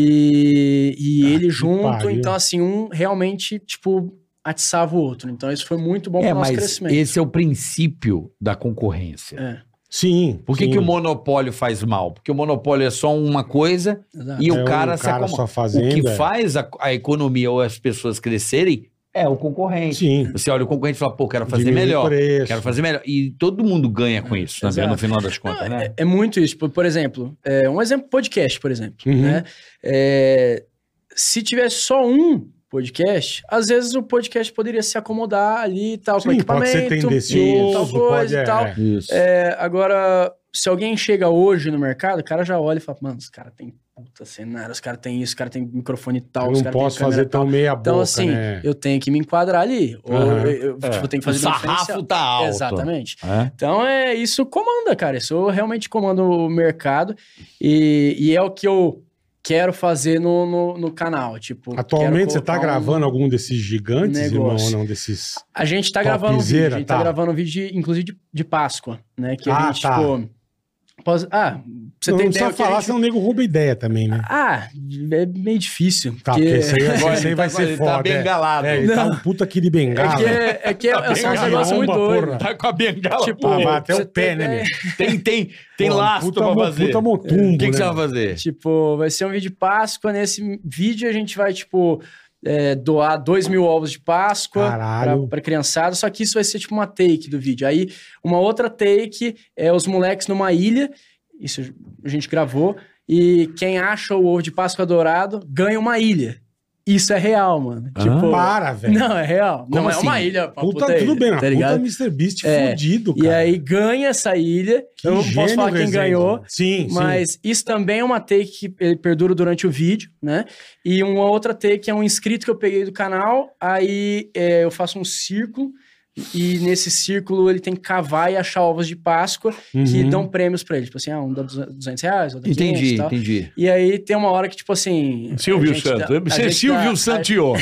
E, e ele junto, pariu. então, assim, um realmente, tipo, atiçava o outro. Então, isso foi muito bom É, pro nosso mas crescimento. esse é o princípio da concorrência. É, Sim. Por que, sim. que o monopólio faz mal? Porque o monopólio é só uma coisa exato. e É o um cara se cara acomoda. só fazendo, o que é. faz a, a economia ou as pessoas crescerem é o concorrente. Sim. Você olha o concorrente e fala, pô, quero fazer Diminui o melhor. preço. Quero fazer melhor. E todo mundo ganha com isso, né, Exato. no final das contas, né? É muito isso. Por, por exemplo, é, um exemplo podcast, por exemplo. Uhum. Né? É, se tivesse só um podcast, às vezes o podcast poderia se acomodar ali e tal, com Sim, pode ser equipamento, tendencioso, tal pode... coisa É, e tal. é. Isso. É, agora, se alguém chega hoje no mercado, o cara já olha e fala, mano, os caras têm puta cenário, os caras têm isso, os caras têm microfone tal, Eu os não caras têm posso câmera fazer tal. tão meia boca, Então, assim, né? eu tenho que me enquadrar ali. Ou Aham. É. eu, eu, tipo, tenho que fazer o uma sarrafo diferencial. tá alto. Exatamente. né? É? Então é isso comanda, cara. Isso realmente comanda o mercado e, e é o que eu quero fazer no, no, no canal. Tipo, quero Atualmente você tá colocar um- gravando algum desses gigantes, negócio. irmão, ou não? Desses... A gente tá gravando um vídeo, a Topzera, gente tá. tá gravando um vídeo, de- inclusive, de, de Páscoa, né? Que Ah, a gente, tá. tipo. pós- Ah, pra você não, tem não ideia precisa o que a falar, gente- senão o nego rouba ideia também, né? Ah, é meio difícil. Tá, porque porque... esse [LAUGHS] aí, esse aí vai ser ele foda. tá bem é. galado. É, ele tá um puta aqui de né? bengala. É que é, é, que é, Tá são uns bem negócios muito caramba, doidos. porra. [LAUGHS] Tá com a bengala. Tipo, Ah, mas até você o pé, tem né, ideia? meu? tem, tem, tem Pô, um laço puta pra mo- fazer. Puta O motumbo, que, que né? você vai fazer? Tipo, vai ser um vídeo de Páscoa. Nesse vídeo a gente vai, tipo, é, doar 2 mil ovos de Páscoa pra, Caralho. pra criançada, só que isso vai ser tipo uma take do vídeo. Aí, uma outra take é os moleques numa ilha, isso a gente gravou, e quem acha o ovo de Páscoa dourado ganha uma ilha. Isso é real, mano. Ah. Tipo, Para, velho. não, é real. Como não é assim? uma ilha, uma Puta, tudo ilha, bem, mas tá puta ligado? Mr. Beast É. fudido, E cara. aí ganha essa ilha. Que eu não gênio, posso falar quem Rezende. ganhou, Sim, sim. mas isso também é uma take que eh, perdura durante o vídeo, né? E uma outra take é um inscrito que eu peguei do canal, aí eh, eu faço um círculo, e nesse círculo ele tem que cavar e achar ovos de Páscoa que Uhum. dão prêmios pra ele. Tipo assim, ah, um dá 200 reais, outro dá 500 Entendi, e tal. entendi. E aí tem uma hora que, tipo assim... Silvio Santos. tá- Santo. Você é Silvio [LAUGHS] Santió.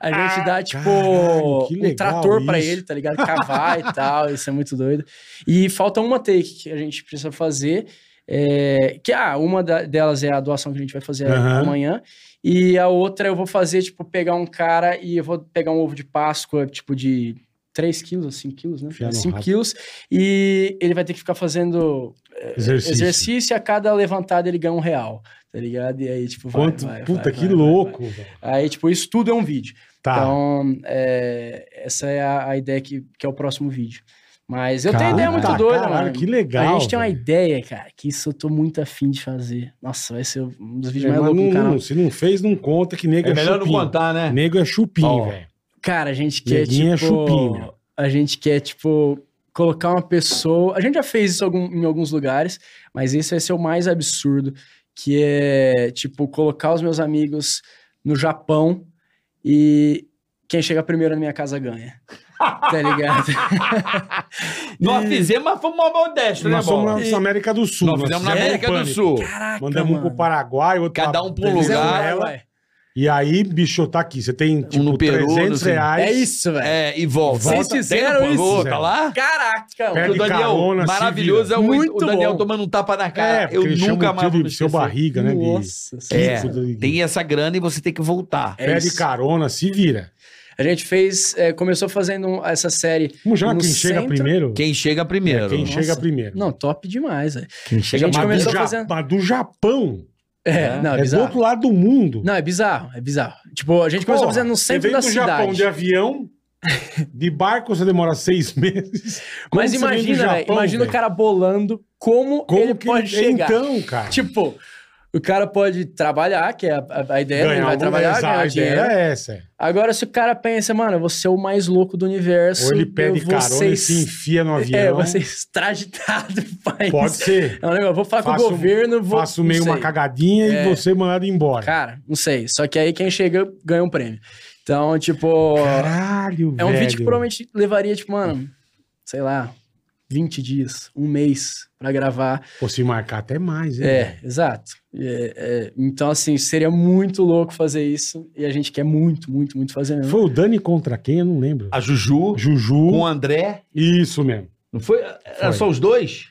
A gente dá, tipo, Caralho, que legal um trator pra isso. ele, tá ligado? Cavar [LAUGHS] e tal, isso é muito doido. E falta uma take que a gente precisa fazer, é, que ah, uma da- delas é a doação que a gente vai fazer Aham. amanhã, e a outra eu vou fazer, tipo, pegar um cara e eu vou pegar um ovo de Páscoa, tipo, de 3 quilos, 5 quilos, né? Enfiar no 5 rabo. quilos, e ele vai ter que ficar fazendo Exercício. exercício e a cada levantada ele ganha um real, tá ligado? E aí, tipo, vai, Quanto... vai, Puta, vai, que vai, vai, louco. velho. vai. Aí, tipo, isso tudo é um vídeo. Tá. Então, é, essa é a, a ideia que, que é o próximo vídeo. Mas eu tenho Caralho, tá, ideia muito doida, caralho, mano. Que legal. a gente tem uma velho. ideia, cara, que isso eu tô muito afim de fazer. Nossa, vai ser um dos vídeos É, mais mas loucos do não, canal. não, se não fez, não conta que nego é, chupim. né? Nego é chupim, Ó. velho. Cara, a gente quer, Neguinho é tipo... chupinha. a gente quer, tipo, colocar uma pessoa... A gente já fez isso algum- em alguns lugares, mas esse vai ser o mais absurdo, que é, tipo, colocar os meus amigos no Japão e quem chega primeiro na minha [LAUGHS] casa ganha. Tá ligado? Nós fizemos, mas fomos mal modestos, né, Nós somos Bola? na- na América do Sul. Nós fizemos na fizemos América um do pânico. Sul. Caraca, Mandamos um mano. é pro Paraguai, outro Cada pra um pra um Fizemos lugar. lá, Venezuela. ué. E aí, bicho, tá aqui. Você tem, tipo, Um no Peru, 300 no- reais. É isso, velho. É, e volta. Vocês Volta, fizeram tem, isso? pô, Tá lá? É. Caraca, Pega mano. O Pede Daniel, carona, se maravilhoso é o, Muito o Daniel bom. tomando um tapa na É, cara. porque eu ele chama nunca o mais tio vou de me seu esquecer. barriga, né? De... Nossa. É, Tipo de- tem essa grana e você tem que voltar. É Pede isso. carona, se vira. A gente fez, é, começou fazendo um- essa série. Como já No quem chega centro- primeiro? Quem chega primeiro. É, Quem Nossa. chega primeiro. Não, top demais, velho. Quem chega a gente mas, começou do Ja- fazendo- mas do Japão. É, não, é, É, do outro bizarro. lado do mundo. Não, é bizarro, é bizarro. Tipo, a gente começou Porra, fazendo no você centro vem da do Japão né? cidade. de [LAUGHS] avião, de barco você demora seis meses. Como Mas você vem do imagina, Japão, velho, imagina o velho? cara bolando como, Como ele que pode chegar. Então, cara. Tipo, o cara pode trabalhar, que é a, a- a ideia, né? ele vai algum- trabalhar, Exato, ganhar a dinheiro. ideia é essa. Agora, se o cara pensa, mano, eu vou ser o mais louco do universo. Ou ele eu pede vou carona ser e se enfia no avião. É, [LAUGHS] você extraditado [LAUGHS] do país. Pode ser. É um negócio, vou falar Faço com um- o governo, vou. Faço não meio sei. uma cagadinha É. e você mandado embora. Cara, não sei. Só que aí quem chega ganha um prêmio. Então, tipo. Caralho, é um velho. vídeo que provavelmente levaria, tipo, mano, sei lá, 20 dias, um mês pra gravar. Pô, se marcar até mais, hein? É, exato. É, é, então, assim, seria muito louco fazer isso. E a gente quer muito, muito, muito fazer mesmo. Foi o Dani contra quem? Eu não lembro. A Juju Juju. com o André. Isso mesmo. Não foi? Era Foi. só os dois?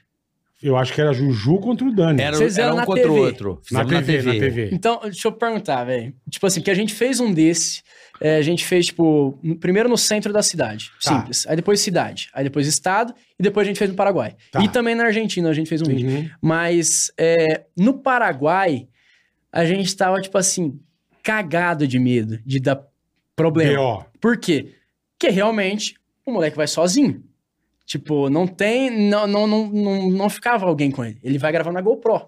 Eu acho que era Juju contra o Dani. Era, Vocês era eram um na contra o TV. outro. na, Fizemos TV, na TV, Então, deixa eu perguntar, velho. Tipo assim, que a gente fez um desse. é, a gente fez, tipo, no- primeiro no centro da cidade. Tá. Simples. Aí depois cidade. Aí depois estado. E depois a gente fez no Paraguai. Tá. E também na Argentina a gente fez um vídeo. Uhum. Mas é, no Paraguai, a gente tava, tipo assim, cagado de medo de dar problema. B.O. Por quê? Porque realmente o moleque vai sozinho. Tipo, não tem. Não, não, não, não, não ficava alguém com ele. Ele vai gravar na GoPro.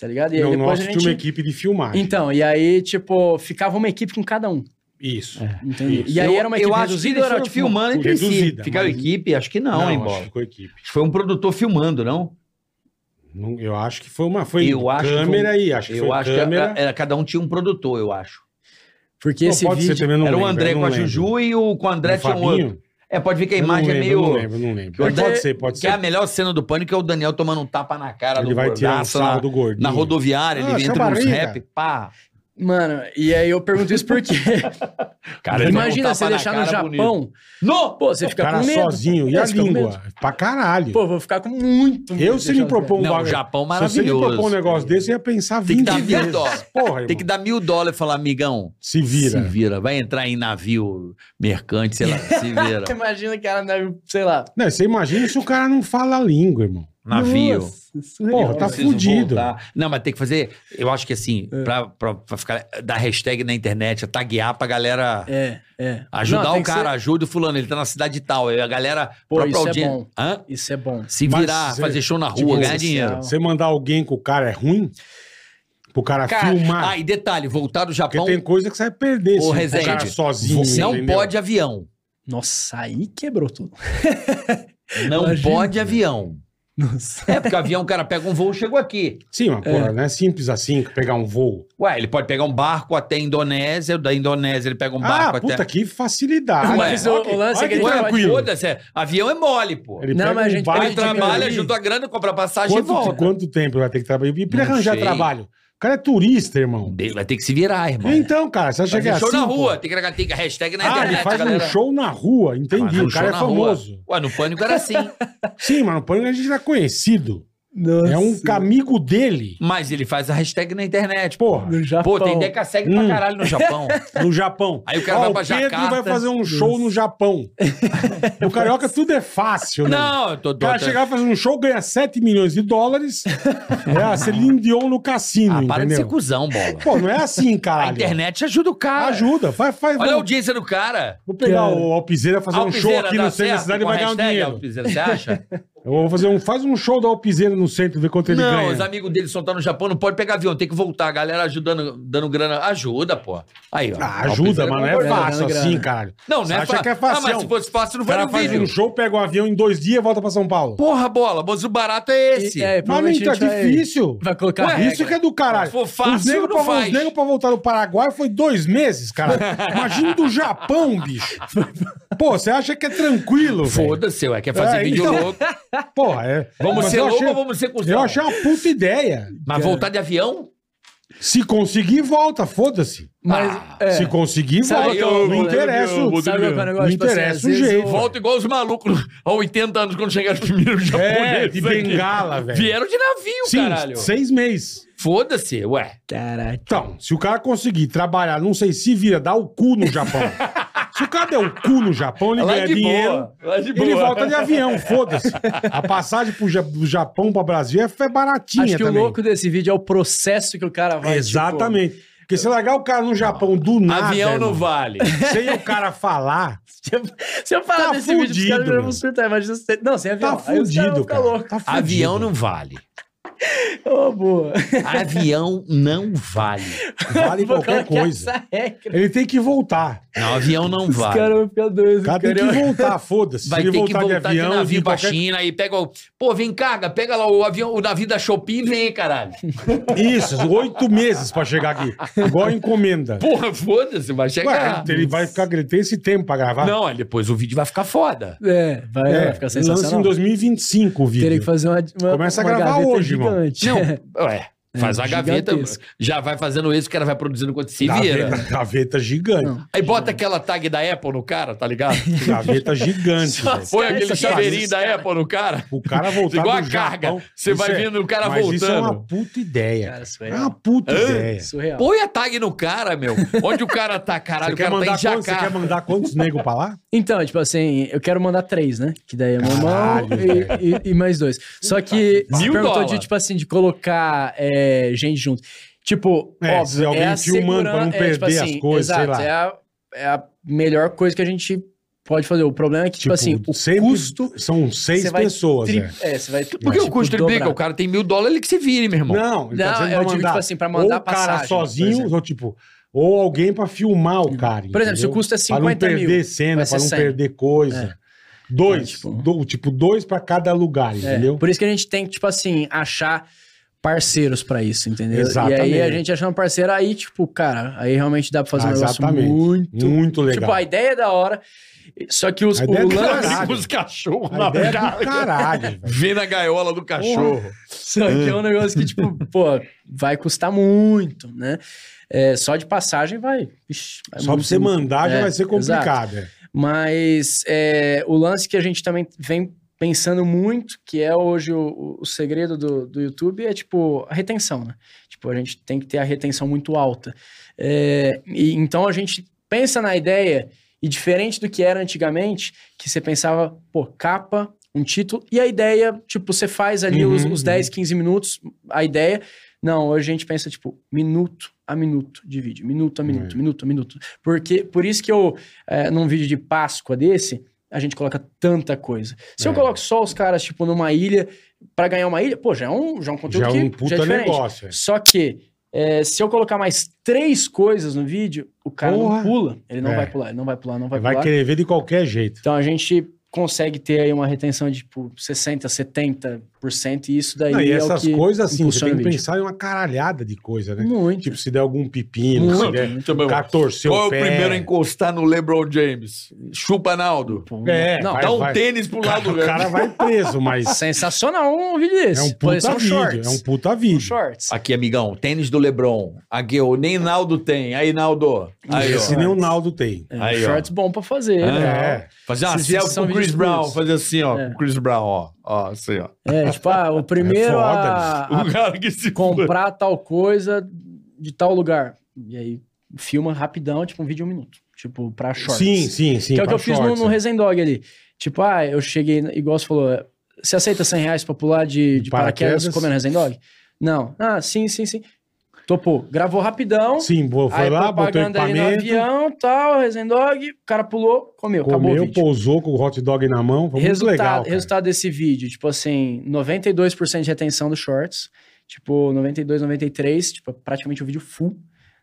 Tá ligado? E aí Não, depois nós a tinha gente. uma equipe de filmagem. Então, e aí, tipo, ficava uma equipe com cada um. Isso. Entendeu? Isso. E aí era uma equipe eu acho que reduzida eles ou era foram tipo, filmando entre si. reduzida, Ficaram mas- equipe? Acho que não, hein, acho que Bola? ficou equipe. Foi um produtor filmando, não? Não, eu acho que foi uma. Foi Eu acho que câmera aí, acho que eu foi acho câmera. que era, era- cada um tinha um produtor, eu acho. Porque Não, é, esse pode vídeo. ser também, não era o lembro, André eu não com a lembro. Juju e o com o André Do tinha um Fabinho? outro. É, pode ver que a Eu não imagem é lembro, meio. Não lembro, não lembro. Eu até- Pode ser, pode Que é a ser. melhor cena do pânico é o Daniel tomando um tapa na cara Ele do vai tirar um gordaço sarro na, do gordinho. na rodoviária, Ah, ele entra sua nos barriga. rap, pá. Mano, e aí eu pergunto [LAUGHS] isso porque. Cara, ele dá um imagina tapa você na deixar no cara Japão. No! Pô, você O fica cara com medo. sozinho. E a É, você fica com língua? medo. Pra caralho. Pô, vou ficar com muito medo. eu, se deixar ele os propor um Não, bagulho. Japão Se você me maravilhoso. propor um negócio desse, eu ia pensar 20 Tem que dar mil vezes. dólares. Porra, Tem que irmão. dar mil dólares e falar, amigão, Se vira. se vira. Vai entrar em navio mercante, sei lá, se vira. [LAUGHS] caras. Imagina que ela deve, sei lá. Não, você imagina se o cara não fala a língua, irmão. navio. é Nossa, surreal. Porra, tá né? Preciso fudido. voltar. Não, mas tem que fazer. Eu acho que assim, pra, pra, pra ficar. dar hashtag na internet, é taguear pra galera. É, é. Ajudar Não, tem o que cara, ser- ajuda o fulano, ele tá na cidade tal. aí A galera, Pô, própria isso é audiência- bom. Hã? Isso é bom. Se Mas virar, você- fazer show na rua, tipo, ganhar social. dinheiro. Você mandar alguém com o cara é ruim? Pro cara, Cara, um filmar. ah, e detalhe, voltar do porque Japão, tem coisa que você vai perder. Ô, se for Rezende, o cara sozinho. não entendeu? pode avião. Nossa, aí quebrou tudo. [LAUGHS] Não Imagina. pode avião. Nossa. É porque avião o cara pega um voo e chegou aqui. Sim, mas porra, não é simples assim pegar um voo. Ué, ele pode pegar um barco até a Indonésia, da Indonésia ele pega um ah, barco puta, até. que facilidade. Ué, mas o- o lance é que ele- Ué, tranquilo. foda-se, é, avião é mole, pô. Ele, Ele Não, pega mas a um gente- barco ele trabalha, e- junta a grana, compra passagem e Quanto, volta. quanto tempo vai ter que trabalhar? E pra Não arranjar sei. trabalho? O cara é turista, irmão. Ele Vai ter que se virar, irmão. Então, cara, você acha que é Fazer assim? show na pô? rua, tem que tem que- hashtag na Ah, ele internet, faz um galera. show na rua, entendi. Fazer um o cara é show na rua. famoso. Ué, no pânico era [LAUGHS] assim. Sim, mas no Pânico a gente era conhecido. Nossa. É um amigo dele. Mas ele faz a hashtag na internet. Pô, Porra, No Japão. Pô, tem ideia que segue pra Hum. caralho [LAUGHS] no Japão. no Japão. Aí o cara Ó, vai pra Pedro Jacarta. vai fazer um show no Japão. o carioca tudo é fácil, né? Não, eu tô O doido. cara chegar fazer um show, ganha 7 milhões de dólares. é a Celine Dion no cassino, Ah, para de ser entendeu? cuzão, bola. Pô, não é assim, [LAUGHS] a caralho. internet ajuda o cara. Ajuda, faz, faz. Ah, Olha a vamos- audiência do cara. Vou pegar o Alpizeira fazer um show Alpizeira aqui dá no centro da certo cidade e com a vai ganhar um hashtag dinheiro. Alpizeira, você [LAUGHS] acha? Eu vou fazer um. Faz um show da Alpizeira no centro, ver quanto ele não, ganha. os amigos dele só estão no Japão, não pode pegar avião, tem que voltar. A galera ajudando, dando grana. Ajuda, pô. Aí, ó. Ah, ajuda, Alpizeira mas não comprou. é grana, fácil grana. assim, caralho. Não, não Você é acha fácil. que é fácil. Ah, mas se fosse fácil, não O faria cara um faz vídeo. um show, pega o avião em dois dias e volta pra São Paulo. Porra, bola, mas o barato é esse. E- é, Mas provavelmente não, tá a gente vai- difícil. Vai colocar Ué, regra. Isso que é do caralho. Se for fácil, os negros não pra, faz. os negros pra voltar do Paraguai foi dois meses, [LAUGHS] cara. Imagina do Japão, bicho. Pô, você acha que é tranquilo, velho? Foda-se, ué. Quer fazer É, vídeo então. louco. Porra, é. Vamos Mas ser eu louco achei- ou vamos ser cuzão? Eu achei uma puta ideia. Mas voltar de avião? Se conseguir, volta, foda-se. Mas, Ah, é, Se conseguir, volta. Sabe que eu- Não interessa. eu- eu- o- sabe qual é o negócio? Não Tipo assim, às interessa o vezes jeito. eu- Volta igual os malucos [LAUGHS] há 80 anos quando chegaram os primeiros É, japoneses. de aqui. bengala, velho. Vieram de navio, Sim, caralho. seis meses. Foda-se, ué. Caraca. Então, se o cara conseguir trabalhar, não sei se vira, dá o cu no Japão. se o cara der o cu no Japão, ele Lá ganha de dinheiro. boa. Lá de boa. Ele volta de avião, foda-se. A passagem pro Ja- do Japão pra Brasil é é baratinha Acho que também. o louco desse vídeo é o processo que o cara vai. tipo, Exatamente. Porque se largar o cara no Japão do nada. avião não irmão, [LAUGHS] vale. Sem o cara [LAUGHS] falar, Tipo, [LAUGHS] se eu falar Tá desse vídeo, os fudido, caras já meu. vão surtar. Imagina se... Não, sem avião. tá fudido, cara. Tá fudido. avião não vale. [LAUGHS] Ô, boa. Avião não vale. vale Vou qualquer colocar coisa. Essa regra. Ele tem que voltar. Não, avião não É, Os vale. caras vão ficar doidos. O cara tem que carioca. voltar, foda-se. Se Vai ele ter que voltar de voltar de avião, de navio pra qualquer- China e pega o. Pô, vem carga, pega lá o avião, o navio da Shopee e vem, [LAUGHS] caralho. Isso, oito meses pra chegar aqui. Igual a encomenda. Porra, foda-se, vai Ué, chegar. ele vai ficar ele tem esse tempo pra gravar. é, Não, aí depois o vídeo vai ficar foda. É, vai, é, vai ficar lança sensacional. em 2025 o vídeo. Teria que fazer uma. uma Começa a uma gravar gaveta hoje, irmão. gigante. [LAUGHS] Não, ué, faz É, a gaveta, gigantesco. já vai fazendo isso, o cara vai produzindo quanto se Gaveta, É. vira. gaveta gigante. Aí bota aquela tag da Apple no cara, [LAUGHS] tá ligado? Gaveta gigante. [LAUGHS] velho. Põe aquele Essa chaveirinho camisa, da Apple no cara. O cara voltar Igual do a carga. Japão, Você isso vai é- vendo o cara mas Isso é uma voltando. puta ideia. Cara, cara. isso É é- uma puta ideia. Surreal. Põe a tag no cara, meu. Onde o cara tá, caralho, Você quer, o cara tá mandar em quantos, você Jacarta. quer mandar quantos negros pra lá? Então, tipo assim, eu quero mandar três, né? Que daí é meu irmão Caralho, e- e, e mais dois. Só que você Mil perguntou dólar. de, tipo assim, de colocar é, gente junto. Tipo, É, óbvio, se alguém é a filmando pra não seguran- é, tipo perder as assim, coisas, sei exato, lá. É a, é a melhor coisa que a gente pode fazer. O problema é que, tipo, assim, o sempre custo... São seis você vai pessoas. tri- é. É, você vai... Porque o custo triplica, dobrar. o cara tem mil dólares, ele que se vira, meu irmão. Não, ele tá dizendo Não, eu pra digo, tipo mandar assim, pra mandar ou o cara passagem, por sozinho, exemplo. ou tipo, ou alguém pra filmar o cara. Por exemplo, se o entendeu? custo é Pra não 50 mil, perder cena, pra vai ser não 100. perder coisa. Dois, Então, tipo- do- tipo, dois pra cada lugar, É, entendeu? Por isso que a gente tem que, tipo assim, achar parceiros pra isso, entendeu? Exatamente. Ah, E aí a gente achando parceiro, aí, tipo, cara, aí realmente dá pra fazer um negócio Exatamente. muito. Muito legal. Tipo, a ideia é da hora. Só que os, A o ideia é do lance. caralho. Com os cachorros A na ideia é do cara. caralho, velho. Vem na gaiola do [LAUGHS] cachorro. [LAUGHS] Só que é um negócio que, tipo, [LAUGHS] pô, vai custar muito, né? É, só de passagem vai. ixi, vai Só pra é muito- você mandar já é, vai ser exato. complicado. é. Mas é, o lance que a gente também vem pensando muito, que é hoje o, o- o segredo do, do YouTube, é tipo a retenção, né? Tipo, a gente tem que ter a retenção muito alta. É, e, então a gente pensa na ideia, e diferente do que era antigamente, que você pensava, pô, capa, um título. E a ideia, tipo, você faz ali Uhum, os, os uhum. 10, 15 minutos, a ideia. Não, hoje a gente pensa, tipo, minuto a minuto de vídeo, minuto a minuto, minuto a minuto. Porque, por isso que eu, é, num vídeo de Páscoa desse, a gente coloca tanta coisa. Se eu É. coloco só os caras, tipo, numa ilha, pra ganhar uma ilha, pô, já é um, já é um conteúdo Já é que um já é puta diferente. negócio. é. Só que, é, se eu colocar mais três coisas no vídeo, o cara Porra. não pula. Ele não É. vai pular, ele não vai pular, não vai, Vai, vai pular. querer ver de qualquer jeito. Então a gente consegue ter aí uma retenção de tipo 60, 70% e isso daí Não, e é o essas que coisas, assim, você impulsiona tem que o vídeo. pensar em uma caralhada de coisa, né? muito. Tipo, se der algum pepino, Muito. se der... O cara torceu é Qual é o o pé. primeiro a encostar no LeBron James? Chupa, Naldo. Pô, É, não, vai- Dá um né? tênis pro lado O cara vai preso, mas sensacional um vídeo desse. é um Pode ser puta vídeo. shorts. É um puta um vídeo. shorts. Aqui, amigão, tênis do LeBron. Aqui, eu, nem Naldo tem. Aí, Naldo. Aí, Esse ó. nem o Naldo tem. É, Aí, ó. shorts bom pra fazer. né? É. Fazer uma Esses vídeos selfie são com o Chris vídeos Brown. bonitos. Fazer assim, ó. É. com o Chris Brown, ó. Ó, assim, ó. [LAUGHS] né? É, tipo, ah, o primeiro foda, a, a o cara que se comprar tal coisa de tal lugar. E aí filma rapidão, tipo um vídeo de um minuto. Tipo, pra shorts. Sim, sim, sim. que é o pra que eu fiz no, shorts, no é. Resendog ali. Tipo, ah, eu cheguei, igual você falou, você aceita 100 reais pra pular de, de paraquedas, paraquedas. comendo Resendog? Não. Ah, sim, sim, sim. Topou. Gravou rapidão. Sim, boa, foi aí lá, botou propaganda ali no equipamento, avião, tal, Resendog, o cara pulou, Então, comeu, acabou o comeu, vídeo. pousou com o hot dog na mão. Foi resultado, muito legal. cara. resultado desse vídeo, tipo assim, 92% de retenção dos shorts, tipo 92, 93, tipo praticamente o vídeo full,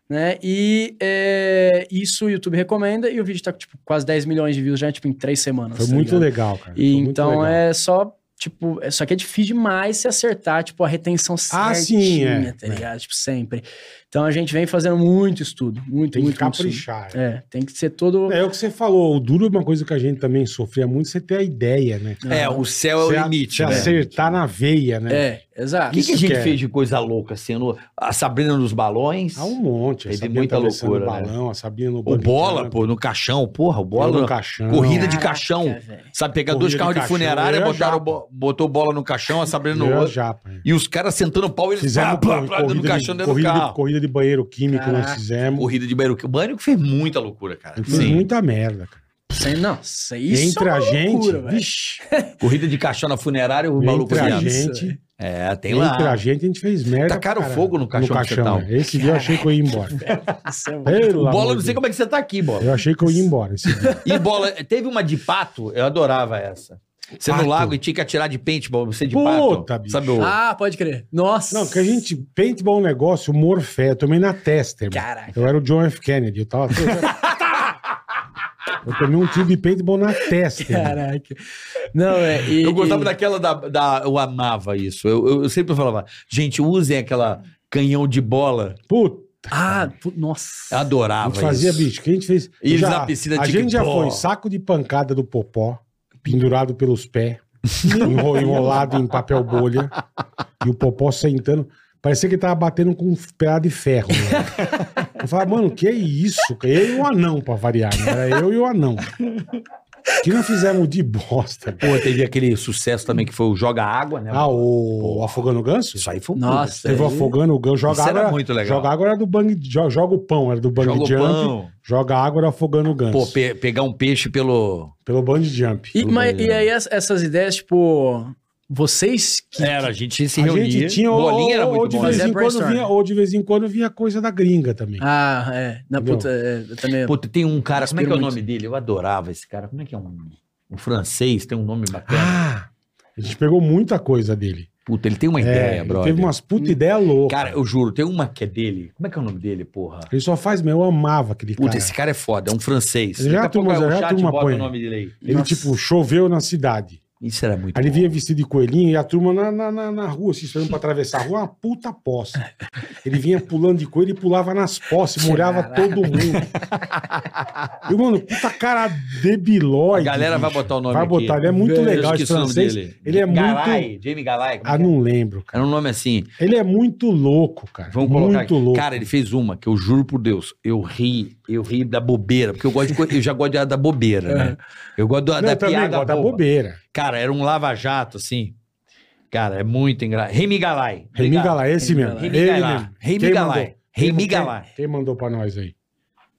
né? E é, isso o YouTube recomenda e o vídeo tá com tipo quase 10 milhões de views já tipo em três semanas. Foi tá muito é. ligado? legal, cara. E foi muito então legal. é só tipo, é, só que é difícil demais se acertar, tipo, a retenção Ah, certinha, sim, é, tá é. ligado? Tipo, sempre. Então a gente vem fazendo muito estudo, muito, Tem que muito, muito estudo. caprichar. É. É, tem que ser todo... é o que você falou. O duro é uma coisa que a gente também sofria muito, você ter a ideia, né? É, o céu é o Você a- limite, Você né? acertar na veia, né? É, O exato. que, que a Isso gente que é. fez de coisa louca, assim? no- a Sabrina nos balões. Há um monte. a Teve Sabrina muita atravessando loucura, o balão, a Sabrina no O bola, Barbicano, pô, no caixão, porra, o eu bola. no caixão. corrida de Caraca, caixão. velho. Sabe, pegar Corrida dois de carros de, caixão, funerária, eu ia botaram, japa. bo- botou bola no caixão, a Sabrina no Eu outro. japa, é. E os caras sentando pau, eles Fizemos pá, pá, co- pá, dando corrida, caixão de, dentro do corrida, carro. de, corrida de banheiro químico nós Caraca. fizemos. Corrida de Bairuque. O Bânico fez muita loucura, cara. Fiz muita merda, cara. Sem, nossa, isso Entre é uma a gente, loucura, velho. vixi, Corrida de caixão na funerária, o maluco entre a olhando. isso, gente, É, tem lá. entre a gente, a gente fez merda. Tacaram pra caralho. fogo no caixão do hospital. é. Esse dia eu achei que eu ia [LAUGHS] embora. Isso é muito- Pelo Bola, amor não de sei como é que você tá aqui, Deus. bola. Eu achei que eu ia embora assim. [LAUGHS] esse dia. E bola, teve uma de pato, eu adorava essa. Você Pato? no lago e tinha que atirar de paintball, você de Puta, pato. bicho. Sabe o... Ah, pode crer. Nossa. Não, que a gente paintball um negócio, morfé, eu tomei na testa, irmão. Caraca. Eu era o John F. Kennedy, eu tava... [LAUGHS] eu tomei um tiro de paintball na testa, irmão. Caraca. Não, é. e- Eu gostava e- daquela da, da- Eu amava isso. Eu, eu- eu sempre falava, gente, usem aquela canhão de bola. Puta, Ah, pu- Eu nossa. a adorava gente fazia, isso. bicho, que a gente fez... E eles já- na piscina A de gente já kickball. foi saco de pancada do Popó, pendurado pelos pés, enro- enrolado em papel bolha, e o Popó sentando. Parecia que ele tava batendo com um pedaço de ferro. Né? Eu falava, mano, que é isso? cara? Eu e o anão, pra variar. Né? Era eu e o anão. Que não fizemos de bosta. Pô, teve aquele sucesso também que foi o Joga Água, né? Ah, o Afogando o Ganso? Isso aí foi um Nossa. é. Teve o aí- Afogando o Ganso. Joga Isso era água, muito legal. Joga água era do bang, jo- joga o pão, era do bang Joga o jump. pão. Joga água era afogando o Ganso. Pô, pe- pegar um peixe pelo. Pelo bang jump. E, mas- e aí as- essas ideias, tipo. Vocês É. que. Era, a gente se a reunia. gente tinha ou- bolinha era ou- ou muito de bom. né? vez Mas é em quando brainstorm. vinha ou de vez em quando vinha coisa da gringa também. Ah, é. Na Entendeu? puta, é, eu também. Pô, tem um cara, como é que é o Inspiro nome dele? Eu adorava esse cara. Como é que é um. Um francês, tem um nome bacana. Ah, a gente pegou muita coisa dele. Puta, ele tem uma É, ideia, ele brother. teve umas puta ideia louca. Cara, eu juro, tem uma que é dele. Como é que é o nome dele, porra? Ele só faz, meu, eu amava aquele Puta, cara. esse cara é foda, é um francês. Já Daqui a pouco turma- vai o já chat turma bota põe. o nome dele aí. Ele, Nossa. tipo, choveu na cidade. Isso era muito Aí ele bom. vinha vestido de coelhinho e a turma na, na, na, na rua, se esperando pra atravessar a rua, uma puta poça. Ele vinha pulando de coelho e pulava nas poças, molhava Caralho. todo mundo. E, mano, puta cara A debilóide. galera vai bicho. botar o nome Vai aqui. botar, ele é muito Eu legal esqueci esse o nome francês. dele. Ele é Galay, muito. Jamie Galay. como Ah, é que é? não lembro, cara. Era um nome assim. Ele é muito louco, cara. Vamos muito colocar aqui. louco. Cara, ele fez uma que eu juro por Deus, eu ri, eu ri da bobeira, porque eu gosto de co- eu já gosto de- da bobeira, [LAUGHS] né? Eu gosto da, Não, da eu também piada gosto da boba. bobeira. Cara, era um lava-jato assim. Cara, é muito engraçado. Remy Galay. Remy Galá, esse Remy mesmo. Galay. Ele Remy Galay. mesmo. Remy Quem Galay. mandou? Remy Quem- Galay. Quem mandou pra nós aí?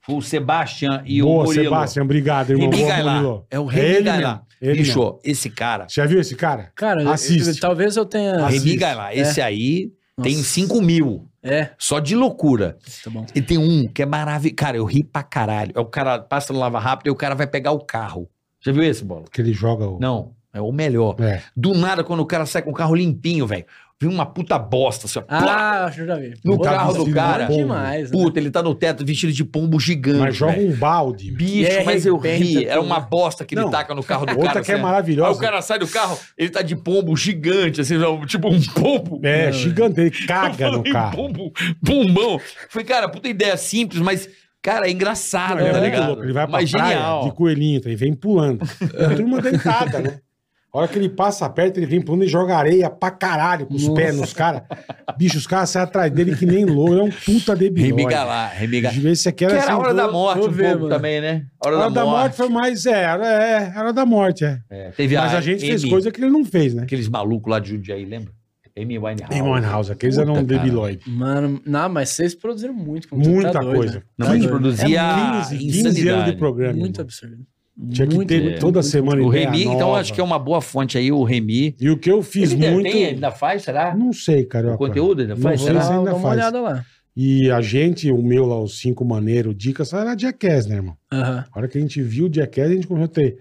o Sebastian e Boa, o Murilo. Sebastião, obrigado, irmão. Remy Boa, Gailá. Murilo. É o Remy ele Gailá. mesmo, ele Bicho, mesmo. esse cara, Você já viu esse cara? Cara, eu- Assiste. eu- talvez eu tenha. Assiste. Remy Gailá, é. esse aí tem 5 mil. É, Só de loucura. tá bom. E tem um que é maravilhoso. Cara, eu ri pra caralho. É o cara passa no Lava Rápido e o cara vai pegar o carro. Já viu esse, Bola? Que ele joga o... Não, é o melhor. É. Do nada, quando o cara sai com o carro limpinho, velho, vem uma puta bosta, assim, ó. Plá! Ah, acho que eu já vi. No tá Pô, carro do bom é cara. demais. né? Puta, ele tá no teto vestido de pombo gigante. Mas joga velho. um balde. meu. Bicho, E aí mas eu arrebenta ri. É, tudo. Era uma bosta que ele Não. taca no carro do cara. Outra que é assim, ó. Aí maravilhosa. o cara sai do carro, ele tá de pombo gigante, assim, tipo um pombo. É, gigante, ele Eu caga no falei, carro. Pombo, pombão. Falei, cara, puta ideia simples, mas, cara, é engraçado, É tá muito ligado? louco, Ele vai pra mas praia genial. de coelhinho, tá? ele vem pulando. A turma dentada, né? A hora que ele passa perto, ele vem pulando e joga areia pra caralho com os Nossa. pés nos caras. Bicho, os caras saem atrás dele que nem louco. É um puta Remiga debilóide. lá, remiga. Esse aqui era, que era a assim, hora da morte vou um ver, pouco mano. também, né? A hora, A hora da morte foi mais. É, era, é, era a hora da morte, é. É, teve Mas a gente fez coisa que ele não fez, né? Aqueles malucos lá de Jundiaí, lembra? Amy Winehouse. Em House, aqueles eram um Puta, cara. debilóide. Mano, não, mas vocês produziram muito. conteúdo, Muita tá doido, coisa. né? Não, Tá mas doido. produzia a 15, 15 É anos de insanidade. programa. Muito irmão. absurdo. né? Tinha que Muito ter absurdo. toda semana O ideia Remy, então nova. acho que é uma boa fonte aí, o Remy. E o que eu fiz ele ainda muito. tem, ainda faz, será? Não sei, carioca. O conteúdo ainda Não faz, sei Dá, será? se ainda dá uma faz. olhada lá. E a gente, o meu lá, os cinco maneiros, dicas, só era Jackass, né, irmão? Aham. A hora que a gente viu o Jackass, a gente começou a ter,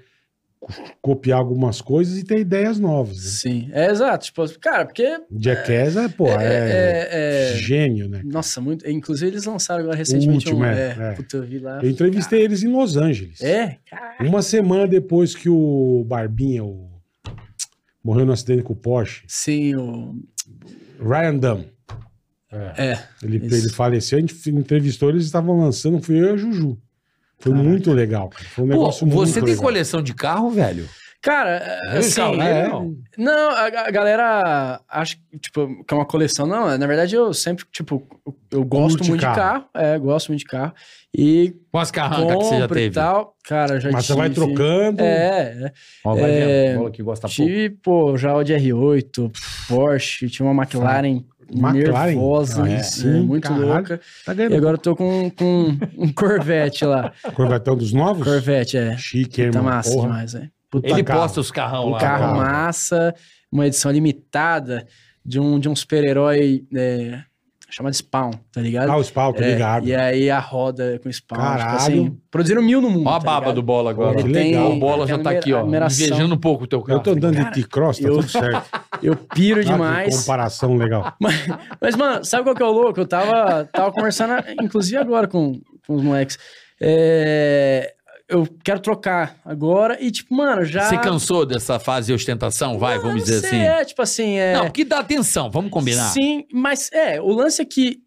copiar algumas coisas e ter ideias novas. Sim. É exato. Tipo, cara, porque. Né? Jackass é, pô, é, é, é- é- gênio, né? Nossa, muito. Inclusive, eles lançaram agora recentemente último, um. é, é. Puta, eu vi lá. Eu entrevistei eles em Los Angeles. É? Uma semana depois que o Barbinha, o... morreu no acidente com o Porsche, Sim, o. Ryan Dunn. É. Ele, Isso. ele faleceu, a gente entrevistou, eles estavam lançando, fui eu e a Juju. Foi muito legal, cara. Foi um Pô, negócio muito você tem legal. coleção de carro, velho? Cara, assim, carro, É, Não. Não, a, a galera acha que, tipo, que é uma coleção. Não, na verdade eu sempre, tipo, eu- eu gosto Curte muito de carro. carro. É, gosto muito de carro. E Quais carrancas que você Ah, já compro e teve? tal. Cara, já Mas você vai tive- trocando. né? É, é. Ó, vai É, vendo. Bola que gosta Tá pouco. tive, pô, já o de R8, Porsche, tinha uma McLaren, McLaren? nervosa, Aí né, sim, muito caralho. louca. Tá E ganhando. agora eu tô com, com um [LAUGHS] Corvette lá. Corvetão um dos novos? Corvette, é. Chique, Tá irmão. massa Porra. demais, é. Puta Ele carro. posta os carrão O lá. carro carro. é massa, uma edição limitada de um, de um super-herói é, chamado Spawn, tá ligado? Ah, o Spawn, tá É, ligado. E aí a roda com Spawn. tipo assim, Caralho. produziram mil no mundo. Ó a tá baba ligado? do bola agora. Olha Ele que tem- legal. o bola já tem tá a aqui, ó. numeração. Invejando um pouco o teu carro. Eu tô andando de T-Cross, tá eu- tudo certo. Eu piro [LAUGHS] demais. Ah, que comparação legal. Mas, mas, mano, sabe qual que é o louco? Eu tava, tava conversando, inclusive agora com, com os moleques. É, eu quero trocar agora e, tipo, mano, já. Você cansou dessa fase de ostentação? Vai, Mano, vamos não dizer sei, assim. É, tipo assim. É... Não, porque dá atenção, vamos combinar. Sim, mas é, o lance é que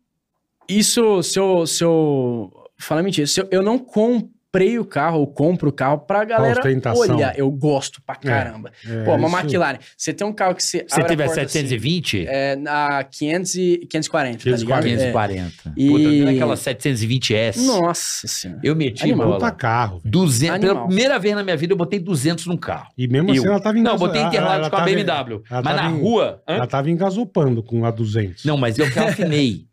isso, se eu, se eu falar mentira, se eu, eu não comprei o carro ou compro o carro pra galera ostentação. olhar, eu gosto pra caramba. É, Pô, uma isso- McLaren, você tem um carro que você Você abre teve a porta, assim, 720? é, na 500 e 540, tá ligado? 540. É. 540. E- Puta, eu tive aquela 720S. Nossa senhora. Eu meti, Animal. bola. Puta carro, velho. 200, pela Animal. primeira vez na minha vida eu botei 200 num carro. E mesmo assim Eu. ela tava em Não, eu gaso- botei ela- Interlagos ela com a tava em- BMW. ela Mas tava na em- rua... hã? Ela tava engasopando com a 200. Não, mas eu calfinei.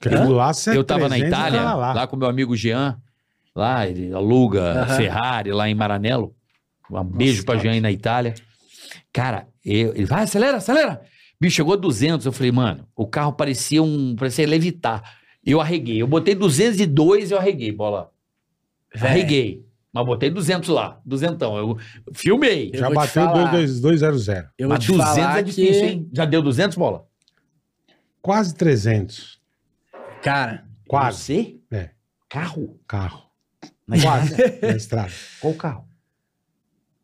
Aquilo lá, você é eu tava na 300 e Itália, tava lá. com meu amigo Jean. Lá, ele aluga Aham. Ferrari lá em Maranello. Um beijo pra top. Jean aí na Itália. Cara, eu- ele vai, acelera, acelera. Bicho, chegou a 200. Eu falei, mano, o carro parecia um. parecia levitar. Eu arreguei. Eu botei 202 e eu arreguei, bola. Véi. Arreguei. Mas botei 200 lá, duzentão. Eu filmei. Eu Já vou te bateu falar. 22- 200. Eu vou mas te falar é difícil, que, hein? Já deu 200, bola? Quase 300. cara, Quase. Você? É. Carro? Carro. Na Quase. estrada? na estrada. Qual carro?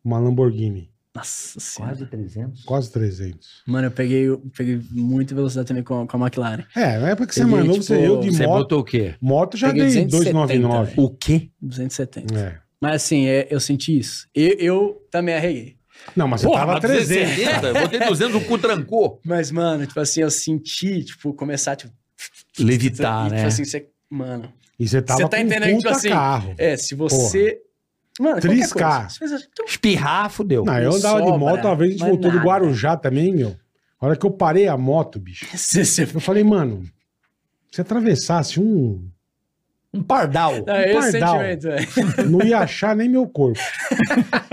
Uma Lamborghini. nossa senhora. Quase 300. Quase 300. Mano, eu peguei, eu peguei muita velocidade também com, com a McLaren. É, na época que você Peguei, mandou, tipo, você, eu de Você moto. botou o quê? Moto já Peguei dei 270, 299. O quê? 270. É. Mas assim, é- eu senti isso. Eu, eu também arreguei. É. Não, mas você tava 300. Eu botei 200, o cu trancou. Mas, mano, tipo assim, eu senti, tipo, começar, tipo, Levitar, e, né? tipo assim, você. Mano. E você tava Você tá com entendendo um que, puta tipo assim, carro. É, se você. Mano, qualquer Triscar. coisa. Se você- tu- Espirrar, fudeu. Não, eu não andava de sobra moto, uma vez a gente mais voltou do nada. Guarujá também, meu. A hora que eu parei [LAUGHS] a moto, bicho, então, Você, você- eu falei, mano, se atravessasse um, Um pardal. Não, é esse pardal. sentimento, velho. [LAUGHS] Não ia achar nem meu corpo.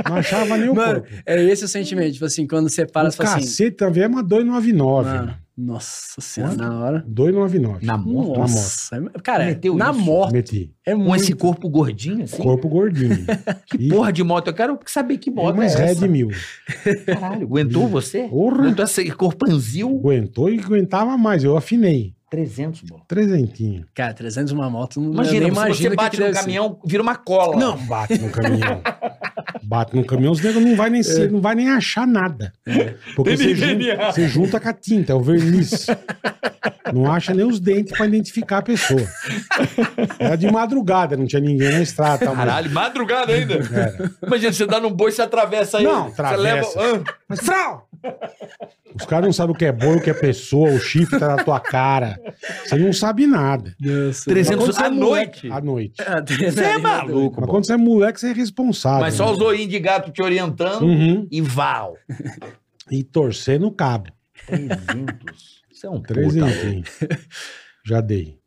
Não achava nem o Mano, corpo. é esse o sentimento. Tipo assim, quando você para, O você fala assim. cacete também é uma 299. "Ah, nossa senhora, na hora. 299. Na moto? Nossa. é, Cara, Meteu na isso. moto Meti. é Com muito. esse corpo gordinho, assim. Corpo gordinho. Que porra de moto? Eu quero saber que moto Mas é é essa. de mil. Caralho, aguentou você? Porra. Aguentou esse corpanzil? Aguentou e aguentava mais. Eu afinei. 300, bola. Trezentinho. Cara, 300 uma moto, não Imagina, eu nem se imagino você o que bate que no deve ser. caminhão, vira uma cola. Não, bate no caminhão. bate no caminhão, os negros não vai nem ser, não vai nem achar nada. Porque você junta, você junta com a tinta, é o verniz. Não acha nem os dentes pra identificar a pessoa. Era de madrugada, não tinha ninguém na estrada. tá, mas- Caralho, madrugada ainda. Era. Imagina, você dá num boi, você atravessa aí. Não, Você atravessa. leva... Mas, Frau! Os caras não sabem o que é boi, o que é pessoa, o chifre tá na tua cara. Você não sabe nada. Nossa. 300 Mas à quando você é moleque- noite. À noite. Ah, Você é 300. maluco, Mas bola. quando você é moleque, você é responsável. Ah, Mas só né? os olhinhos de gato te orientando Uhum. e val. E torcer no cabo. 300. Isso é um Três puta. enfim. Já dei.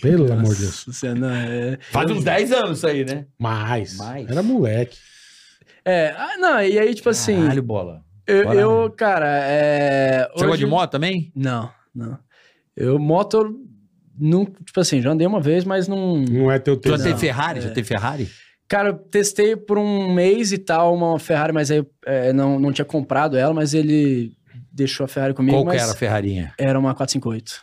Pelo amor de Deus. Nossa, você não é. Faz uns 10 anos isso aí, né? Mais. Mais. Era moleque. É, ah, não, e aí, tipo assim, Caralho, bola. eu, bora. eu, cara, é. Você gosta hoje- de moto também? Não, não. Eu, moto, eu não, tipo assim, já andei uma vez, mas não. Não é teu Tu tempo. já teve Ferrari? Já teve Ferrari? Cara, eu testei por um mês e tal uma Ferrari, mas aí é, não, não tinha comprado ela, mas ele deixou a Ferrari comigo. Qual que mas era a Ferrarinha? Era uma 458.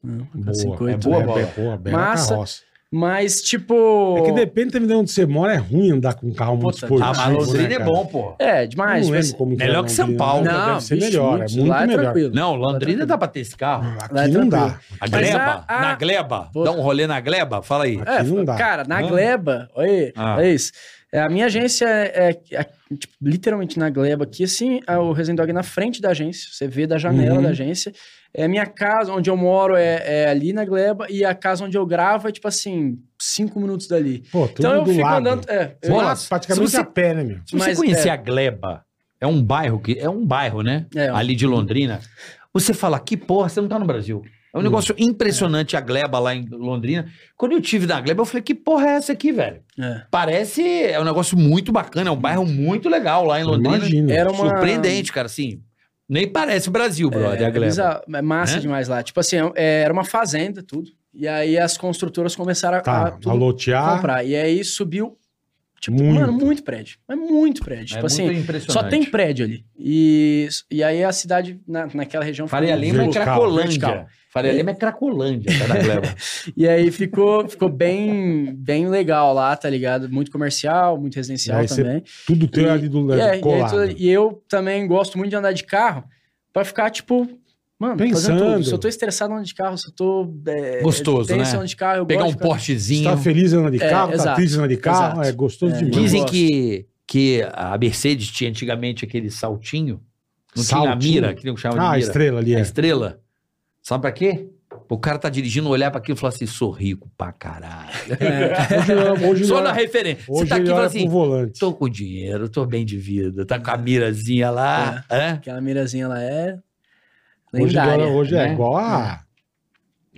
Não, uma Boa. 458. É boa, é bola. boa, boa, bela Massa. carroça. né? Mas, tipo. É que depende também de onde você mora, é ruim andar com um carro muito Puta, tá esportivo. Ah, mas Londrina né, é cara? bom, pô. É, Eu demais. não mas- lembro como que Melhor é que São Londrina, Paulo. mas Não, deve ser vixe, melhor, muito, é muito lá é melhor. tranquilo. Não, Londrina Lá dá pra ter esse carro. Lá é Aqui não dá. tranquilo. Tá A Mas gleba? a- a- Na gleba? Pô. Dá um rolê na gleba? Fala aí. É, Aqui não dá. Cara, na Ah. Gleba, olha aí, Ah. olha isso. É, a minha agência é, é- é, tipo, literalmente na Gleba aqui, assim, a- o Resident Dog é na frente da agência, você vê da janela Uhum. da agência. É, minha casa, onde eu moro, é, é ali na Gleba, e a casa onde eu gravo é, tipo assim, cinco minutos dali. Pô, tudo então eu do fico lado. andando... É, eu- Você Bola, anda praticamente se você- a pé, né, meu? Se você Mas, conhecer é. a Gleba, é um bairro que é um bairro, né? É. Ali de Londrina. Você fala que porra, você não tá no Brasil. É um negócio impressionante a Gleba lá em Londrina. Quando eu tive na Gleba, eu falei que porra é essa aqui, velho? é. Parece é um negócio muito bacana, é um bairro muito legal lá em Londrina. Imagina. Era uma... Surpreendente, cara, assim. Nem parece o Brasil, brother, a É, Gleba. bizarro, é massa Né? demais lá. Tipo assim, é- era uma fazenda, tudo. E aí as construtoras começaram a- a... Tá, Ah, tudo a lotear. comprar. E aí subiu, tipo, Muito. mano, muito prédio. Mas muito prédio. É tipo assim, muito impressionante. só tem prédio ali. E, e aí a cidade, na, naquela região... ficou Faria Lima é muito- Vertical, Cracolândia. vertical. Faria Lima é Cracolândia, cara, da Gleba. [LAUGHS] E aí ficou, ficou bem, bem legal lá, tá ligado? Muito comercial, muito E residencial aí você também. Tudo teu ali do E, é, e, aí colado. tá tu- e eu também gosto muito de andar de carro pra ficar, tipo... Mano, fazendo Pensando. tudo. Se eu tô estressado andando de carro, se eu tô... É, Gostoso, tenso né? andando de carro, eu Pegar gosto um de ficar- Você tá Porschezinho. feliz andando de É, carro, tá exato, triste andando de carro, exato. é gostoso É. demais. Dizem gosto. que, que a Mercedes tinha antigamente aquele saltinho. Não tinha a Saltinho? mira, que não chama de Ah, a mira. estrela ali A [LAUGHS] é. estrela. Sabe pra quê? O cara tá dirigindo, olhar pra aquilo e falar assim, sou rico pra caralho. Hoje, eu- hoje é. Só eu- na referência. Você Hoje tá aqui e ele fala olha assim, pro volante. tô com dinheiro, tô bem de vida, tá com a mirazinha lá. hã? Aquela mirazinha, ela é... Hoje, ele Lendária, olha- hoje é né? igual a...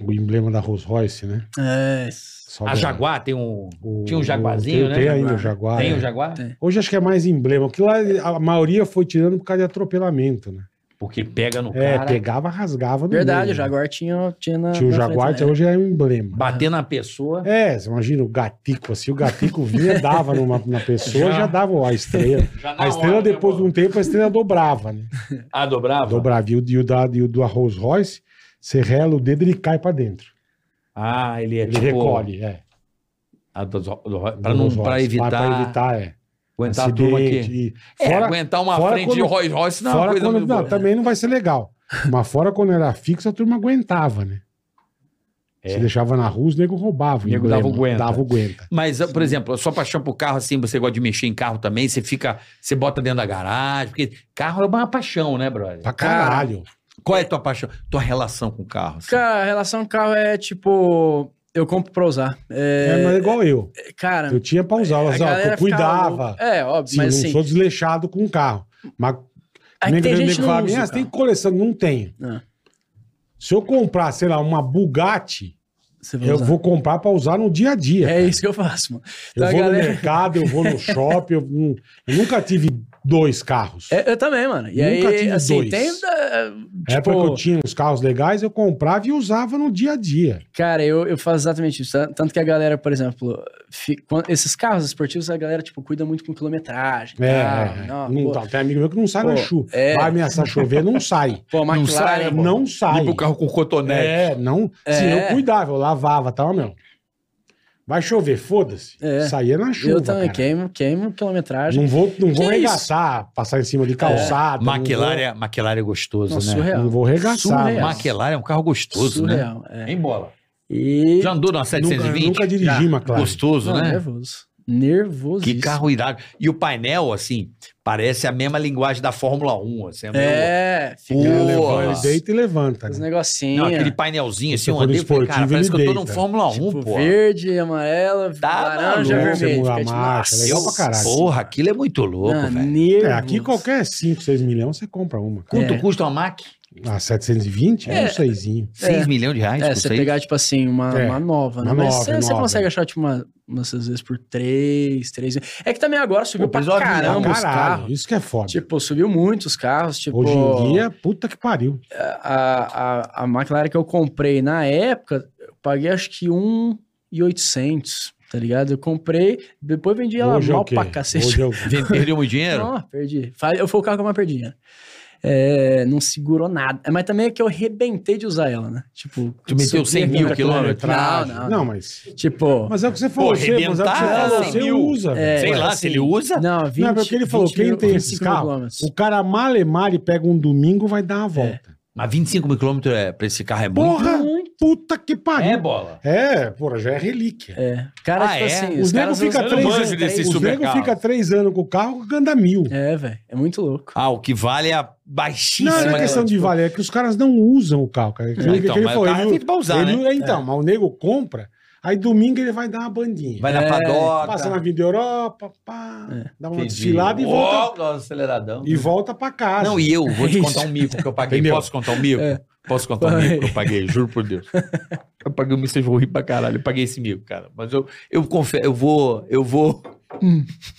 o emblema da Rolls Royce, né? É. Só É. A da- Jaguar tem um... o- tinha um jaguarzinho, tem, né? Tem ainda o Jaguar. Jaguar. tem é. o Jaguar? Tem. Hoje acho que é mais emblema, porque lá a maioria foi tirando por causa de atropelamento, né? Porque pega no É, cara, pegava, rasgava no Verdade, meio, o Jaguar tinha, tinha na. Né? Tinha o na Jaguar, frente, até né? hoje é um emblema. bater na pessoa. É, você imagina o gatico, assim, o gatico vinha, [LAUGHS] dava numa, na pessoa, já. Já. dava a [LAUGHS] estrela. Já na É. A estrela, hora, né, depois de bola? um tempo, a estrela dobrava, [LAUGHS] né? Ah, dobrava? Dobrava. E o, e o, da, e o do Rolls Royce, você rela o dedo, ele cai pra dentro. Ah, ele é Ele tipo... recolhe, é. Ah, do- do- do- pra Do não, Rolls pra Royce. evitar, Pra evitar, é. aguentar a turma aqui. acidente, e- é, Fora, aguentar uma fora frente de quando- Rolls Royce não é uma fora coisa quando. muito não, boa. também não vai ser legal. Mas fora quando era fixo, a turma aguentava, né? É. Se deixava na rua, os nego roubava. Nego dava o guenta. Dava o guenta. Mas, por exemplo, a sua paixão por carro, assim, você gosta de mexer em carro também, você fica, você bota dentro da garagem, porque carro é uma paixão, né, brother? Pra caralho. Qual é a tua paixão, tua relação com o carro? assim? Cara, a relação ao carro é tipo. Eu compro pra usar. É, É, mas é igual eu. Cara. Eu tinha pra é, usar, elas, ó, que eu galera ficava cuidava. louca. É, óbvio, Sim, mas não assim. sou desleixado com o carro. Mas Aí nego- tem nego gente que fala, não "Ah, usa. você tem Tem... coleção, não tenho. Ah. Se eu comprar, sei lá, uma Bugatti, Você vai Eu usar. vou comprar pra usar no dia a dia. É isso que eu faço, mano. Eu Então, a vou galera- no mercado, eu vou no shopping. Eu, nu- eu nunca tive dois carros. É, eu também, mano. E Nunca aí, tive assim, dois. tem. da- É tipo, porque eu tinha uns carros legais, eu comprava e usava no dia a dia. Cara, eu, eu faço exatamente isso. Tan- Tanto que a galera, por exemplo, fi- quan- esses carros esportivos, a galera, tipo, cuida muito com quilometragem. É, é. tal. Ah, Não, Não pô, tá- tem amigo meu que não sai Pô, na chuva. é. Vai ameaçar chover, não sai. pô, a Não sai, McLaren. né, não sai. Limpa o carro com cotonete. É, não. Se É. eu cuidava, eu lavava, tal, meu. Vai chover, foda-se. É. Saía na chuva. eu também cara. queimo, queimo quilometragem. Não vou, não vou Que isso? É. regaçar, passar em cima de calçada. não Maquilária, é- maquilária é gostoso, Nossa, né? surreal. Não vou arregaçar, Surreal. Maquilária é um carro gostoso, né? Surreal. é. Em bola. E. Já andou na vou- Nunca, 720? nunca dirigi, McLaren. Gostoso, Não, né? Nervoso. Nervoso. Que carro irado. E o painel, assim, parece a mesma linguagem da Fórmula 1. Assim, é meio- É, Pô, fica Ele levanta, ele Nossa. deita e levanta. os né? negocinhos. Não, aquele painelzinho, assim, Se um for no andei, falei, cara, esportivo, parece que ele eu tô num deita. Fórmula 1, tipo, pô. verde, amarela, Tá laranja, maluco. vermelho. Você Fica, tipo, mudar a marcha, nossa, legal é pra caralho. é Porra, aquilo é muito louco, Ah, velho. nervoso. É, aqui qualquer 5, 6 milhões você compra uma. Cara. Quanto É. custa uma Mac? A 720 é, É. um 6zinho. 6 milhões de reais? É, custa você aí? pegar, tipo assim, uma, É, uma nova, né? uma Mas nova, você, você nova. consegue achar, tipo, uma, umas vezes por três, três... É que também agora subiu Pô, pra mas olha, caramba Pra os carros. isso que é foda. Tipo, subiu muito os carros, tipo... Hoje em dia, puta que pariu. A, a, a McLaren que eu comprei na época, eu paguei acho que 1,800, tá ligado? Eu comprei, depois vendi ela Hoje é mal o quê? pra cacete. Hoje é o... [LAUGHS] Vem- Perdeu muito [LAUGHS] é dinheiro? Não, perdi. Fa- Eu fui o carro que eu mais perdi. dinheiro. É, não segurou nada. Mas também é que eu arrebentei de usar ela, né? Tipo, Tu meteu 100 mil subia- quilômetros? Não, Não, não. mas... Tipo, Mas é o que você falou, Pô, você, mas é o que você, arrebentar, falou, cem você mil. usa. velho. Sei é, lá, se assim, ele usa. não, 20, não, é porque ele falou, 20 mil- quem tem esses 25 mil carros, quilômetros. o cara malemar e pega um domingo vai dar uma volta. Mas 25 mil quilômetros é, pra esse carro é muito. Porra, puta que pariu. bola. É, porra, já é relíquia. É. Cara, Ah, tipo é? assim, Os nego caras fica usam- usando três banjo anos, desses os nego supercarros. fica três anos com o carro, ganda mil. É, velho. É muito louco. Ah, o que vale é a baixíssima. Não, não é né? questão de tipo- valer, é que os caras não usam o carro, cara. Que- Não, que- então, que ele mas falou, o carro ele- tem pra usar, ele- né? é, Então, mas o nego compra, aí domingo ele vai dar uma bandinha. Vai na É, padoca. Passa na Avenida Europa, pá, dá uma Entendi. desfilada e volta, Uou, dá um aceleradão. e volta pra casa. Não, e eu vou te É contar um mico que eu paguei. Entendeu? Posso contar um mico? Posso contar um Vai. mico que eu paguei, juro por Deus. Eu paguei um mico, vocês vão rir pra caralho. Eu paguei esse mico, cara. Mas eu, eu confesso, eu vou, eu vou... [LAUGHS]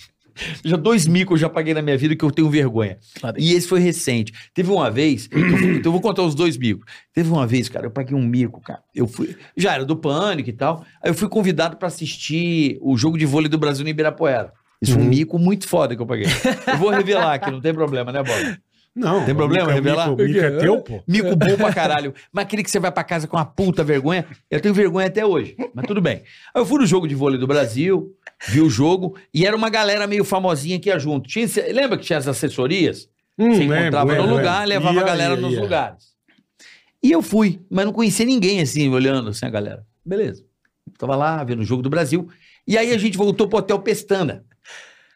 Já dois micos eu já paguei na minha vida que eu tenho vergonha. Lá dentro. E esse foi recente. Teve uma vez, então eu vou- então eu vou contar os dois micos. Teve uma vez, cara, eu paguei um mico, cara. Eu fui, já era do pânico e tal. Aí eu fui convidado pra assistir o jogo de vôlei do Brasil no Ibirapuera. Isso foi um mico muito foda que eu paguei. Eu vou revelar aqui, não tem problema, né, Bola? Não, Tem problema o mico- revelar? O mico é teu, pô. Mico bom pra caralho. Mas aquele que você vai pra casa com uma puta vergonha. Eu tenho vergonha até hoje, mas tudo bem. Aí eu fui no jogo de vôlei do Brasil, vi o jogo, e era uma galera meio famosinha que ia junto. Tinha, esse- lembra que tinha as assessorias? Hum, você lembro, encontrava no lembro, lugar, lembro. levava Ia, a galera ia, nos ia. lugares. E eu fui, mas não conhecia ninguém assim, olhando assim a galera. Beleza. Tava lá, vendo o jogo do Brasil. E aí a gente voltou pro Hotel Pestana.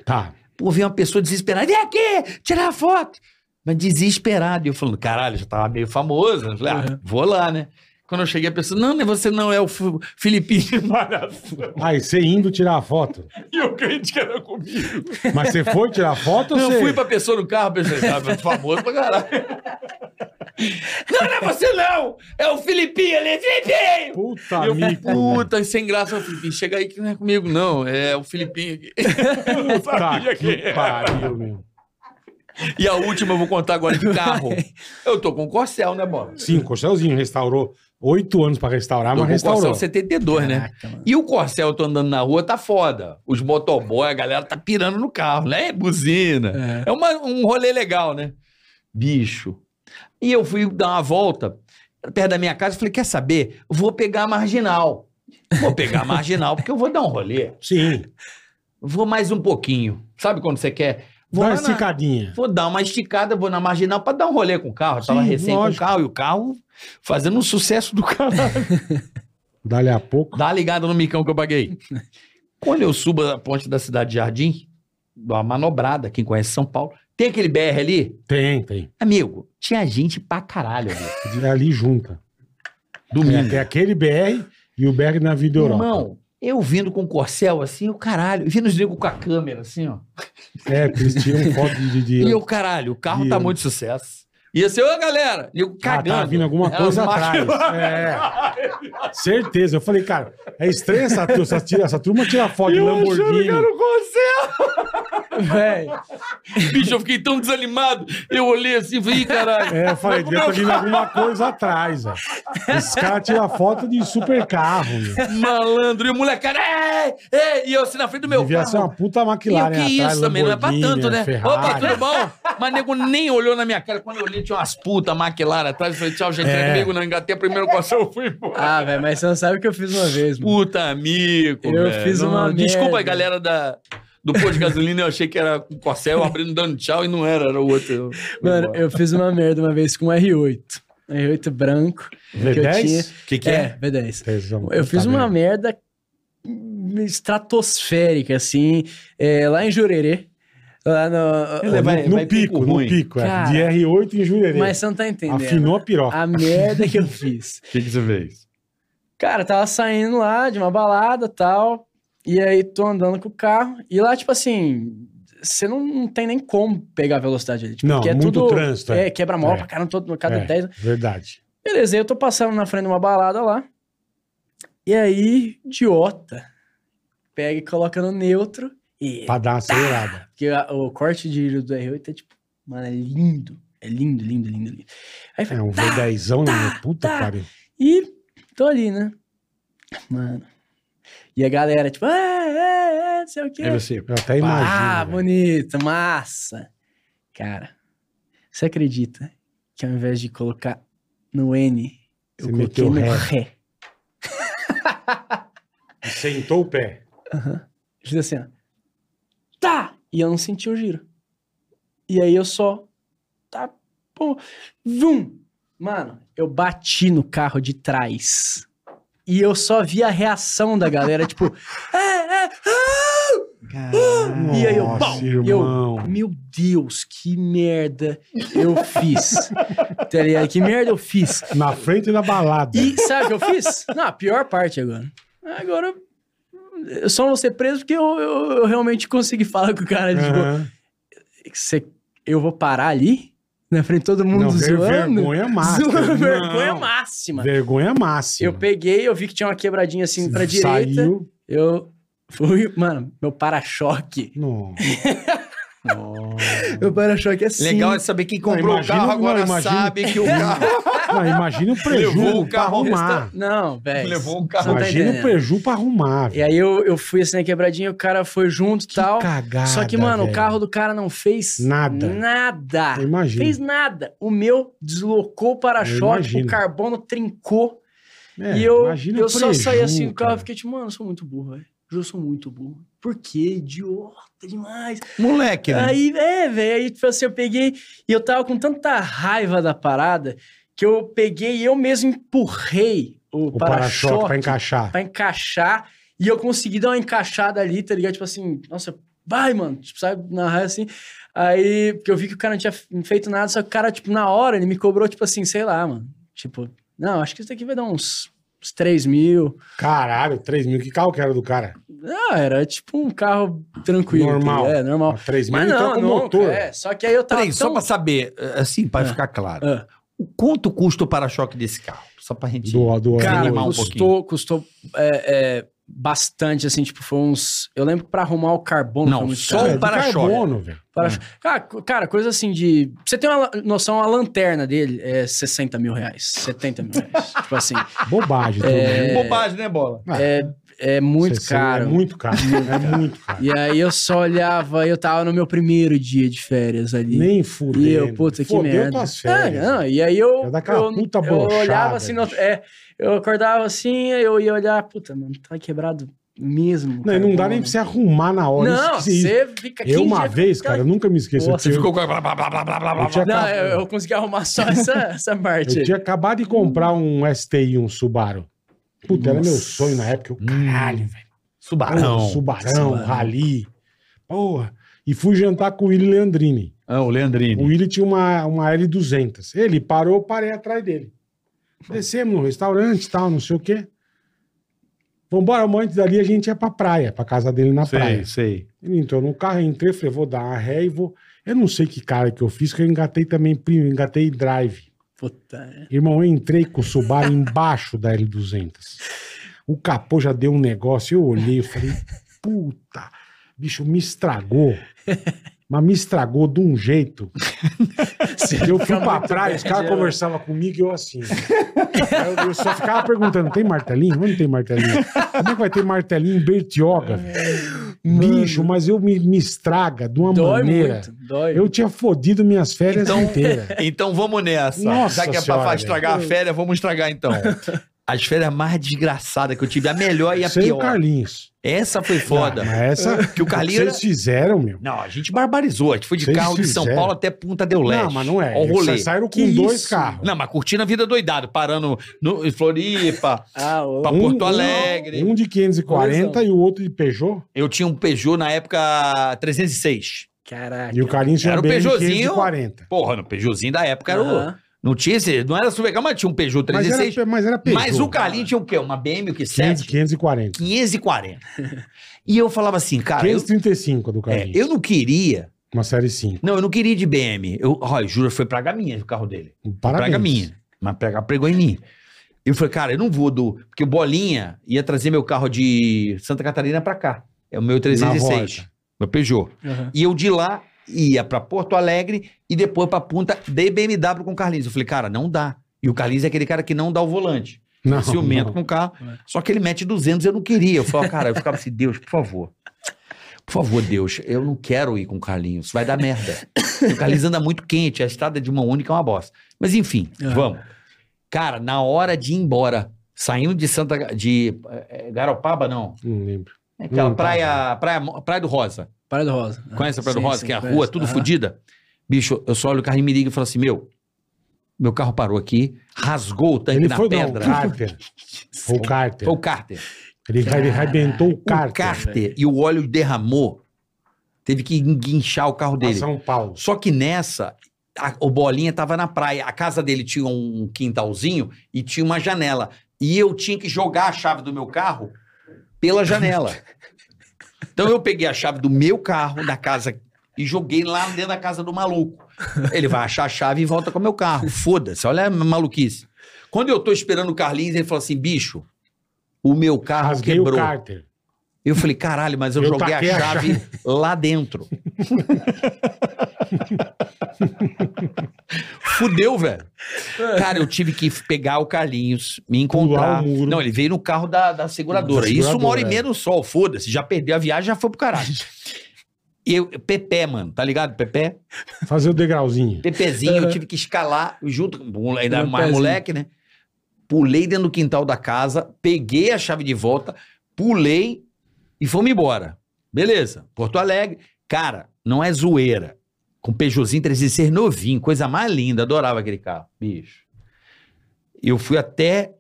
Tá. Pô, veio uma pessoa desesperada, vem aqui, tirar a foto. Mas desesperado. E eu falando, caralho, já tava meio famoso. Eu falei, ah, vou lá, né? Quando eu cheguei, a pessoa, não, né, você não é o F- Filipinho [LAUGHS] Maravilha. Aí você indo tirar a foto. E o crente que era comigo. Mas você foi tirar a foto ou Não, você... eu fui pra pessoa no carro, pensei, tá famoso pra caralho. [LAUGHS] não, não é você não! É o Filipinho ali, Filipinho! Puta, E eu, mico. velho. puta, é sem graça, Filipinho, chega aí que não é comigo, não. É o Filipinho aqui. eu não Tá sabia quem que era. pariu, meu. E a última eu vou contar agora de carro. Eu tô com o Corcel, né, Bola? Sim, o Corcelzinho restaurou. Oito anos pra restaurar, Tô mas com o Corcel restaurou. 72, né? Caraca, mano. E o Corcel, eu tô andando na rua, tá foda. Os motoboy, a galera tá pirando no carro, né? Buzina. É, uma- um rolê legal, né? Bicho. E eu fui dar uma volta perto da minha casa falei, quer saber? Vou pegar a marginal. Vou pegar [LAUGHS] a marginal, porque eu vou dar um rolê. Sim, Vou mais um pouquinho. Sabe quando você quer? Vou dá uma lá na- esticadinha. Vou dar uma esticada, vou na marginal pra dar um rolê com o carro. Eu tava Sim, recém lógico. com o carro e o carro fazendo um sucesso do caralho. Dali a pouco. Dá uma ligada no micão que eu paguei. Quando eu subo a ponte da Cidade de Jardim, dou uma manobrada, quem conhece São Paulo, tem aquele BR ali? Tem, tem. Amigo, tinha gente pra caralho ali. Ali junta. Domingo. É, tem aquele BR e o BR na Vida Europa. Irmão, eu vindo com o Corcel assim, o caralho, vindo os negros com a câmera assim, ó. [LAUGHS] É, porque eles tiram foto de. de- de- E eu, caralho, o carro E tá eu- muito sucesso. E assim, ô galera, e eu Ah, cagando. tá vindo alguma Era coisa uma- atrás. É. Certeza. Eu falei, cara, é estranha essa turma. Essa, tira- essa turma tira foto de Eu achando Lamborghini. um que era o conselho. Véi, Bicho, eu fiquei tão desanimado. Eu olhei assim e falei, "Ih, caralho. É, eu [LAUGHS] falei, Mas deve como tá vindo alguma coisa atrás, ó. Esse cara tira foto de super carro, meu. Malandro, e é o molecada, é, é, e eu assim na frente do meu Devia carro. ser uma puta né, McLaren e o que atrás, isso também, não é pra Lamborghini, tanto, né? Opa, Ferrari. tudo bom? Mas nego nem olhou na minha cara. Quando eu olhei, tinha umas putas maquilaram atrás. Eu falei, tchau, gente, não é É. comigo não. Engatei o primeiro coração, eu fui embora. ah, velho, mas você não sabe o que eu fiz uma vez, mano. Puta amigo, Eu velho. fiz Não, uma Desculpa aí, merda. galera da... do posto de gasolina. Eu achei que era com o Corcel abrindo, dando tchau e não era, era o outro. Eu fui Mano, embora. eu fiz uma merda uma vez com um R8. R8 branco. Que eu tinha. V10? Que que É, V10. Vocês vão- Eu fiz tá uma vendo? merda estratosférica, assim, é, lá em Jurerê. Lá no. Ele vai- no vai é pico, pico no ruim. pico, é. Cara. De R8 em Jurerê. Mas você não tá entendendo. Afinou a piroca. A [LAUGHS] merda que eu fiz. O que, que você fez? Cara, eu tava saindo lá de uma balada tal. E aí tô andando com o carro. E lá, tipo assim, você não, não tem nem como pegar a velocidade ali. Tipo, Não, porque é muito tudo. trânsito, é. É, quebra mó É. pra caramba, todo, cada É, 10. Verdade. Beleza, aí eu tô passando na frente de uma balada lá. E aí, idiota, pega e coloca no neutro. E. Pra dar uma acelerada. Porque a- o corte de giro do R8 é tipo. Mano, é lindo. É lindo, lindo, lindo, lindo. Aí eu É falei, um tá, V10zão, tá, né? Puta tá. pariu. e tô ali, né? Mano. E a galera, tipo, é, é, é, não sei o quê. É você. Eu até imagino. ah, velho. bonito, massa. Cara, você acredita que ao invés de colocar no N, eu Você coloquei meteu no ré. Ré? E Sentou o pé. Eu fiz assim, ó. Tá! E eu não senti o giro. E aí eu só. Tá, pô. Vum! Mano, eu bati no carro de trás. E eu só vi a reação da galera, tipo. [LAUGHS] É, é, ah! E aí eu, Nossa, bom, irmão. eu, meu Deus, que merda eu fiz. [LAUGHS] tá ligado? Que merda eu fiz. Na frente da balada. E sabe o que eu fiz? Não, a pior parte agora. Agora eu só não vou ser preso porque eu, eu- eu realmente consegui falar com o cara. Tipo, Aham. "Cê- eu vou parar ali? Na frente de todo mundo Não, ver- Um zoando? vergonha é [LAUGHS] máxima. Zoando, Não. vergonha é máxima. Vergonha máxima. Eu peguei, eu vi que tinha uma quebradinha assim pra direita. Saiu. Eu fui, mano, meu para-choque. Nossa. Meu para-choque é assim. Legal é saber quem comprou Não, imagina- o carro não, agora imagina- sabe [LAUGHS] que o É, carro Não, imagina o preju Levou o pra carro ao arrumar. Não, velho. levou um carro. Não tá Imagina o entendendo. preju pra arrumar. E velho. aí eu, eu fui assim na quebradinha, o cara foi junto e tal. Cagada, Só que, mano, velho. o carro do cara não fez Nada. Nada. Eu imagino. Fez nada. O meu deslocou o Eu para-choque, imagino. o carbono trincou. É, e eu, imagina eu o só saí preju, assim do carro cara. e fiquei tipo, mano, eu sou muito burro, velho. Eu sou muito burro. Por quê? Idiota demais. Moleque, né? Aí, é, velho. Aí, tipo assim, eu peguei e eu tava com tanta raiva da parada que eu peguei e eu mesmo empurrei o, O para-choque para-choque pra encaixar. pra encaixar. E eu consegui dar uma encaixada ali, tá ligado? Tipo assim, nossa, vai, mano. Tipo, sai na raia assim. Aí, porque eu vi que o cara não tinha feito nada, só que o cara, tipo, na hora, ele me cobrou, tipo assim, sei lá, mano. Tipo, não, acho que isso daqui vai dar uns, uns 3 mil. Caralho, 3 mil. Que carro que era do cara? Ah, era tipo um carro tranquilo. tá Normal. ligado? É, normal. 3 mil Mas então não, com não, motor. é. Só que aí eu tava tá Peraí, só tão- pra saber, assim, pra Ah. ficar claro. Ah. O quanto custa o para-choque desse carro? Só pra gente. Do, do Cara, animar um custou, custou é, é, bastante, assim, tipo, foi uns... Eu lembro que pra arrumar o carbono Não, foi muito só caro. o é do para-choque. carbono, velho. Para- Cara, co- cara, coisa assim de. Você tem uma la- noção, a lanterna dele é 60 mil reais, 70 mil reais. [LAUGHS] tipo assim, Bobagem. tudo bem. Bobagem, né, bola? Ah, é muito você- caro. É muito caro. É muito caro. E aí eu só olhava, eu tava no meu primeiro dia de férias ali. Nem fudeu. E eu, puta, que merda. tuas férias. É, não, e aí eu, Já dá aquela eu, puta eu brochada, olhava assim, no- bicho. é, eu acordava assim, aí eu ia olhar, puta, mano, tá quebrado mesmo. Não, e cara, não dá pô, nem mano. pra você arrumar na hora. Não, é isso que você- você fica Eu 15 uma dias vez, com cara, aquela- eu nunca me esqueço. Nossa, Você eu, tinha- ficou com. Blá, blá, blá, blá, blá, blá, eu tinha, Não, acabado- eu, eu consegui arrumar só essa, [LAUGHS] essa eu parte. aí. tinha acabado de comprar um STI, um Subaru. Puta, era Nossa. meu sonho na época. Eu, caralho, velho. Subarão. Pô, é Subarão, Subarão. Rally. Porra. E fui jantar com o Willi Leandrini. Ah, o O Leandrini. Willi tinha uma, uma L200. Ele parou, eu parei atrás dele. Descemos no restaurante e tal, não sei o quê. Vambora, amanhã antes dali a gente ia pra praia, pra casa dele na praia. sei. Ele entrou no carro, eu entrei, falei, vou dar uma ré e vou. Eu não sei que cara que eu fiz, que eu engatei também, primo, engatei drive. Puta. é. Irmão, eu entrei com o Subaru embaixo da L200. O capô já deu um negócio, eu olhei, eu falei, puta, bicho, me estragou. Mas me estragou de um jeito. que eu fui pra praia, os caras conversavam comigo e eu assim. Aí eu, eu só ficava perguntando: tem martelinho? Onde tem martelinho? Como é que vai ter martelinho em Bertioga? É, velho? Bicho, mas eu me, me estraga de uma Dói maneira. muito, dói. Eu tinha fodido minhas férias Então- inteiras. Então vamos nessa. Nossa Já que é pra senhora. É. estragar a férias, vamos estragar então. As férias mais desgraçadas que eu tive, a melhor [LAUGHS] e a Sem o pior. Carlinhos. Essa foi foda. É. Não, mas Ah, essa. Que o Carlinhos era- Vocês fizeram, meu. Não, a gente barbarizou. A gente foi de Vocês carro de São fizeram. Paulo até Punta del Leste. Não, mas não é. Ó o Eles rolê. sa- saíram com Que dois isso? carros. Não, mas curtindo a vida doidado, parando no, em Floripa, Ah, ô. pra Porto Alegre. Um de 540 e o outro de Peugeot. Eu tinha um Peugeot na época 306. Caraca. E o Carlinhos tinha Era um o Peugeotzinho. 540. Porra, no Peugeotzinho da época era o- Aham. Não tinha esse, não era Supercar, mas tinha um Peugeot Mas 306. era, mas era Peugeot. Mas o Carlinhos tinha o quê? Uma BMW que 500, 7? 540. 540. E eu falava assim, cara, eu, 535 do é, Carlinhos. eu não queria. Uma série 5. Não, eu não queria ir de BM. Eu, ó, eu juro, foi praga minha o carro dele. Parabéns. Praga minha. Mas pega, pregou em mim. Eu falei, cara, eu não vou do. Porque o Bolinha ia trazer meu carro de Santa Catarina pra cá. É o meu 306. volta. Meu Peugeot. Aham. E eu de lá ia pra Porto Alegre e depois pra Punta de BMW com o Carlinhos. Eu falei, cara, não dá. E o Carlinhos é aquele cara que não dá o volante. Não, ciumento não. com o carro. É. Só que ele mete 200 eu não queria. Eu falei, cara, eu ficava assim, Deus, por favor. Por favor, Deus, eu não quero ir com o Carlinhos. Vai dar merda. E o Carlinhos anda muito quente. A estrada de mão única é uma bosta. Mas enfim, É. vamos. Cara, na hora de ir embora, saindo de Santa... De eh, eh, Garopaba, não. Não lembro. É Aquela Não, tá praia, praia... Praia do Rosa. Praia do Rosa. Aham. Conhece a Praia do Sim, Rosa, sim, que é a conheço. rua, tudo Aham. fodida? Bicho, eu só olho o carro e me liga e falo assim: meu, meu carro parou aqui, rasgou o tanque Ele tá na foi não, pedra. o [LAUGHS] Carter. Foi o Carter. Foi o cárter. Ele, ele arrebentou o O Carter. né? cárter. E o óleo derramou. Teve que enguinchar o carro pra dele. São Paulo. Só que nessa, a- o Bolinha tava na praia. A casa dele tinha um quintalzinho e tinha uma janela. E eu tinha que jogar a chave do meu carro pela janela. [LAUGHS] Então eu peguei a chave do meu carro da casa e joguei lá dentro da casa do maluco. Ele vai achar a chave e volta com o meu carro. Foda-se, olha a maluquice. Quando eu tô esperando o Carlinhos, ele falou assim: bicho, o meu carro Rasguei quebrou. o Carter. Eu falei, caralho, mas eu, Eu joguei a taquei a chave, [LAUGHS] lá dentro. Fudeu, velho. Cara, eu tive que pegar o Carlinhos, me encontrar. Pular o muro. Não, ele veio no carro da, da seguradora. Da Isso uma seguradora, hora e é. meia no sol, foda-se. Já perdeu a viagem, já foi [LAUGHS] pro caralho. E eu, Pepe, mano, tá ligado? Pepe? Fazer o [LAUGHS] degrauzinho. Pepezinho, eu tive que escalar junto com ainda Pelo mais pezinho. moleque, né? Pulei dentro do quintal da casa, peguei a chave de volta, pulei e fomos embora. Beleza, Porto Alegre. Cara, não é zoeira. Com Peugeotzinho 306 novinho, coisa mais linda, adorava aquele carro, bicho. Eu fui até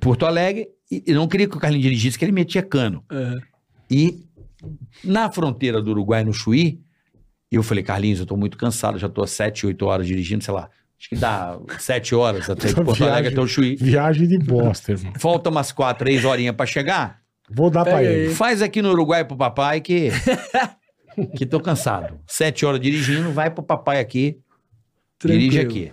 Porto Alegre e e não queria que o Carlinhos dirigisse, que ele metia cano. Aham. E na fronteira do Uruguai, no Chuí, eu falei, Carlinhos, eu tô muito cansado, já tô há 7, 8 horas dirigindo, sei lá, acho que dá 7 horas até de Tua Porto Alegre viagem. até o Chuí. Viagem de bosta, irmão. Falta umas 4, 3 horinhas pra chegar. Vou dar Pega pra aí. ele. Faz aqui no Uruguai pro papai que. que tô cansado. 7 horas dirigindo, vai pro papai aqui, dirige Tranquilo. aqui.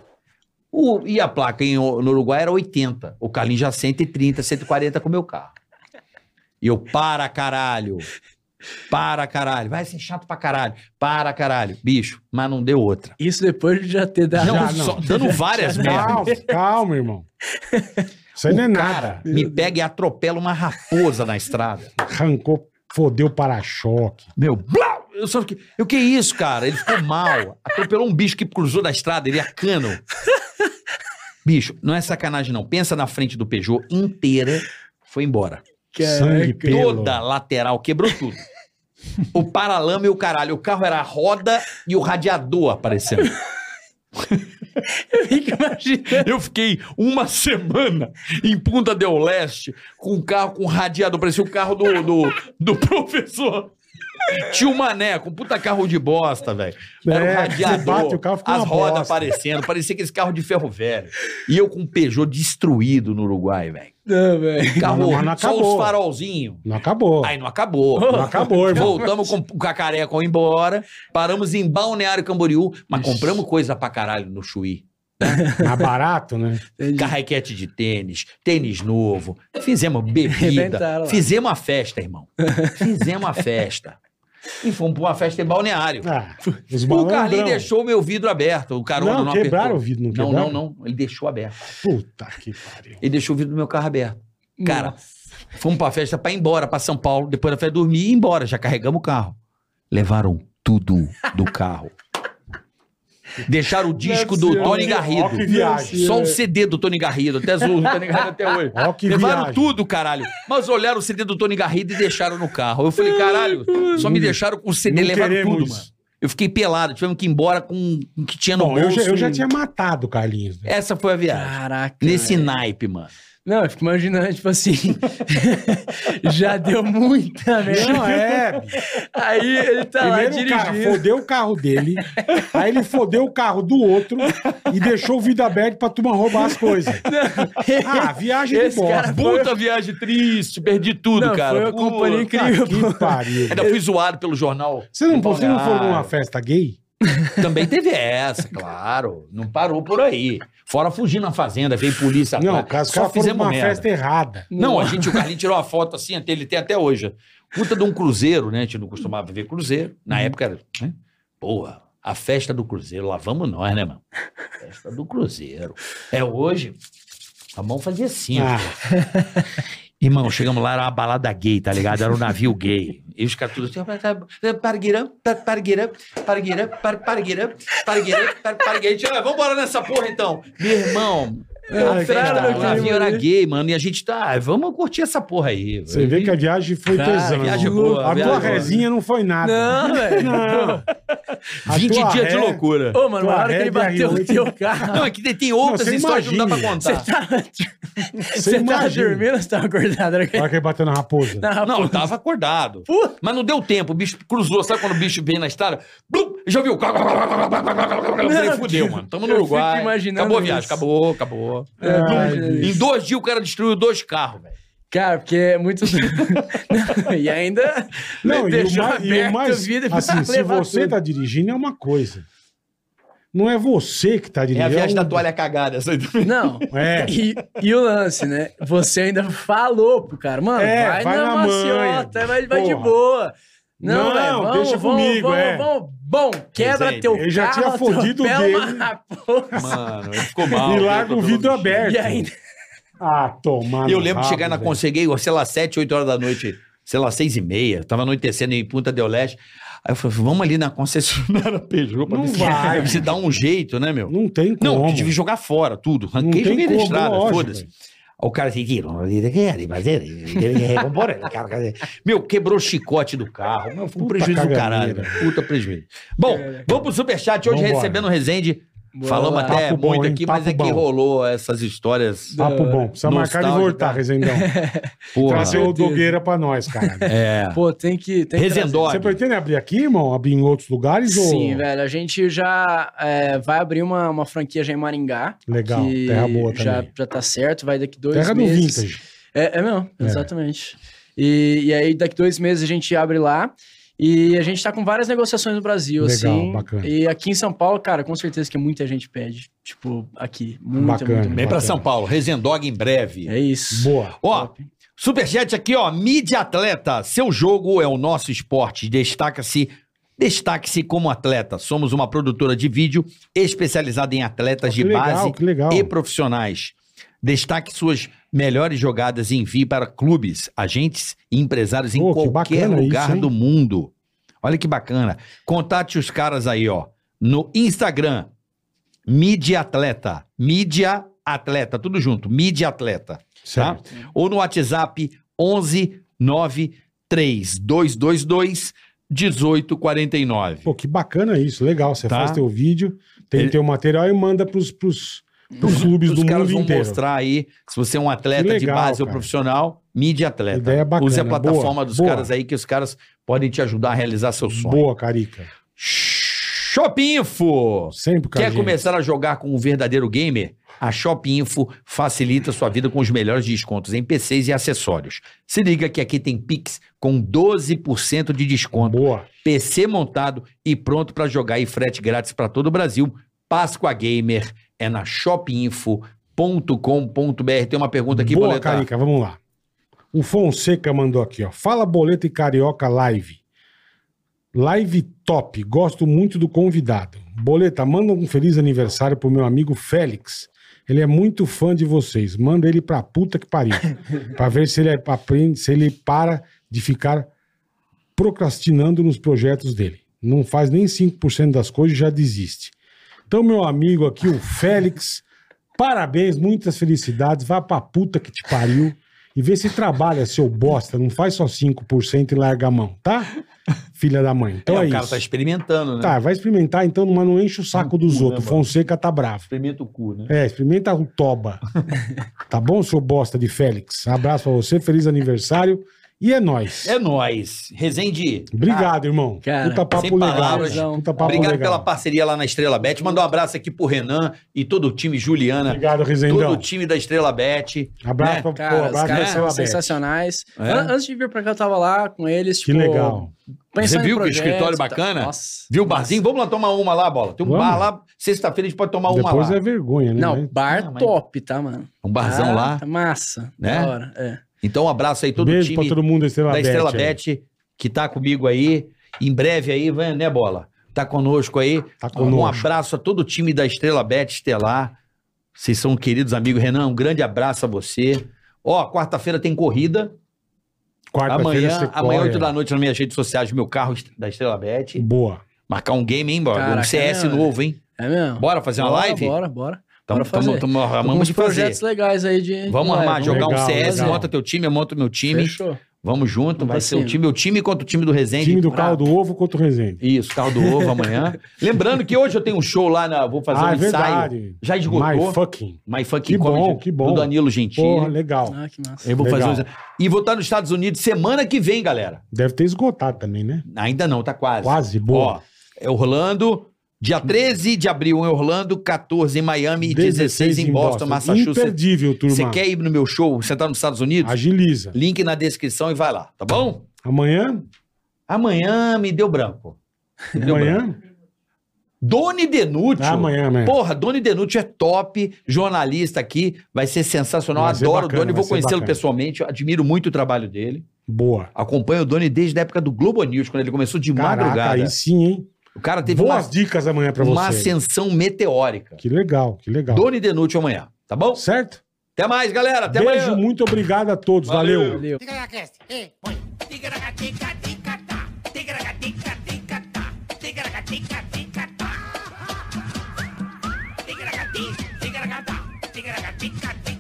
O- e a placa em- no Uruguai era 80. O Carlinhos já 130, 140 com o meu carro. E eu, para caralho. Para caralho. Vai ser chato pra caralho. Para caralho. Bicho, mas não deu outra. Isso depois de já ter dado. [LAUGHS] não, não. só dando várias merdas. Calma, calma, irmão. Isso aí não é nada. Me pega e atropela uma raposa na estrada. Arrancou, fodeu o para-choque. Meu, blau! Eu só fiquei, eu que isso, cara? Ele ficou mal. Atropelou um bicho que cruzou da estrada, ele é cano. Bicho, não é sacanagem não. Pensa na frente do Peugeot inteira, foi embora. é, Caraca. Sangue, pelo. Toda a lateral quebrou tudo. o paralama e o caralho. O carro era a roda e o radiador aparecendo. Eu fico imaginando. Eu fiquei uma semana em Punta um del Leste com um carro com radiador. Parecia o carro do, do, do professor. E Tio Mané, com um puta carro de bosta, velho. Era É, um você bate radiador, o carro, fica as uma rodas bosta. aparecendo, parecia aqueles carros de ferro velho. E eu com um Peugeot destruído no Uruguai, velho. Não, velho. Carro Não, mas não horrível, só acabou. os farolzinhos. Não acabou. Aí não acabou. Não acabou, irmão. Voltamos com com a careca embora, paramos em Balneário Camboriú, mas compramos coisa pra caralho no Chuí. Mas barato, né? Carrequete de tênis, tênis novo, [LAUGHS] fizemos bebida, Arrebentaram lá. fizemos uma festa, irmão. Fizemos uma festa. E fomos pra uma festa em Balneário. [LAUGHS] Ah, os O Carlinho malandrão. deixou meu vidro aberto. O carona Não, não, quebraram apertou. o vidro, não Não, quebraram? não, não. Ele deixou aberto. Puta que pariu. Ele deixou o vidro do meu carro aberto. Cara, Nossa. fomos pra festa pra ir embora, pra São Paulo. Depois da festa dormir e ir embora. Já carregamos o carro. Levaram tudo do carro. Deixaram o disco do possível. Tony Ó que Garrido. viagem. Só o CD do Tony Garrido. Até azul do Tony Garrido até hoje. Ó que Levaram viagem. tudo, caralho. Mas olharam o CD do Tony Garrido e deixaram no carro. Eu falei, caralho, só me deixaram com o CD, Não levaram queremos. tudo, mano. Eu fiquei pelado, tivemos que ir embora com o que tinha no Bom, eu bolso. já, eu já tinha matado o Carlinhos. né? Essa foi a viagem. Caraca. Nesse velho. naipe, mano. Não, eu fico imaginando, tipo assim. [LAUGHS] já deu muita Não, [LAUGHS] merda. é. bicho. Tá Aí ele tá lá Primeiro o cara dirigindo. fodeu o carro dele, aí ele fodeu o carro do outro e deixou o vidro aberto pra turma roubar as [LAUGHS] coisas. Ah, viagem de Esse bosta. cara foi- Puta viagem triste, perdi tudo, Não, cara. foi uma Puta. companhia incrível. Que pariu. Ainda fui zoado pelo jornal. Você não, você não foi Balneário. numa festa gay? Também teve essa, claro. Não parou por aí. Fora fugir na fazenda, veio polícia. Não, atrás. cara, os Tá, Só caras foram fizemos numa merda. festa errada. É. Não, a gente, o Carlinho tirou uma foto assim, até- ele tem até hoje. Puta de um cruzeiro, né? A gente não costumava ver cruzeiro. Na época era. Né? Porra, a festa do cruzeiro, lá vamos nós, né, mano? Festa do cruzeiro. É hoje. A mão fazia assim, ó. Ah, Irmão, chegamos lá, era uma balada gay, tá ligado? Era um navio gay. E os caras tudo assim, pargueirão, pargueirão, pargueirão, pargueirão, pargueirão, pargueirão. Vamos embora "Ah, nessa porra então. Meu irmão, É, Entraram a festa, naquele o navio era rolê. gay, mano, e a gente tá, ah, vamos curtir essa porra aí. você vê que a viagem foi Cara, pesada. viagem irmão. boa, a tua viagem boa. resinha não foi nada. Não, velho. [LAUGHS] Não. A 20 tua dias de ré- loucura. Ô, mano, Tua na hora que ele régua bateu o R8. teu carro. [LAUGHS] Não, é que tem outras Não, você histórias que não dá pra imagina. contar. Tá, Você você tava imagina. dormindo ou você tava acordado? Era que- Olha que ele bateu na raposa. Na tá Não, eu raposa. tava acordado. Puta. Mas não deu tempo. O bicho cruzou. Sabe quando o bicho vem na estrada? Blum, já viu? Eu falei, fudeu, mano. Tamo no Eu Uruguai. fico imaginando Acabou a viagem. isso. Acabou, acabou. É, Ai, imagina Deus. Em isso. dois dias o cara destruiu dois carros, velho. Cara, porque é muito. [LAUGHS] Não, e ainda. Não, e o deixou mais, e o aberto mais o vidro pra assim, se levar você tudo. tá dirigindo é uma coisa. Não é você que tá É a dirigindo. viagem um- da toalha cagada. essa aí. Não. [LAUGHS] É. E, e o lance, né? Você ainda falou pro cara, mano, É, vai, vai na na maciota, manha, vai, vai de porra. boa. Não, Não, velho, vamos, deixa vamos, comigo, vamos, é. vamos. Bom, quebra Gente, teu carro, eu já tinha fodido o atropela dele. uma raposa. Mano, ele ficou mal. né, E larga o Todo vidro bicho. aberto. E ainda... Ah, tomar Eu no lembro de rabo, chegar na velho. Conseguei, sei lá, 7, 8 horas da noite, sei lá, 6 e meia, tava anoitecendo em Punta del Leste. Aí eu falei, vamos ali na concessionária [LAUGHS] Peugeot pra Não ver se- vai. pra se dar um jeito, né, meu? Não tem como. Não, porque devia jogar fora tudo. Ranquei e tem joguei na como, estrada, lógico, foda-se. velho. Aí O cara assim, "Tira, não tem que ir, mas é, tem que ir, vambora, cara, cara." meu, quebrou o chicote do carro. Meu, foi Puta um prejuízo do caralho. caganeira. velho. Puta prejuízo. Bom, vamos pro superchat. Hoje Vambora. recebendo o Resende. Boa. Falamos até Papo bom, muito hein? aqui, mas Papo é que bom. rolou essas histórias. Papo bom. Precisa marcar de Nostálgica. voltar, [LAUGHS] Rezendão. Porra. Trazer o certeza. Dogueira pra nós, cara. [LAUGHS] É. Pô, tem que... Tem que Rezendog. Você pretende abrir aqui, irmão? Abrir em outros lugares? ou- Sim, velho. A gente já é, vai abrir uma, uma franquia já em Maringá. Legal, que terra boa já, também. já tá certo, vai daqui dois Terra do meses. vintage. É, é mesmo, É. exatamente. E, e aí, daqui dois meses, a gente abre lá. E a gente tá com várias negociações no Brasil, Legal, assim. bacana. E aqui em São Paulo, cara, com certeza que muita gente pede. Tipo, aqui. Muita, Bacana. muito, Vem muita. pra Bacana. São Paulo, Rezendog em breve. É isso. Boa. Ó, Top. superchat aqui, ó. Mídia atleta, seu jogo é o nosso esporte. Destaca-se. Destaque-se como atleta. Somos uma produtora de vídeo especializada em atletas Tá de que legal, base que legal. e profissionais. Destaque suas melhores jogadas e envie para clubes, agentes e empresários em Pô, que qualquer bacana lugar isso, hein? do mundo. Olha que bacana. Contate os caras aí, ó. No Instagram, Mídia Atleta. Mídia Atleta, tudo junto. Mídia Atleta Certo. ou no WhatsApp 11 93222 1849. Pô, que bacana isso. Legal. Você Tá. faz teu vídeo, tem Ele- teu material e manda pros, pros, Dos clubes os do caras mundo vão inteiro. mostrar aí se você é um atleta Que de legal, base ou cara. profissional, mídia atleta. Ideia bacana, Use a plataforma boa, dos boa. caras aí que os caras podem te ajudar a realizar seu sonho. Boa, Carica. Shopinfo! Sempre, com a Quer gente. começar a jogar com um verdadeiro gamer? A Shopinfo facilita sua vida com os melhores descontos em PCs e acessórios. Se liga que aqui tem Pix com 12% de desconto. Boa. PC montado e pronto para jogar e frete grátis para todo o Brasil. Páscoa Gamer é na shopinfo.com.br. Tem uma pergunta aqui, Boa, Boletar. Carica, vamos lá. O Fonseca mandou aqui, ó. Fala Boleta e Carioca Live. Live top, gosto muito do convidado. Boleta, manda um feliz aniversário pro meu amigo Félix. Ele é muito fã de vocês. Manda ele pra puta que pariu. pra ver se ele aprende, se ele para de ficar procrastinando nos projetos dele. Não faz nem 5% das coisas e já desiste. Então, meu amigo aqui, o Félix, [LAUGHS] parabéns, muitas felicidades. Vá pra puta que te pariu e vê se trabalha, seu bosta. Não faz só 5% e larga a mão, tá? Filha da mãe. Então É, é, o cara isso. tá experimentando, né? é, Tá, vai experimentar então, mas não enche o saco dos outros. Fonseca tá bravo. Experimenta o cu, né? É, experimenta o Toba. [LAUGHS] tá bom, seu bosta de Félix? Abraço pra você, feliz aniversário. E é nóis. É nóis. Resende. Obrigado, irmão. cara, Puta Ah, sem papo legal. palavras. Puta papo Obrigado legal. pela parceria lá na Estrela Bet. Mandar um abraço aqui pro Renan e todo o time, Juliana, Obrigado, todo o Rizendão. time da Estrela Bet. Abraço né? pra pô, Cara, os abraço pra caras Marcelo são Abete. sensacionais. É? An- Antes de vir pra cá, eu tava lá com eles. tipo, Que legal. Você pensando em viu que projetos escritório e tal. bacana? Nossa. Viu o barzinho? Vamos lá tomar uma lá, bola. Tem um Vamos. bar lá. Sexta-feira a gente pode tomar uma Depois lá. é vergonha, né? Não, bar Não, mas- top, tá, mano? Um barzão Ah, lá. tá Massa. Né? Da hora. É. Então, um abraço aí todo o Beijo time pra todo mundo da Estrela da Bet. Estrela aí. Bet que tá comigo aí. Em breve aí, vai, né, bola? Tá conosco aí. Tá conosco. Um abraço a todo o time da Estrela Bet Estelar. Vocês são queridos amigos. Renan, um grande abraço a você. Ó, quarta-feira tem corrida. Quarta-feira Amanhã, você amanhã, corre. 8 da noite, nas minhas redes sociais, meu carro est- da Estrela Bet. Boa. Marcar um game, hein, bora? Um Caraca, CS né, novo, hein? É mesmo. Bora fazer uma Bora, live? Bora, bora. Tamo, bora fazer. tamo, tamo, amamos de Alguns fazer. projetos legais aí de. Ah, é, Vamos armar, jogar um Legal, CS, legal. monta teu time, eu monto meu time. Fechou. Vamos junto, Vamos vai pra ser o cima. time, o time contra o time do Resende. Time do Pra- carro do ovo contra o Rezende. Isso, carro do [LAUGHS] ovo amanhã. Lembrando que hoje eu tenho um show lá, na, vou fazer um Ah, é ensaio. verdade. Já My esgotou. fucking. My Que Funky bom, que bom. do Danilo Gentili. Porra, legal. Ah, que massa. eu vou legal. fazer um... E vou estar nos Estados Unidos semana que vem, galera. Deve ter esgotado também, né? Ainda não, tá quase. Quase, boa. Ó, é Orlando, dia 13 de abril em Orlando, 14 em Miami e 16 em Boston, Massachusetts. Imperdível, turma. Você quer ir no meu show, sentar nos Estados Unidos? Agiliza. Link na descrição e vai lá, tá bom? Amanhã, Amanhã me deu branco. Me deu branco. amanhã, Doni Denútil. Ah, amanhã, amanhã. Porra, Doni Denútil é top, jornalista aqui, vai ser sensacional. Vai ser Adoro bacana, o Doni, vai vou ser conhecê-lo bacana. pessoalmente, admiro muito o trabalho dele. boa. Acompanho o Doni desde a época do Globo News, quando ele começou de Caraca, madrugada. aí sim, hein? O cara teve uma, Boas dicas amanhã pra uma você. ascensão meteórica. Que legal, que legal. Doni Denútil amanhã, tá bom? Certo? Até mais, galera. Até Beijo, amanhã. muito obrigado a todos. Valeu. Valeu. Tica-tica-tica-tica-tica-tica-tica-tica.